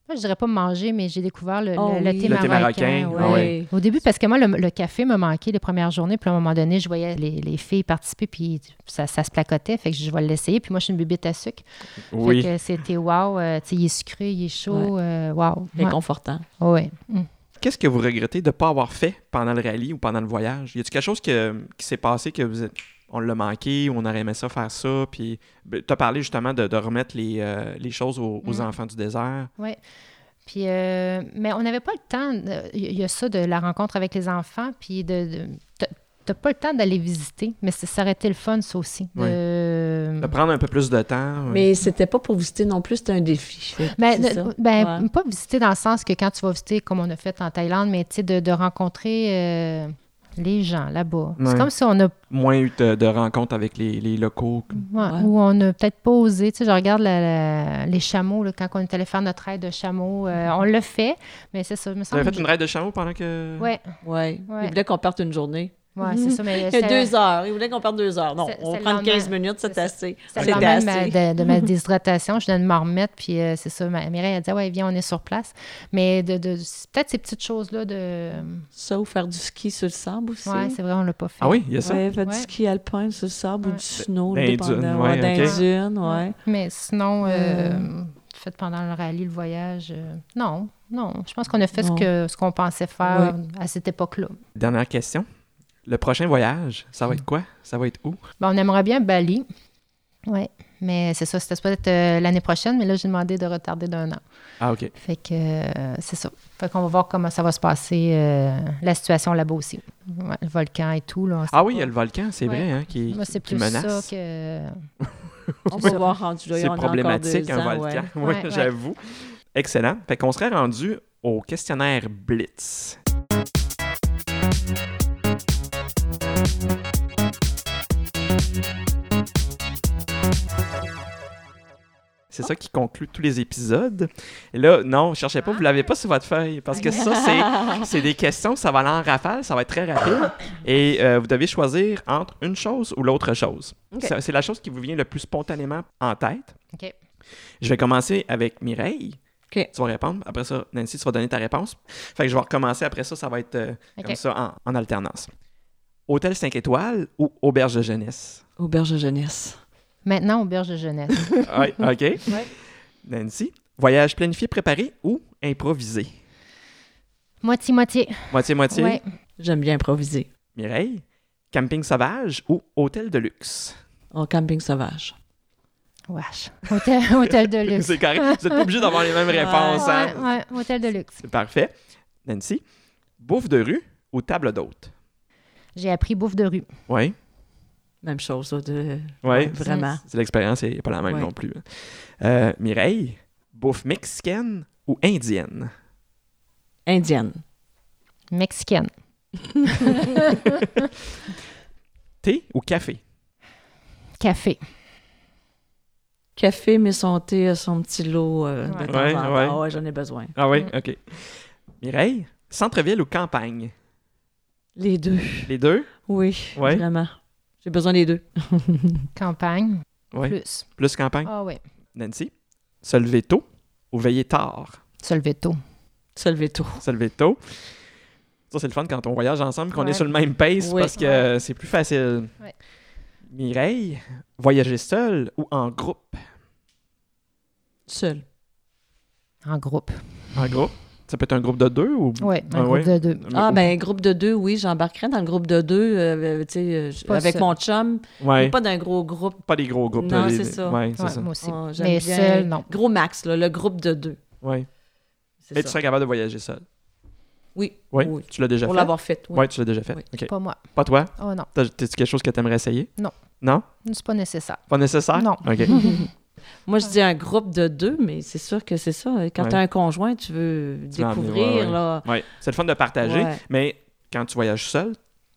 B: Moi, je dirais pas manger, mais j'ai découvert le,
C: Oh
B: le- le
C: oui.
B: thé
A: Le thé
B: marocain.
A: marocain,
B: ouais.
A: ah ouais.
B: Au début, parce que moi, le, le café me manquait les premières journées. Puis à un moment donné, je voyais les, les filles participer, puis ça, ça se placotait. Fait que je vais l'essayer. Puis moi, je suis une bibite à sucre.
A: Oui.
B: Fait que c'était wow. euh, tu sais, il est sucré, il est chaud. euh, wow. Ouais.
C: Réconfortant.
B: Ouais. Mm.
A: Qu'est-ce que vous regrettez de ne pas avoir fait pendant le rallye ou pendant le voyage? Y a-t-il quelque chose que- qui s'est passé que vous êtes. On l'a manqué, ou on aurait aimé ça faire ça. Puis, tu as parlé justement de, de remettre les, euh, les choses aux, aux
B: Mm.
A: enfants du désert.
B: Puis, euh, mais on n'avait pas le temps. de- Il y a ça de la rencontre avec les enfants, puis de. de- t'as- T'as pas le temps d'aller visiter, mais ça ça aurait été le fun, ça aussi. de-
A: Oui. De prendre un peu plus de temps. euh, ouais.
C: Mais c'était pas pour visiter non plus, c'était un défi. Fait que
B: Ben,
C: c'est
B: de-
C: ça.
B: ben,
C: Ouais.
B: pas visiter dans le sens que quand tu vas visiter, comme on a fait en Thaïlande, mais tu sais, de, de rencontrer euh, les gens là-bas.
A: Ouais.
B: C'est comme si on a, ouais,
A: Moins eu de, de rencontres avec les, les locaux.
C: Ouais.
B: ou on a peut-être pas osé. Tu sais, je regarde la- la- les chameaux, là, quand on est allé faire notre aide de chameaux, euh, on l'a fait, mais c'est ça, il me
A: Tu avais
B: semble.
A: fait une raide de chameau pendant que.
B: Ouais,
C: Ouais.
B: Ouais.
C: Il voulait qu'on parte une journée.
B: ouais, c'est ça, mais
C: Mhm. Il y a
B: c'est-
C: deux heures. Il voulait qu'on parte deux heures. Non,
B: C'est-
C: on
B: c'est
C: va
B: le
C: prendre 15
B: lendemain.
C: minutes, c'est
B: C'est
C: assez.
B: Ça
C: C'était
B: dépend même
C: assez.
B: euh, de, de ma déshydratation. Je viens de m'en remettre, puis euh, c'est ça. ma- Mireille, elle dit Ouais, viens, on est sur place. Mais de, de- c'est peut-être ces petites choses-là de.
C: Ça, ou faire du ski sur le sable aussi.
B: Ouais, c'est vrai, on l'a pas fait.
A: Ah oui, il y a ça.
C: Ouais, faire du
B: Ouais.
C: ski alpin sur le sable ou
B: Ouais.
C: du
A: Dans
C: snow,
A: les
C: dépendant.
A: dunes,
C: ouais,
A: ouais,
C: dans les
A: ok.
C: dunes, ouais.
B: Mais sinon, euh,
C: Euh.
B: fait pendant le rallye, le voyage, euh, non, non. Je pense qu'on a fait
C: Non.
B: ce que ce qu'on pensait faire à cette époque-là.
A: Dernière question. Le prochain voyage, ça va
B: Mm.
A: être quoi? Ça va être où?
B: Ben, on aimerait bien Bali. Oui. Mais c'est ça, c'était peut-être euh, l'année prochaine, mais là, j'ai demandé de retarder d'un an.
A: Ah, OK.
B: Fait que euh, c'est ça. Fait qu'on va voir comment ça va se passer, euh, la situation là-bas aussi. Ouais, le volcan et tout. Là, on sait
A: Ah oui, il y
B: pas.
A: a le volcan, c'est
B: Ouais.
A: vrai, hein, qui,
B: Moi, c'est
A: qui
B: plus ça
A: menace.
B: que.
C: On
B: C'est
C: va
B: ça.
C: voir rendu là.
A: C'est
C: on a encore
A: problématique,
C: deux
A: un
C: ans,
A: volcan.
C: ouais.
A: Oui,
B: Ouais, ouais.
A: j'avoue. Excellent. Fait qu'on serait rendu au questionnaire Blitz. C'est ça qui conclut tous les épisodes. Et là, non, cherchez pas, vous l'avez pas sur votre feuille, parce que ça, c'est c'est des questions, ça va aller en rafale, ça va être très rapide. Et euh, vous devez choisir entre une chose ou l'autre chose.
C: Ok.
A: Ça- C'est la chose qui vous vient le plus spontanément en tête.
B: OK.
A: Je vais commencer avec Mireille.
C: Ok.
A: Tu vas répondre. Après ça, Nancy, tu vas donner ta réponse. Fait que je vais recommencer. Après ça, ça va être euh,
B: Ok.
A: comme ça en, en alternance. Hôtel 5 étoiles ou auberge de jeunesse?
C: Auberge de jeunesse.
B: Maintenant, auberge de jeunesse.
A: Ah, Ouais, OK. Nancy, voyage planifié, préparé ou improvisé?
B: Moitié-moitié.
A: Moitié-moitié.
B: Ouais.
C: J'aime bien improviser.
A: Mireille, camping sauvage ou hôtel de luxe?
C: En camping sauvage.
B: Wesh. Hôtel, hôtel de luxe.
A: C'est correct. Vous n'êtes pas obligé d'avoir les mêmes réponses. hein?
B: Ouais, ouais, hôtel de luxe.
A: C'est parfait. Nancy, bouffe de rue ou table d'hôte?
B: J'ai appris bouffe de rue.
A: Oui.
C: Même chose, là, de...
A: Oui.
C: vraiment.
A: C'est l'expérience, n'est pas la même
C: Ouais.
A: non plus. Euh, Mireille, bouffe mexicaine ou indienne?
C: Indienne.
B: Mexicaine.
A: Thé ou café?
B: Café.
C: Café, mais son thé, son petit lot euh, de
B: Ouais.
C: temps
A: Ouais,
C: en temps.
A: ouais.
C: Ah ouais, j'en ai besoin.
A: Ah oui,
B: Mm.
A: OK. Mireille, centre-ville ou campagne?
C: Les deux.
A: Les deux?
C: Oui,
A: Ouais.
C: vraiment. J'ai besoin des deux.
B: Campagne,
A: Ouais.
B: plus.
A: Plus campagne.
B: Ah oui.
A: Nancy, se lever tôt ou veiller tard.
B: Se lever tôt.
C: Se lever tôt.
A: Se lever tôt. Ça, c'est le fun quand on voyage ensemble, qu'on
B: Ouais.
A: est sur le même pace
C: Oui.
A: parce que c'est plus facile.
B: Ouais.
A: Mireille, voyager seule ou en groupe?
C: Seul.
B: En groupe.
A: En groupe. Ça peut être un groupe de deux ou.
B: Oui, un
A: Ah
B: groupe
A: ouais?
B: de deux.
C: Ah, ben, groupe de deux, oui, j'embarquerais dans le groupe de deux, euh, euh, tu sais, euh, je-
B: Pas
C: avec
B: seul.
C: mon chum, mais
A: Ouais.
C: pas d'un gros groupe.
A: Pas des gros groupes.
C: Non,
A: là, les-
C: c'est ça.
A: Ouais, c'est
B: Ouais,
A: ça.
B: moi aussi.
C: Oh, j'aime
B: Mais
C: bien.
B: seul, non.
C: Gros max, là, le groupe de deux.
A: Ouais.
C: C'est
A: Mais tu
C: ça.
A: serais capable de voyager seul.
C: Oui,
A: Oui.
C: Oui.
A: Tu l'as déjà
C: pour
A: fait?
C: l'avoir fait. oui.
A: Ouais, tu l'as déjà fait.
C: Oui.
A: OK.
B: Pas moi.
A: Pas toi?
B: Oh non,
A: T'as- T'as-tu quelque chose que t'aimerais essayer?
B: Non.
A: Non?
B: c'est pas nécessaire.
A: Pas nécessaire?
B: Non.
A: OK.
C: Moi, je dis un groupe de deux, mais c'est sûr que c'est ça. hein. Quand
A: Ouais.
C: tu as un conjoint, tu veux
A: vas
C: découvrir,
A: emmener, ouais, ouais.
C: là.
A: Ouais. C'est le fun de partager,
C: Ouais.
A: mais quand tu voyages seul,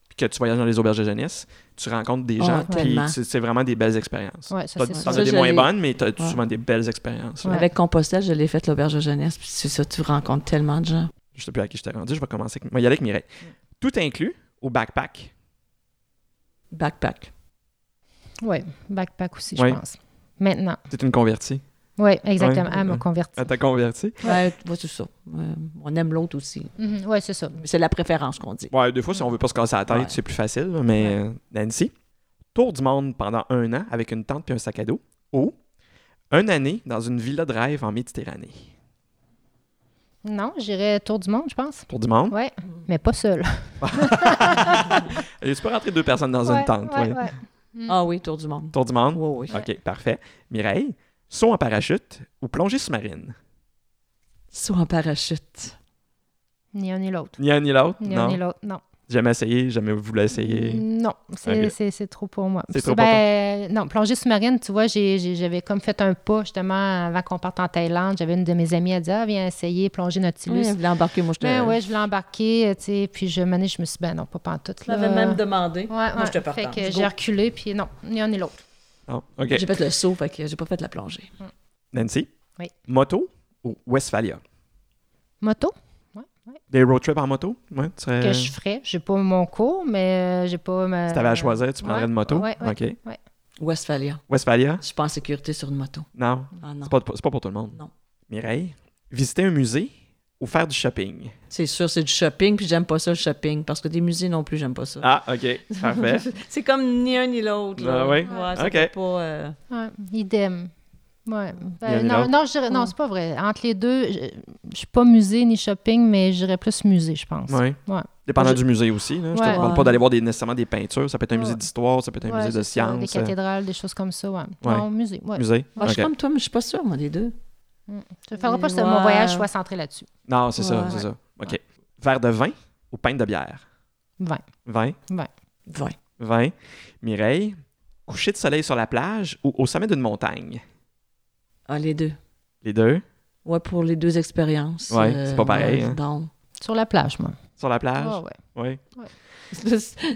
A: puis que tu voyages dans les auberges de jeunesse, tu rencontres des
C: Oh,
A: gens, puis
C: tellement.
A: c'est c'est vraiment des belles expériences.
B: Ouais, ça,
A: T'as-
B: c'est
A: T'en
B: sûr.
A: as
C: Ça,
A: des
C: je
A: moins
C: l'ai.
A: bonnes, mais t'as
C: Ouais.
A: souvent des belles expériences. là.
B: Ouais.
C: Avec Compostelle, je l'ai fait l'auberge de jeunesse, puis c'est ça, tu rencontres tellement de gens.
A: Je sais plus à qui je t'ai rendu, je vais commencer. avec- Moi, y aller avec Mireille. Tout inclus au backpack.
C: Backpack.
B: Oui, backpack aussi,
A: Ouais.
B: je pense. Maintenant.
A: T'es une convertie.
B: Oui, exactement.
A: Ouais.
B: Elle m'a
A: Ouais.
B: convertie.
A: Elle t'a convertie.
C: Ouais, ouais, c'est ça. Ouais, on aime l'autre aussi.
B: Mhm, ouais, c'est ça.
C: Mais C'est la préférence qu'on dit.
A: Ouais, des fois, si on veut pas se casser la tête,
C: Ouais.
A: c'est plus facile, mais euh, Nancy, tour du monde pendant un an avec une tente puis un sac à dos, ou une année dans une villa de rêve en Méditerranée.
B: Non, j'irais tour du monde, je pense.
A: Tour du monde.
B: Oui,
C: Mhm.
B: mais pas seule.
A: Et tu peux rentrer deux personnes dans
B: Ouais,
A: une tente.
B: ouais,
A: ouais.
B: ouais. Mm.
C: Ah oui, tour du monde.
A: Tour du monde.
C: Oui, oui.
A: OK, parfait. Mireille, saut en parachute ou plongée sous-marine?
C: Soit en parachute.
B: Ni un ni l'autre.
A: Ni un ni l'autre?
B: Ni un
A: Non.
B: ni l'autre, non.
A: Jamais essayé, jamais voulu essayer.
B: Non, c'est
A: Ok.
B: c'est- c'est trop pour moi.
A: C'est
B: Puis
A: trop pour
B: ben, Non, plongée sous-marine, tu vois, j'ai- j'ai- j'avais comme fait un pas justement avant qu'on parte en Thaïlande. J'avais une de mes amies, elle dit Ah, viens essayer, plongée Nautilus.
C: Oui, elle voulait embarquer, moi, je te
B: Ben ouais, je voulais embarquer, euh, tu sais, puis je, un moment donné, je me suis dit, ben non, pas pantoute.
C: Je
B: là.
C: l'avais même demandé.
B: Ouais, ouais.
C: Moi, j'étais
B: Fait
C: partante.
B: que
C: Go.
B: j'ai reculé, puis non, ni un ni l'autre.
A: Non. OK.
C: J'ai fait le saut, fait que j'ai pas fait la plongée.
A: Nancy?
B: Oui.
A: Moto ou Westphalia?
B: Moto, ouais, ouais,
A: Des road trips en moto? Ouais, tu serais...
B: que je ferais. J'ai pas mon cours, mais euh, j'ai pas ma...
A: Si t'avais Euh. à choisir, tu
B: euh, ouais,
A: prendrais une moto?
B: ouais, ouais.
A: OK.
C: Westphalia.
A: Westphalia?
C: Je suis pas en sécurité sur une moto.
A: Non.
C: Ah non.
A: C'est pas, c'est pas pour tout le monde.
C: Non.
A: Mireille, visiter un musée ou faire du shopping?
C: C'est sûr, c'est du shopping, puis j'aime pas ça, le shopping, parce que des musées non plus, j'aime pas ça.
A: Ah, OK. Parfait.
C: C'est comme ni un ni l'autre. là.
A: Ah oui?
C: Ouais, ça
A: Ok.
C: fait pas... euh,
B: Ouais, idem. Ouais. Ben,
A: Ni un ni
B: non,
A: l'autre.
B: non, je dirais- non, c'est pas vrai. Entre les deux, je, je suis pas musée ni shopping, mais j'irais plus musée, je pense.
A: Ouais.
B: Ouais.
A: Dépendant
C: Je-
A: du musée aussi. Là. Je te
B: Ouais.
A: demande pas d'aller voir des, nécessairement des peintures. Ça peut être un
B: Ouais.
A: musée d'histoire, ça peut être un
B: Ouais,
A: musée de
B: c'est ça, Des
A: sciences. euh,
B: cathédrales, des choses comme ça, ouais.
A: Ouais.
B: Non, musée, ouais.
A: Musée.
C: ah, Je suis
A: OK.
C: comme toi, mais je suis pas sûre, moi, des deux.
B: Je ne ferai pas que
C: Ouais.
B: mon voyage soit centré là-dessus.
A: Non, c'est ça,
C: Ouais.
A: c'est ça. OK. Verre de vin ou pinte de bière?
B: 20.
A: Vin,
C: Ouais.
A: vin. Mireille, coucher de soleil sur la plage ou au sommet d'une montagne?
C: Ah, les deux.
A: Les deux,
C: Ouais, pour les deux expériences. euh,
A: Ouais, c'est pas pareil, hein.
C: non.
B: Sur la plage, moi.
A: sur la plage?
B: Ah, ouais.
A: Oui.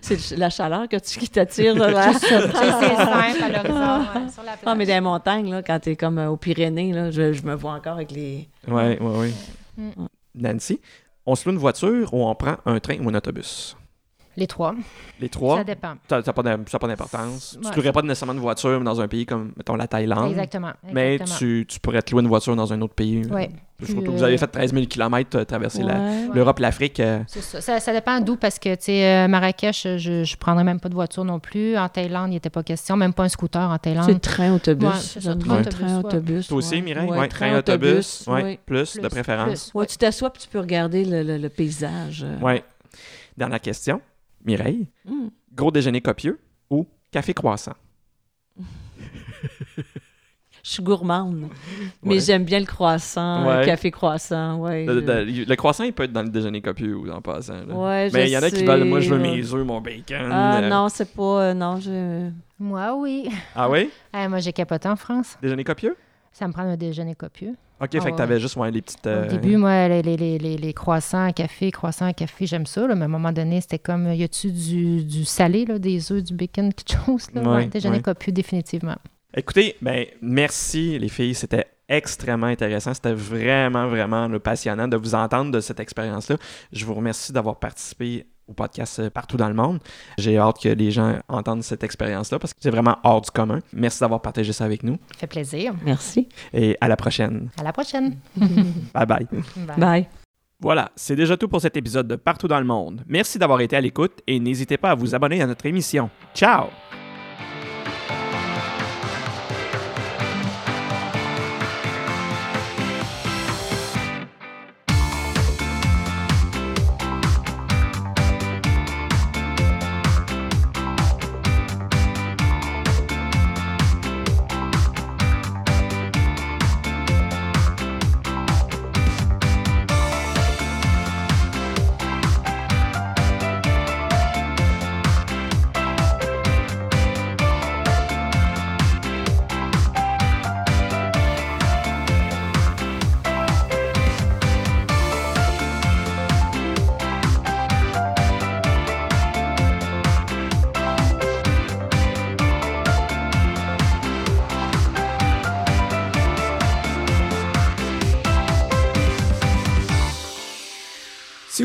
C: C'est la chaleur que tu, qui t'attire. euh, là.
B: C'est simple à l'horizon, ouais, sur la plage.
C: Ah, mais dans les montagnes, là, quand t'es comme euh, aux Pyrénées, là, je, je me vois encore avec les...
A: Oui, oui, oui.
B: Mm.
A: Nancy, on se loue une voiture ou on prend un train ou un autobus?
B: Les trois,
A: Les trois,
B: ça dépend.
A: ça n'a pas d'im- ça a pas d'importance. Tu
B: Ouais.
A: ne louerais pas nécessairement une voiture mais dans un pays comme, mettons, la Thaïlande.
B: Exactement.
A: Mais
B: exactement.
A: tu, tu pourrais te louer une voiture dans un autre pays.
B: Ouais,
A: Surtout
B: Puis,
A: que
B: euh,
A: vous avez fait 13 000 km euh, traverser la-
C: Ouais.
B: Ouais.
A: l'Europe, l'Afrique. euh,
B: c'est ça. ça. ça dépend d'où, parce que, tu sais, euh, Marrakech, je ne prendrais même pas de voiture non plus. En Thaïlande, il n'était pas question, même pas un scooter en
C: C'est
B: Thaïlande.
C: train-autobus.
B: Ouais, c'est ça,
C: J'aime
B: train,
C: bien
B: autobus, ouais.
C: Train-autobus.
A: Toi aussi,
C: ouais.
A: Mireille?
C: Ouais,
A: Ouais, train, autobus. ouais,
C: ouais.
A: plus, de
B: Plus,
A: préférence.
B: plus,
C: Ouais, tu t'assois puis tu peux regarder le, le- le paysage. euh.
A: Ouais. Dernière question. Mireille,
C: Mm.
A: gros déjeuner copieux ou café croissant?
C: Je suis gourmande,
A: Ouais.
C: mais j'aime bien le croissant,
A: Ouais.
C: le café croissant. Ouais,
A: Le,
C: je-
A: le- le croissant, il peut être dans le déjeuner copieux ou en passant. là.
C: Euh, Ouais, je
A: Mais il y en a qui
C: sais,
A: veulent, moi, je veux
C: là.
A: mes œufs, mon bacon.
C: Ah
A: euh.
C: non, c'est pas. euh, non, je.
B: Moi, oui.
A: Ah oui?
B: Eh, moi, j'ai capoté en France.
A: Déjeuner copieux?
B: Ça me prend un déjeuner copieux.
A: OK,
B: Ah
A: fait que
B: ouais.
A: t'avais juste ouais, les petites...
B: Au
A: euh,
B: début, moi, les, les, les, les, les croissants à café, croissants à café, j'aime ça. là, mais à un moment donné, c'était comme, y a-tu du, du salé, là, des œufs, du bacon, quelque chose? Là,
A: Ouais,
B: ouais, déjeuner
A: ouais.
B: copieux, définitivement.
A: Écoutez, ben, merci les filles, c'était extrêmement intéressant, c'était vraiment, vraiment là, passionnant de vous entendre de cette expérience-là. Je vous remercie d'avoir participé au podcast euh, partout dans le monde. J'ai hâte que les gens entendent cette expérience-là parce que c'est vraiment hors du commun. Merci d'avoir partagé ça avec nous
B: Ça fait plaisir.
C: Merci.
A: et à la prochaine.
B: À la prochaine.
A: Bye bye.
B: Bye.
C: Bye.
A: Voilà, c'est déjà tout pour cet épisode de Partout dans le monde. Merci d'avoir été à l'écoute et n'hésitez pas à vous abonner à notre émission. Ciao!
D: Si